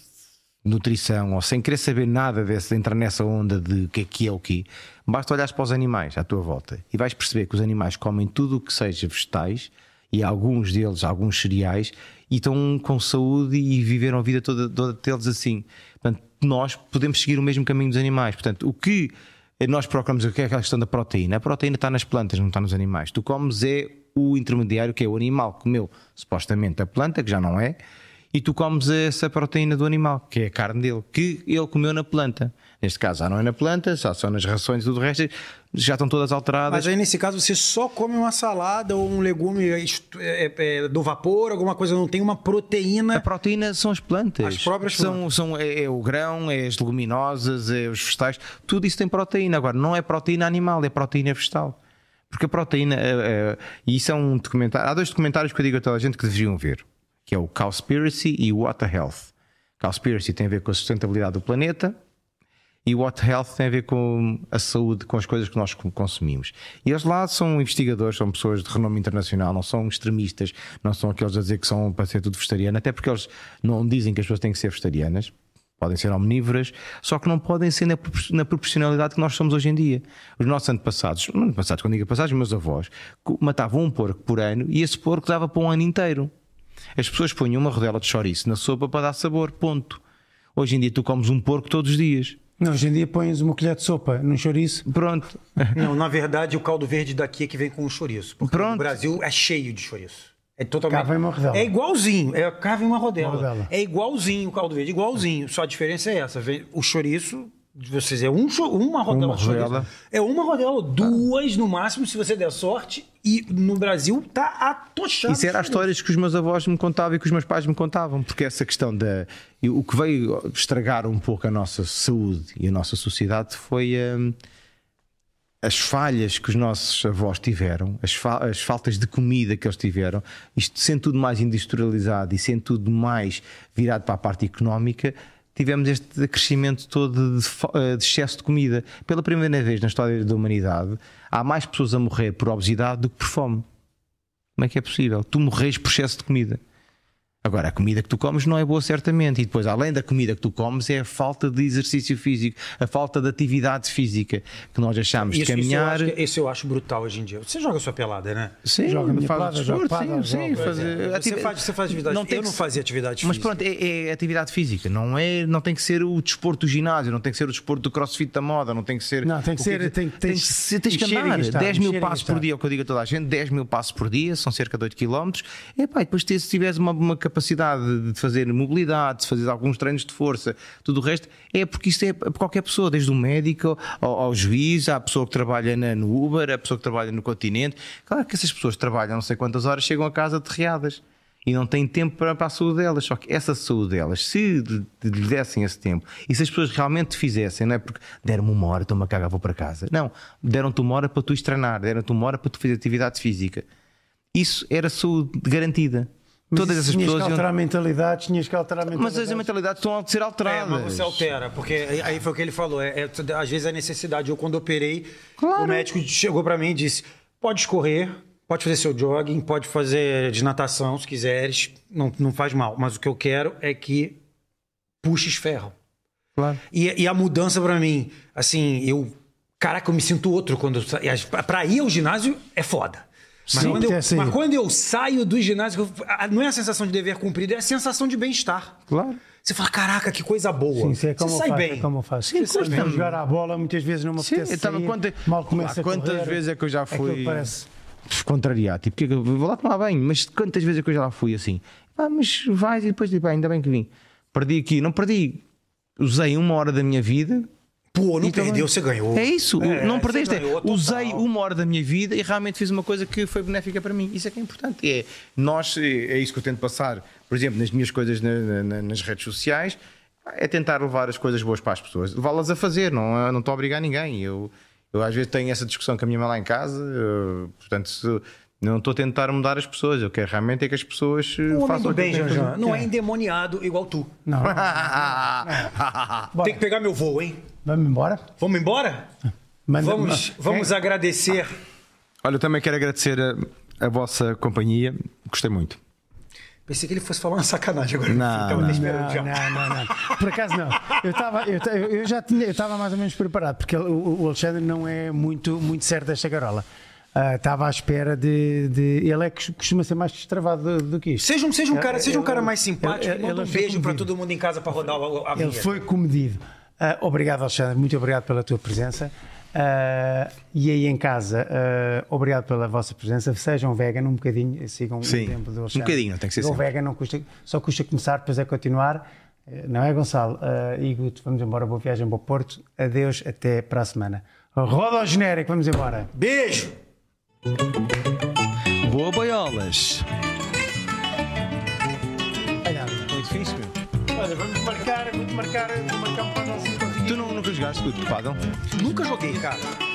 Speaker 1: nutrição ou sem querer saber nada desse, entrar nessa onda de o que é que é o que, basta olhares para os animais à tua volta e vais perceber que os animais comem tudo o que seja vegetais e alguns deles, alguns cereais, e estão com saúde e viveram a vida toda, toda deles assim. Portanto, nós podemos seguir o mesmo caminho dos animais. Portanto, o que nós procuramos, o que é aquela questão da proteína? A proteína está nas plantas, não está nos animais. Tu comes é o intermediário, que é o animal que comeu supostamente a planta, que já não é, e tu comes essa proteína do animal, que é a carne dele, que ele comeu na planta. Neste caso, já não é na planta, já são nas rações e tudo o resto, já estão todas alteradas.
Speaker 3: Mas aí, nesse caso, você só come uma salada ou um legume é, é, é, do vapor, alguma coisa, não tem uma
Speaker 1: A
Speaker 3: proteína.
Speaker 1: proteína são as plantas.
Speaker 3: As próprias
Speaker 1: são, são é, é o grão, é as leguminosas, é os vegetais, tudo isso tem proteína. Agora, não é proteína animal, é proteína vegetal. Porque a proteína, é, é, e isso é um documentário. Há dois documentários que eu digo a toda a gente que deveriam ver, que é o Cowspiracy e o Water Health. Cowspiracy tem a ver com a sustentabilidade do planeta. E o What Health tem a ver com a saúde, com as coisas que nós co- consumimos. E eles lá são investigadores, são pessoas de renome internacional, não são extremistas, não são aqueles a dizer que são para ser tudo vegetariano, até porque eles não dizem que as pessoas têm que ser vegetarianas. Podem ser omnívoras, só que não podem ser na, propor- na proporcionalidade que nós somos hoje em dia. Os nossos antepassados, não antepassados, quando digo passados, meus avós, co- matavam um porco por ano e esse porco dava para um ano inteiro. As pessoas punham uma rodela de chouriço na sopa para dar sabor, ponto. Hoje em dia tu comes um porco todos os dias.
Speaker 2: Não, hoje em dia pões uma colher de sopa num chouriço.
Speaker 1: Pronto.
Speaker 3: Não, na verdade, o caldo verde daqui é que vem com o chouriço. Porque
Speaker 1: Pronto.
Speaker 3: O Brasil é cheio de chouriço. É totalmente.
Speaker 2: Cava em uma rodela.
Speaker 3: É igualzinho. É cava em uma rodela.
Speaker 2: Uma rodela.
Speaker 3: É igualzinho o caldo verde, igualzinho. Só a diferença é essa. vem- O chouriço. de Vocês é um, cho- uma rodela
Speaker 1: Uma
Speaker 3: de chouriço.
Speaker 1: rodela.
Speaker 3: É uma rodela, ou duas no máximo, se você der sorte. E no Brasil tá atochado.
Speaker 1: Isso era as
Speaker 3: de chouriço.
Speaker 1: histórias que os meus avós me contavam e que os meus pais me contavam, porque essa questão da. e O que veio estragar um pouco a nossa saúde e a nossa sociedade foi hum, as falhas que os nossos avós tiveram, as, fa- as faltas de comida que eles tiveram, isto sendo tudo mais industrializado e sendo tudo mais virado para a parte económica. Tivemos este crescimento todo de, fa- eh, de excesso de comida. Pela primeira vez na história da humanidade, há mais pessoas a morrer por obesidade do que por fome. Como é que é possível? Tu morres por excesso de comida. Agora, a comida que tu comes não é boa, certamente. E depois, além da comida que tu comes, é a falta de exercício físico, a falta de atividade física que nós achamos de
Speaker 3: Isso, isso eu
Speaker 1: caminhar.
Speaker 3: acho que- Isso eu acho brutal hoje em dia. Você joga sua pelada, né?
Speaker 1: Sim,
Speaker 2: Joga minha
Speaker 1: faz
Speaker 2: pelada,
Speaker 1: desporto,
Speaker 2: joga pelada,
Speaker 1: sim, sim,
Speaker 2: joga.
Speaker 1: fazer-
Speaker 3: Você
Speaker 1: ativi-
Speaker 3: faz, você faz atividade
Speaker 1: Não tem
Speaker 3: Eu
Speaker 1: que
Speaker 3: não
Speaker 1: se-
Speaker 3: fazia atividade
Speaker 1: Mas
Speaker 3: física.
Speaker 1: pronto, é, é atividade física, não é, não tem que ser o desporto do ginásio, não tem que ser o desporto do crossfit da moda, não tem que ser.
Speaker 2: Não, tem
Speaker 1: o
Speaker 2: que
Speaker 1: é
Speaker 2: ser-
Speaker 1: tem
Speaker 2: tem-
Speaker 1: que
Speaker 2: tens-
Speaker 1: ser- tens que
Speaker 2: encher e
Speaker 1: andar
Speaker 2: gastar,
Speaker 1: 10 mil
Speaker 2: encher e
Speaker 1: passos por
Speaker 2: gastar.
Speaker 1: dia, é o que eu digo a toda a gente, 10 mil passos por dia, são cerca de 8 km. E pá, e depois te- se tiveres uma, uma capacidade de fazer mobilidade, de fazer alguns treinos de força, tudo o resto, é porque isto é para qualquer pessoa, desde o médico ao, ao juiz, à pessoa que trabalha na, no Uber, à pessoa que trabalha no continente. Claro que essas pessoas trabalham não sei quantas horas, chegam a casa derreadas e não têm tempo para, para a saúde delas. Só que essa saúde delas, se lhe- lhe dessem esse tempo e se as pessoas realmente fizessem, não é porque deram-me uma hora, estou-me a cagar, vou para casa. Não, deram-te uma hora para tu estrenar, deram-te uma hora para tu fazer atividade física. Isso era saúde garantida.
Speaker 2: Mas
Speaker 1: Todas
Speaker 2: isso
Speaker 1: essas
Speaker 2: tinhas
Speaker 1: pessoas.
Speaker 2: que
Speaker 1: iam-
Speaker 2: alterar mentalidades, tinhas que alterar mentalidades.
Speaker 1: Mas as mentalidades estão a ser
Speaker 2: Tá,
Speaker 3: É,
Speaker 1: alteradas.
Speaker 3: mas você altera, porque aí- aí foi o que ele falou. É, é- às vezes é necessidade. Eu, quando operei, o médico chegou pra mim e disse: pode correr, pode fazer seu jogging, pode fazer de natação se quiseres, não, não faz mal. Mas o que eu quero é que puxes ferro.
Speaker 1: Claro.
Speaker 3: E, e a mudança pra mim, assim, eu. Caraca, eu me sinto outro quando. eu sa- e as- pra- Pra ir ao ginásio é foda. Mas,
Speaker 2: Sim,
Speaker 3: quando eu,
Speaker 2: é assim.
Speaker 3: mas quando eu saio do ginásio, eu- a- não é a sensação de dever cumprido, é a sensação de bem-estar.
Speaker 1: Claro.
Speaker 3: Você fala, caraca, que coisa boa.
Speaker 2: Sim, sei como
Speaker 3: você
Speaker 2: eu
Speaker 3: sai
Speaker 2: faço,
Speaker 3: bem.
Speaker 2: é como eu faço.
Speaker 1: Sim,
Speaker 2: Você
Speaker 1: custa.
Speaker 2: sabe jogar a bola, muitas vezes não me
Speaker 1: Sim,
Speaker 2: apetece
Speaker 1: eu tava-
Speaker 2: sair,
Speaker 1: quanta-
Speaker 2: mal começa
Speaker 1: Ah, quantas
Speaker 2: a correr,
Speaker 1: vezes é que eu já fui-
Speaker 2: aquilo parece...
Speaker 1: contrariar. Tipo, que é que eu vou lá tomar banho, mas quantas vezes é que eu já lá fui assim? Ah, mas vais e depois tipo, "Ah, ainda bem que vim. Perdi aqui, não perdi. Usei uma hora da minha vida.
Speaker 3: Pô, não
Speaker 1: e
Speaker 2: Então,
Speaker 1: tá
Speaker 3: perdeu,
Speaker 1: bem.
Speaker 3: você ganhou.
Speaker 1: É isso,
Speaker 3: É,
Speaker 1: não
Speaker 3: você
Speaker 1: perdeste.
Speaker 3: ganhou, total.
Speaker 1: Usei uma hora da minha vida e realmente fiz uma coisa que foi benéfica para mim. Isso é que é importante. É, nós, é isso que eu tento passar, por exemplo, nas minhas coisas na- na- nas redes sociais, é tentar levar as coisas boas para as pessoas, levá-las a fazer, não, eu não estou a obrigar ninguém. Eu, eu às vezes tenho essa discussão com a minha mãe lá em casa, eh, portanto, se- não estou a tentar mudar as pessoas, eu quero realmente é que as pessoas eh,
Speaker 3: O Um homem
Speaker 1: façam
Speaker 3: do bem,
Speaker 2: né,
Speaker 1: aquilo que têm que
Speaker 3: Janjan, não é endemoniado igual tu.
Speaker 2: Não,
Speaker 3: Tem que pegar meu voo, hein?
Speaker 2: vamos embora?
Speaker 3: Vamos embora?
Speaker 2: Manda-
Speaker 3: Vamos,
Speaker 2: é.
Speaker 3: vamos agradecer.
Speaker 1: Olha, eu também quero agradecer a, a vossa companhia, gostei muito.
Speaker 3: Pensei que ele fosse falar uma sacanagem agora.
Speaker 1: Não,
Speaker 3: Tava
Speaker 1: não.
Speaker 3: até esperando
Speaker 2: Não,
Speaker 3: já.
Speaker 2: não, não, não. Por acaso não. Eu, tava, eu, ta- eu já tinha, eu estava mais ou menos preparado, porque o, o Alexandre não é muito, muito certo desta garola. ah, estava à espera de, de- Ele é que costuma ser mais destravado do, do que isto.
Speaker 3: Seja um, seja um,
Speaker 2: Eu-
Speaker 3: cara, seja um cara
Speaker 2: eu-
Speaker 3: mais
Speaker 2: eu-
Speaker 3: simpático.
Speaker 2: eu-
Speaker 3: Manda um
Speaker 2: ele foi
Speaker 3: beijo pra
Speaker 2: comedido.
Speaker 3: todo mundo em casa pra rodar a, a
Speaker 2: Ele
Speaker 3: vinheta.
Speaker 1: é.
Speaker 2: foi comedido. Ah, obrigado, Alexandre. Muito obrigado pela tua presença. Ah, e aí em casa, ah, obrigado pela vossa presença. Sejam vegan um bocadinho, sigam
Speaker 1: Sim,
Speaker 2: o tempo do
Speaker 1: um
Speaker 2: Alexandre.
Speaker 1: bocadinho, tem que ser
Speaker 2: Go
Speaker 1: sempre.
Speaker 2: vegan não custa, só custa começar, depois é continuar. Eh, Não é, Gonçalo? Ah, e Guto, vamos embora. Boa viagem, bom Porto. Adeus, até para a semana. Roda ao genérico, vamos embora.
Speaker 3: Beijo!
Speaker 1: Boa boiolas.
Speaker 2: Olha,
Speaker 1: Muito fixe, meu.
Speaker 2: olha, vamos marcar, vamos marcar, vamos marcar um para o nosso encontro.
Speaker 1: Tu não, nunca jogaste tudo, Padão?
Speaker 3: Nunca joguei, cara.